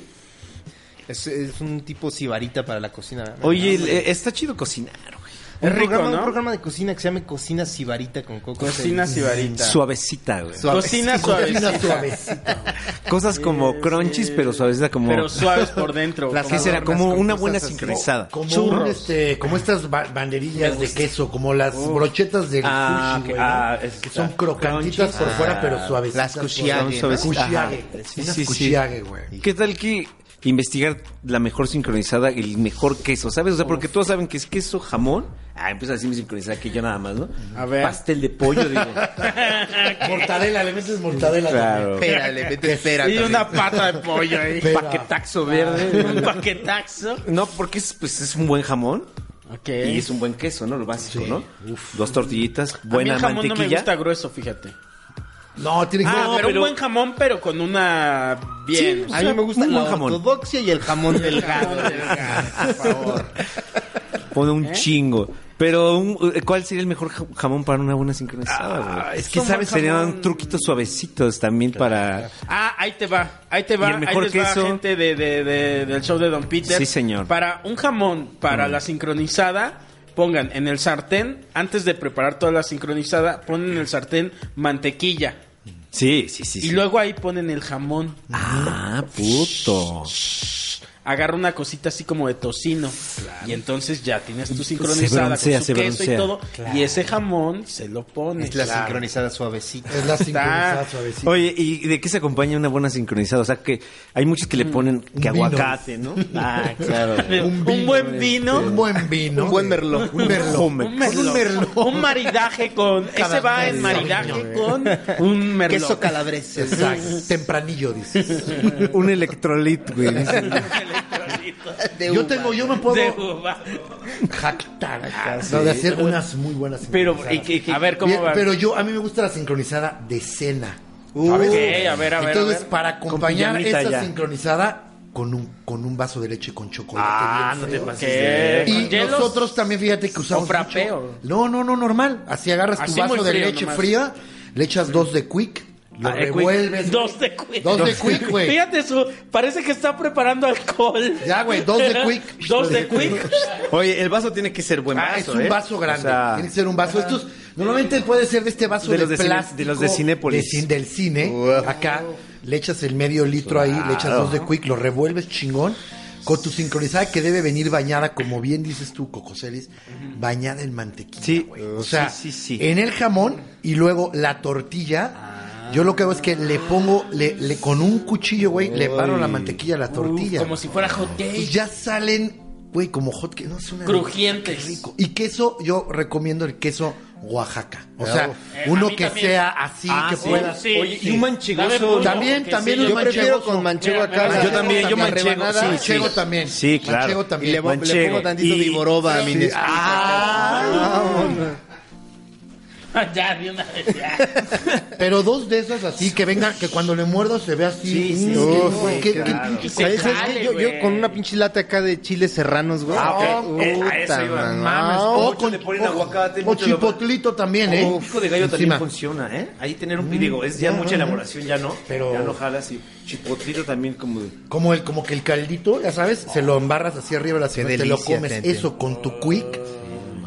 Speaker 2: Es, es un tipo sibarita para la cocina.
Speaker 1: Oye, el- eh, está chido cocinar, güey.
Speaker 2: Un
Speaker 3: es rico,
Speaker 2: programa,
Speaker 3: ¿no?
Speaker 2: Un programa de cocina que se llama Cocina Sibarita con Coco.
Speaker 3: Cocina sibarita.
Speaker 1: Suavecita, güey.
Speaker 3: Cocina suavecita.
Speaker 1: Cosas como
Speaker 3: Sí,
Speaker 1: crunchies,
Speaker 3: sí.
Speaker 1: pero suavecita como...
Speaker 3: Pero suaves por dentro.
Speaker 7: Las
Speaker 1: ¿Qué
Speaker 3: como-
Speaker 1: será? Como
Speaker 2: con
Speaker 1: una
Speaker 2: cosas
Speaker 1: buena
Speaker 2: así.
Speaker 1: sincronizada.
Speaker 7: Oh, Como,
Speaker 1: Churros.
Speaker 7: un, este, como estas ba- banderillas de queso, como las brochetas del
Speaker 1: Ah,
Speaker 7: sushi,
Speaker 1: ok.
Speaker 7: güey, ¿no?
Speaker 1: Ah, es-
Speaker 7: que son crocantitas por fuera, pero suavecitas.
Speaker 2: las kushiage,
Speaker 7: por-
Speaker 2: ¿no?
Speaker 7: Kushiage.
Speaker 1: Ajá. Ah, Sí,
Speaker 7: Unas
Speaker 1: sí, sí.
Speaker 7: kushiage, güey.
Speaker 1: ¿Qué tal que investigar la mejor sincronizada, el mejor queso, ¿sabes? O sea, porque todos saben que es queso, jamón. Ah, empieza a decir mi sincronizada que yo nada más, ¿no?
Speaker 3: A ver.
Speaker 1: Pastel de pollo, digo.
Speaker 7: Mortadela, le metes mortadela.
Speaker 1: Claro.
Speaker 2: Espera, le mete espera.
Speaker 3: Y una pata de pollo ahí.
Speaker 7: Pera.
Speaker 1: Paquetaxo verde.
Speaker 3: Un paquetaxo.
Speaker 1: No, porque es, pues, es un buen jamón
Speaker 3: Ok.
Speaker 1: y es un buen queso, ¿no? Lo básico, ¿no? Dos tortillitas,
Speaker 3: A mí
Speaker 1: buena
Speaker 3: el jamón no me
Speaker 1: mantequilla.
Speaker 3: gusta grueso, fíjate.
Speaker 7: No, tiene que
Speaker 3: Ah,
Speaker 7: ser-
Speaker 3: pero,
Speaker 1: pero-
Speaker 3: un buen jamón, pero con una bien.
Speaker 1: Sí,
Speaker 2: A mí me gusta
Speaker 1: Un
Speaker 2: la
Speaker 1: buen jamón.
Speaker 2: ortodoxia y el jamón delgado.
Speaker 3: por favor.
Speaker 1: Pone un chingo. Pero, un- eh, ¿cuál sería el mejor ja- jamón para una buena sincronizada? güey?
Speaker 3: es
Speaker 1: es
Speaker 3: que
Speaker 1: que,
Speaker 3: un buen
Speaker 1: ¿sabes? Serían
Speaker 3: jamón-
Speaker 1: truquitos suavecitos también para...
Speaker 3: Ah, ahí te va, ahí te
Speaker 1: Y
Speaker 3: va,
Speaker 1: el mejor
Speaker 3: ahí les va
Speaker 1: queso.
Speaker 3: gente de, de- de- del show de Don Peter.
Speaker 1: Sí, señor.
Speaker 3: Para un jamón, para la sincronizada, pongan en el sartén, antes de preparar toda la sincronizada, ponen en el sartén mantequilla.
Speaker 1: Sí, sí, sí.
Speaker 3: Y
Speaker 1: sí.
Speaker 3: luego ahí ponen el jamón.
Speaker 1: Ah, puto.
Speaker 3: Agarra una cosita así como de tocino. Y entonces ya tienes tu
Speaker 1: Se
Speaker 3: sincronizada
Speaker 1: broncea,
Speaker 3: con
Speaker 1: se
Speaker 3: su queso y
Speaker 1: broncea.
Speaker 3: todo. Y ese jamón se lo pones.
Speaker 2: Es la sincronizada suavecita.
Speaker 7: Es la sincronizada
Speaker 3: Está-
Speaker 7: suavecita.
Speaker 1: Oye, ¿y de qué se acompaña una buena sincronizada? O sea, que hay muchos que le ponen que
Speaker 7: Un vino.
Speaker 1: aguacate, ¿no? Ah, claro.
Speaker 3: Un, buen vino.
Speaker 7: Un buen vino.
Speaker 2: Un buen merlot.
Speaker 7: Un merlot.
Speaker 1: Homer.
Speaker 3: Un merlot. Un maridaje con. ese va en
Speaker 7: ¿eh?
Speaker 3: maridaje con un merlot.
Speaker 2: Queso calabresa.
Speaker 7: Exacto. Tempranillo, dices.
Speaker 1: Un electrolit, güey. dicen.
Speaker 7: Yo tengo, yo me
Speaker 3: De
Speaker 7: puedo
Speaker 3: uva.
Speaker 7: jactar
Speaker 3: Ah,
Speaker 7: no, de hacer unas muy buenas
Speaker 3: Pero,
Speaker 7: sincronizadas.
Speaker 3: y- y- y- a ver cómo
Speaker 7: Bien,
Speaker 3: va.
Speaker 7: Pero yo, a mí me gusta la sincronizada de cena.
Speaker 3: Ok, a ver, a ver.
Speaker 7: Entonces,
Speaker 3: a ver.
Speaker 7: para acompañar
Speaker 1: pijamita
Speaker 7: esa
Speaker 1: ya.
Speaker 7: sincronizada con un, con un vaso de leche con chocolate.
Speaker 3: Ah,
Speaker 7: bien frío.
Speaker 3: Ok.
Speaker 7: Y
Speaker 3: ¿Con hielos?
Speaker 7: nosotros también, fíjate que usamos.
Speaker 3: ¿O frappé
Speaker 7: mucho-
Speaker 3: o?
Speaker 7: No, no, no, normal. Así agarras
Speaker 3: Así
Speaker 7: tu vaso
Speaker 3: muy
Speaker 7: de
Speaker 3: frío
Speaker 7: leche
Speaker 3: nomás.
Speaker 7: fría, le echas dos de quick, lo
Speaker 1: Ah, de Quick.
Speaker 7: revuelves.
Speaker 3: Dos de quick.
Speaker 7: Dos de quick, güey.
Speaker 3: Fíjate su. Parece que está preparando alcohol.
Speaker 7: Ya, güey, dos de quick.
Speaker 3: Dos de quick.
Speaker 1: Oye, el vaso tiene que ser buen
Speaker 7: Ah,
Speaker 1: vaso,
Speaker 7: es un
Speaker 1: ¿eh?
Speaker 7: vaso grande.
Speaker 1: O sea,
Speaker 7: Tiene que ser un vaso. Estos normalmente puede ser de este vaso
Speaker 1: De
Speaker 7: de,
Speaker 1: los de cine-
Speaker 7: plástico.
Speaker 1: de los de Cinépolis.
Speaker 7: de cin- del cine. Acá le echas el medio litro ahí, le echas dos de quick, lo revuelves chingón. Con tu sincronizada que debe venir bañada, como bien dices tú, Cocoselis, bañada en mantequilla.
Speaker 1: Sí, Uh,
Speaker 7: güey. o sea,
Speaker 1: sí, sí, sí.
Speaker 7: en el jamón y luego la
Speaker 1: Ah.
Speaker 7: tortilla. Yo lo que hago es que le pongo, le, le- con un cuchillo, güey, le paro la mantequilla a la tortilla.
Speaker 3: Como si fuera hot
Speaker 7: Y
Speaker 3: cake.
Speaker 7: ya salen, güey, como hot que no es una
Speaker 3: Crujientes.
Speaker 7: Qué rico. Y queso, yo recomiendo el queso Oaxaca. O
Speaker 2: Ah,
Speaker 7: sea,
Speaker 2: uf.
Speaker 7: uno
Speaker 2: Eh, a mí
Speaker 7: que
Speaker 2: también.
Speaker 7: sea así,
Speaker 2: Ah,
Speaker 7: que
Speaker 2: sí,
Speaker 7: pueda.
Speaker 2: sí, Oye, sí. y un manchegoso. Dame pulpo,
Speaker 7: También,
Speaker 2: que
Speaker 7: también
Speaker 2: sí.
Speaker 7: un
Speaker 2: Yo
Speaker 7: manchegoso.
Speaker 2: prefiero con manchego
Speaker 7: Mira,
Speaker 2: a casa.
Speaker 7: mira,
Speaker 2: Yo también,
Speaker 7: la
Speaker 2: yo manchego,
Speaker 7: rebanada,
Speaker 2: sí, sí.
Speaker 7: Manchego también.
Speaker 2: Sí, claro.
Speaker 7: Manchego también.
Speaker 2: Y le pon- le Manchego. pongo tantito de Iborova a mi Nesquik.
Speaker 7: Ah,
Speaker 13: ya, de una vez, ya.
Speaker 7: Pero dos de esas así, que venga, que cuando le muerdo se vea así.
Speaker 2: Sí, sí,
Speaker 7: Uf,
Speaker 2: sí,
Speaker 7: qué-
Speaker 2: güey,
Speaker 7: qué-
Speaker 2: claro.
Speaker 7: qué-
Speaker 2: ¿Sabes? yo, yo con una pinche lata acá de chiles serranos, güey.
Speaker 7: Ah,
Speaker 2: Acá,
Speaker 7: ok. Eh, a eso iba.
Speaker 2: mano.
Speaker 7: Mames,
Speaker 2: Ah,
Speaker 7: o
Speaker 2: mucho
Speaker 7: con-
Speaker 2: le ponen
Speaker 7: o-
Speaker 2: aguacate,
Speaker 7: o
Speaker 2: mucho le-
Speaker 7: chipotlito también, ¿eh?
Speaker 1: Un pico de gallo
Speaker 7: Encima.
Speaker 1: también funciona, ¿eh? Ahí tener un digo, es ya
Speaker 7: Mm,
Speaker 1: mucha
Speaker 7: mm,
Speaker 1: elaboración, ya no.
Speaker 7: pero-
Speaker 1: Ya no jalas y chipotlito también como de.
Speaker 7: Como el, como que el caldito, ya sabes, se lo embarras así arriba de la cena, te lo
Speaker 1: delicia,
Speaker 7: comes.
Speaker 1: tente.
Speaker 7: Eso con tu quick.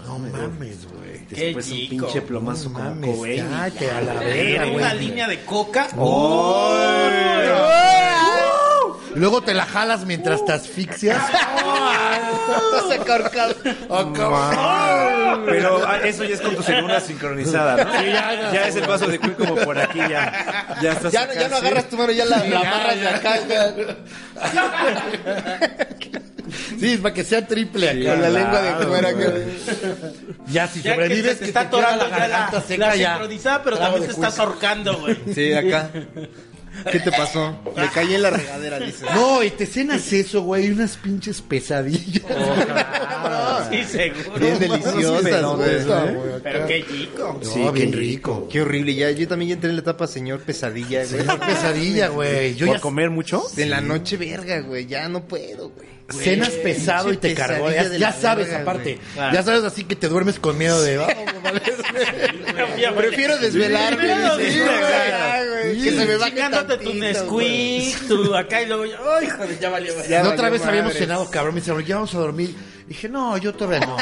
Speaker 7: No mames, güey.
Speaker 1: Después pues, un pinche plomazo
Speaker 7: No
Speaker 1: con
Speaker 7: mames,
Speaker 1: Cobain.
Speaker 7: cállate a la verga,
Speaker 1: verga,
Speaker 7: güey.
Speaker 1: Una
Speaker 7: línea
Speaker 15: de coca.
Speaker 3: Oh,
Speaker 7: Y Luego te la jalas mientras te asfixias. Oh,
Speaker 15: Estás acorcado.
Speaker 1: Pero ah, eso ya es con tu segunda sincronizada, ¿no?
Speaker 15: Sí, ya.
Speaker 1: ya es el vaso de cuy como por aquí, ya. Ya estás
Speaker 15: Ya, no-
Speaker 1: acá,
Speaker 15: ya no
Speaker 1: sí.
Speaker 15: agarras tu mano, ya la,
Speaker 7: Sí,
Speaker 15: la
Speaker 7: ya,
Speaker 15: amarras de
Speaker 7: ya.
Speaker 15: acá. ya.
Speaker 7: Sí, para que sea triple acá.
Speaker 15: Con la lengua de fuera.
Speaker 7: Ya, si
Speaker 15: Ya que
Speaker 7: sobrevives,
Speaker 15: se te
Speaker 7: que
Speaker 15: está
Speaker 7: te queda
Speaker 15: atorando
Speaker 7: la
Speaker 15: ya la-
Speaker 7: garganta
Speaker 15: la
Speaker 7: seca ya.
Speaker 15: sincronizada, pero
Speaker 7: Trago
Speaker 15: también
Speaker 7: de
Speaker 15: te
Speaker 7: cuy.
Speaker 15: estás ahorcando, güey.
Speaker 2: Sí, acá. ¿Qué te pasó? Me caí en la regadera, dice.
Speaker 7: No, y te cenas eso, güey, unas pinches pesadillas. Ah.
Speaker 15: Sí, seguro.
Speaker 2: Bien
Speaker 7: Unos
Speaker 2: deliciosas,
Speaker 7: pedotes,
Speaker 2: güey.
Speaker 7: güey, acá.
Speaker 15: Pero qué chico.
Speaker 7: No, bien rico.
Speaker 2: Qué horrible. Ya, yo también ya entré en la etapa señor pesadilla, güey.
Speaker 7: Señor pesadilla, güey. Yo
Speaker 1: ¿Por
Speaker 7: ya
Speaker 1: comer mucho?
Speaker 2: En la noche, verga, güey. Ya no puedo, güey.
Speaker 7: cenas
Speaker 2: Güey,
Speaker 7: pesado y te
Speaker 2: pinche
Speaker 7: cargó.
Speaker 2: pesadilla
Speaker 7: Ya,
Speaker 2: de
Speaker 7: ya
Speaker 2: la
Speaker 7: sabes,
Speaker 2: verga,
Speaker 7: aparte.
Speaker 2: güey.
Speaker 7: Ya sabes así que te duermes con miedo de... "Ah,
Speaker 2: Prefiero desvelarme.
Speaker 15: Prefiero
Speaker 2: dice.
Speaker 15: desvelarme,
Speaker 2: Ay, güey, Que se me va
Speaker 15: Chingándote tu Nesquik, tu acá y luego yo, ¡ay, joder, ya valió! güey.
Speaker 7: la otra
Speaker 2: valió
Speaker 7: vez habíamos
Speaker 2: madres.
Speaker 7: cenado, cabrón. Me dijeron, ya vamos a dormir. Dije, no, yo todavía no.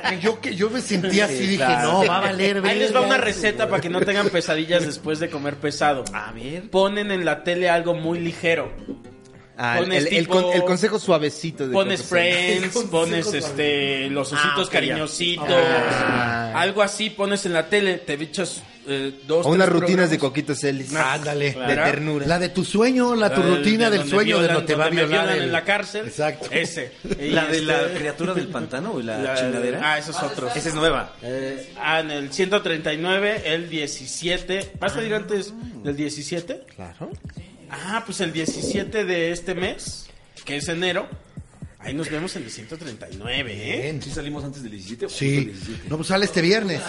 Speaker 7: Porque yo, que, yo me sentía así, dije, no, va a valer.
Speaker 3: Ahí les va una
Speaker 7: verga eso,
Speaker 3: receta para que no tengan pesadillas después de comer pesado. A ver. Ponen en la tele algo muy ligero.
Speaker 2: Ah, el,
Speaker 3: Pones
Speaker 2: el- el
Speaker 3: tipo-
Speaker 2: con- el consejo suavecito. De
Speaker 3: Pones
Speaker 2: friends
Speaker 3: Friends, pones este los ositos
Speaker 7: Ah, ok, ya.
Speaker 3: cariñositos,
Speaker 2: Ah.
Speaker 3: algo así pones en la tele, te echas eh, dos
Speaker 2: O unas
Speaker 3: tres
Speaker 2: rutinas de
Speaker 3: programas.
Speaker 2: Coquito Celis.
Speaker 7: Ándale.
Speaker 2: De ternura.
Speaker 7: La de tu sueño, la Ah, tu
Speaker 3: El eh,
Speaker 7: rutina
Speaker 3: de
Speaker 7: del
Speaker 3: donde
Speaker 7: sueño de
Speaker 3: violan,
Speaker 7: no te va a
Speaker 3: donde me
Speaker 7: violar.
Speaker 3: violan
Speaker 7: el-
Speaker 3: en la cárcel.
Speaker 7: Exacto.
Speaker 3: Ese. Y
Speaker 1: La de
Speaker 3: este,
Speaker 1: la criatura del pantano, güey, la,
Speaker 3: la-
Speaker 1: chingadera.
Speaker 3: Ah, esos otros.
Speaker 1: Esa es nueva.
Speaker 3: Eh, ah, en el 139, el 17. ¿Vas
Speaker 1: Ah.
Speaker 3: a ir antes del 17?
Speaker 2: Claro.
Speaker 3: Ah, pues el 17 de este mes, que es enero. Ahí nos vemos en el 139, ¿eh?
Speaker 7: Bien.
Speaker 1: Sí salimos antes del 17. justo el
Speaker 7: Sí.
Speaker 1: 17.
Speaker 7: No, pues sale este viernes.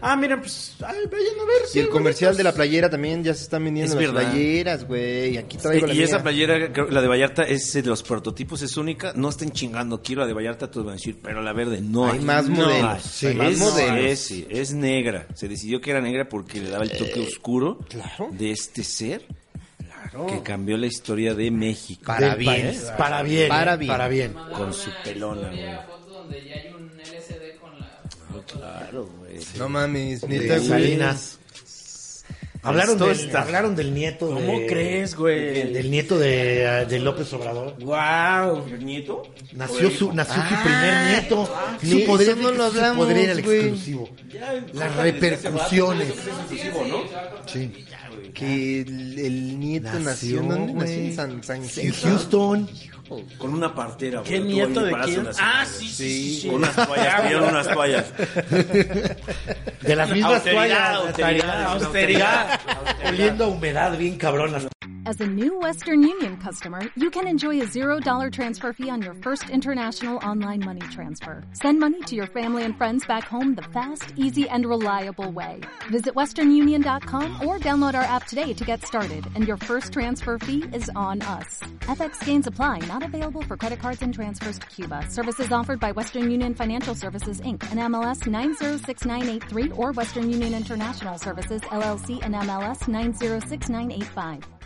Speaker 3: Ah, miren, pues, ay, vayan a ver.
Speaker 2: Y el comercial de la playera también ya se están vendiendo
Speaker 1: Es
Speaker 2: las
Speaker 1: verdad.
Speaker 2: playeras, güey. Aquí traigo la
Speaker 1: Eh, Y, y esa
Speaker 2: mía.
Speaker 1: playera, creo- la de Vallarta, es eh, de los prototipos, es única. No estén chingando, quiero la de Vallarta, todos van a decir, pero la verde no.
Speaker 2: Hay más
Speaker 1: No
Speaker 2: modelos,
Speaker 1: hay.
Speaker 2: sí,
Speaker 1: es,
Speaker 2: hay más modelos.
Speaker 1: es- sí, es negra. Se decidió que era negra porque le daba el
Speaker 2: Eh,
Speaker 1: toque oscuro de este ser que cambió la historia de México.
Speaker 2: Para
Speaker 7: Del
Speaker 2: bien.
Speaker 7: país. Para bien.
Speaker 2: Para
Speaker 7: eh,
Speaker 2: bien.
Speaker 7: Para bien.
Speaker 1: Con su pelona,
Speaker 13: Mandaron una
Speaker 1: güey.
Speaker 13: foto donde ya hay un LCD con la...
Speaker 1: Claro, güey.
Speaker 2: No mames, neta,
Speaker 7: De
Speaker 2: güey.
Speaker 7: Salinas. Hablaron
Speaker 1: Esto
Speaker 7: del,
Speaker 1: está-
Speaker 7: hablaron del nieto de-
Speaker 3: ¿Cómo crees, güey?
Speaker 7: Del nieto de, ah, de López Obrador.
Speaker 3: Wow. nieto?
Speaker 7: Nació su, nació su primer nieto.
Speaker 2: Pues, ah, sí,
Speaker 7: Su poder,
Speaker 2: eso no lo hablamos,
Speaker 7: poder era el
Speaker 2: güey.
Speaker 7: exclusivo. Las repercusiones. Sí.
Speaker 2: Que el, el nieto nació,
Speaker 7: Nació,
Speaker 2: ¿en ¿dónde
Speaker 7: güey.
Speaker 2: nació? En San, San
Speaker 7: En
Speaker 2: Gil.
Speaker 7: Houston.
Speaker 1: Con una partera, güey.
Speaker 3: ¿Qué
Speaker 1: Tú
Speaker 3: nieto
Speaker 1: ahí
Speaker 3: de
Speaker 1: paras
Speaker 3: quién?
Speaker 1: unas-
Speaker 3: Ah, sí, sí, sí. Ah,
Speaker 1: Con unas toallas, tuvieron unas toallas.
Speaker 7: De las mismas
Speaker 3: Austeridad,
Speaker 7: toallas.
Speaker 3: austeridad, austeridad.
Speaker 7: Oliendo a humedad bien cabronas.
Speaker 16: As a new Western Union customer, you can enjoy a $0 transfer fee on your first international online money transfer. Send money to your family and friends back home the fast, easy, and reliable way. Visit westernunion.com or download our app today to get started, and your first transfer fee is on us. FX gains apply, not available for credit cards and transfers to Cuba. Services offered by Western Union Financial Services Inc. and MLS 906983 or Western Union International Services LLC and MLS 906985.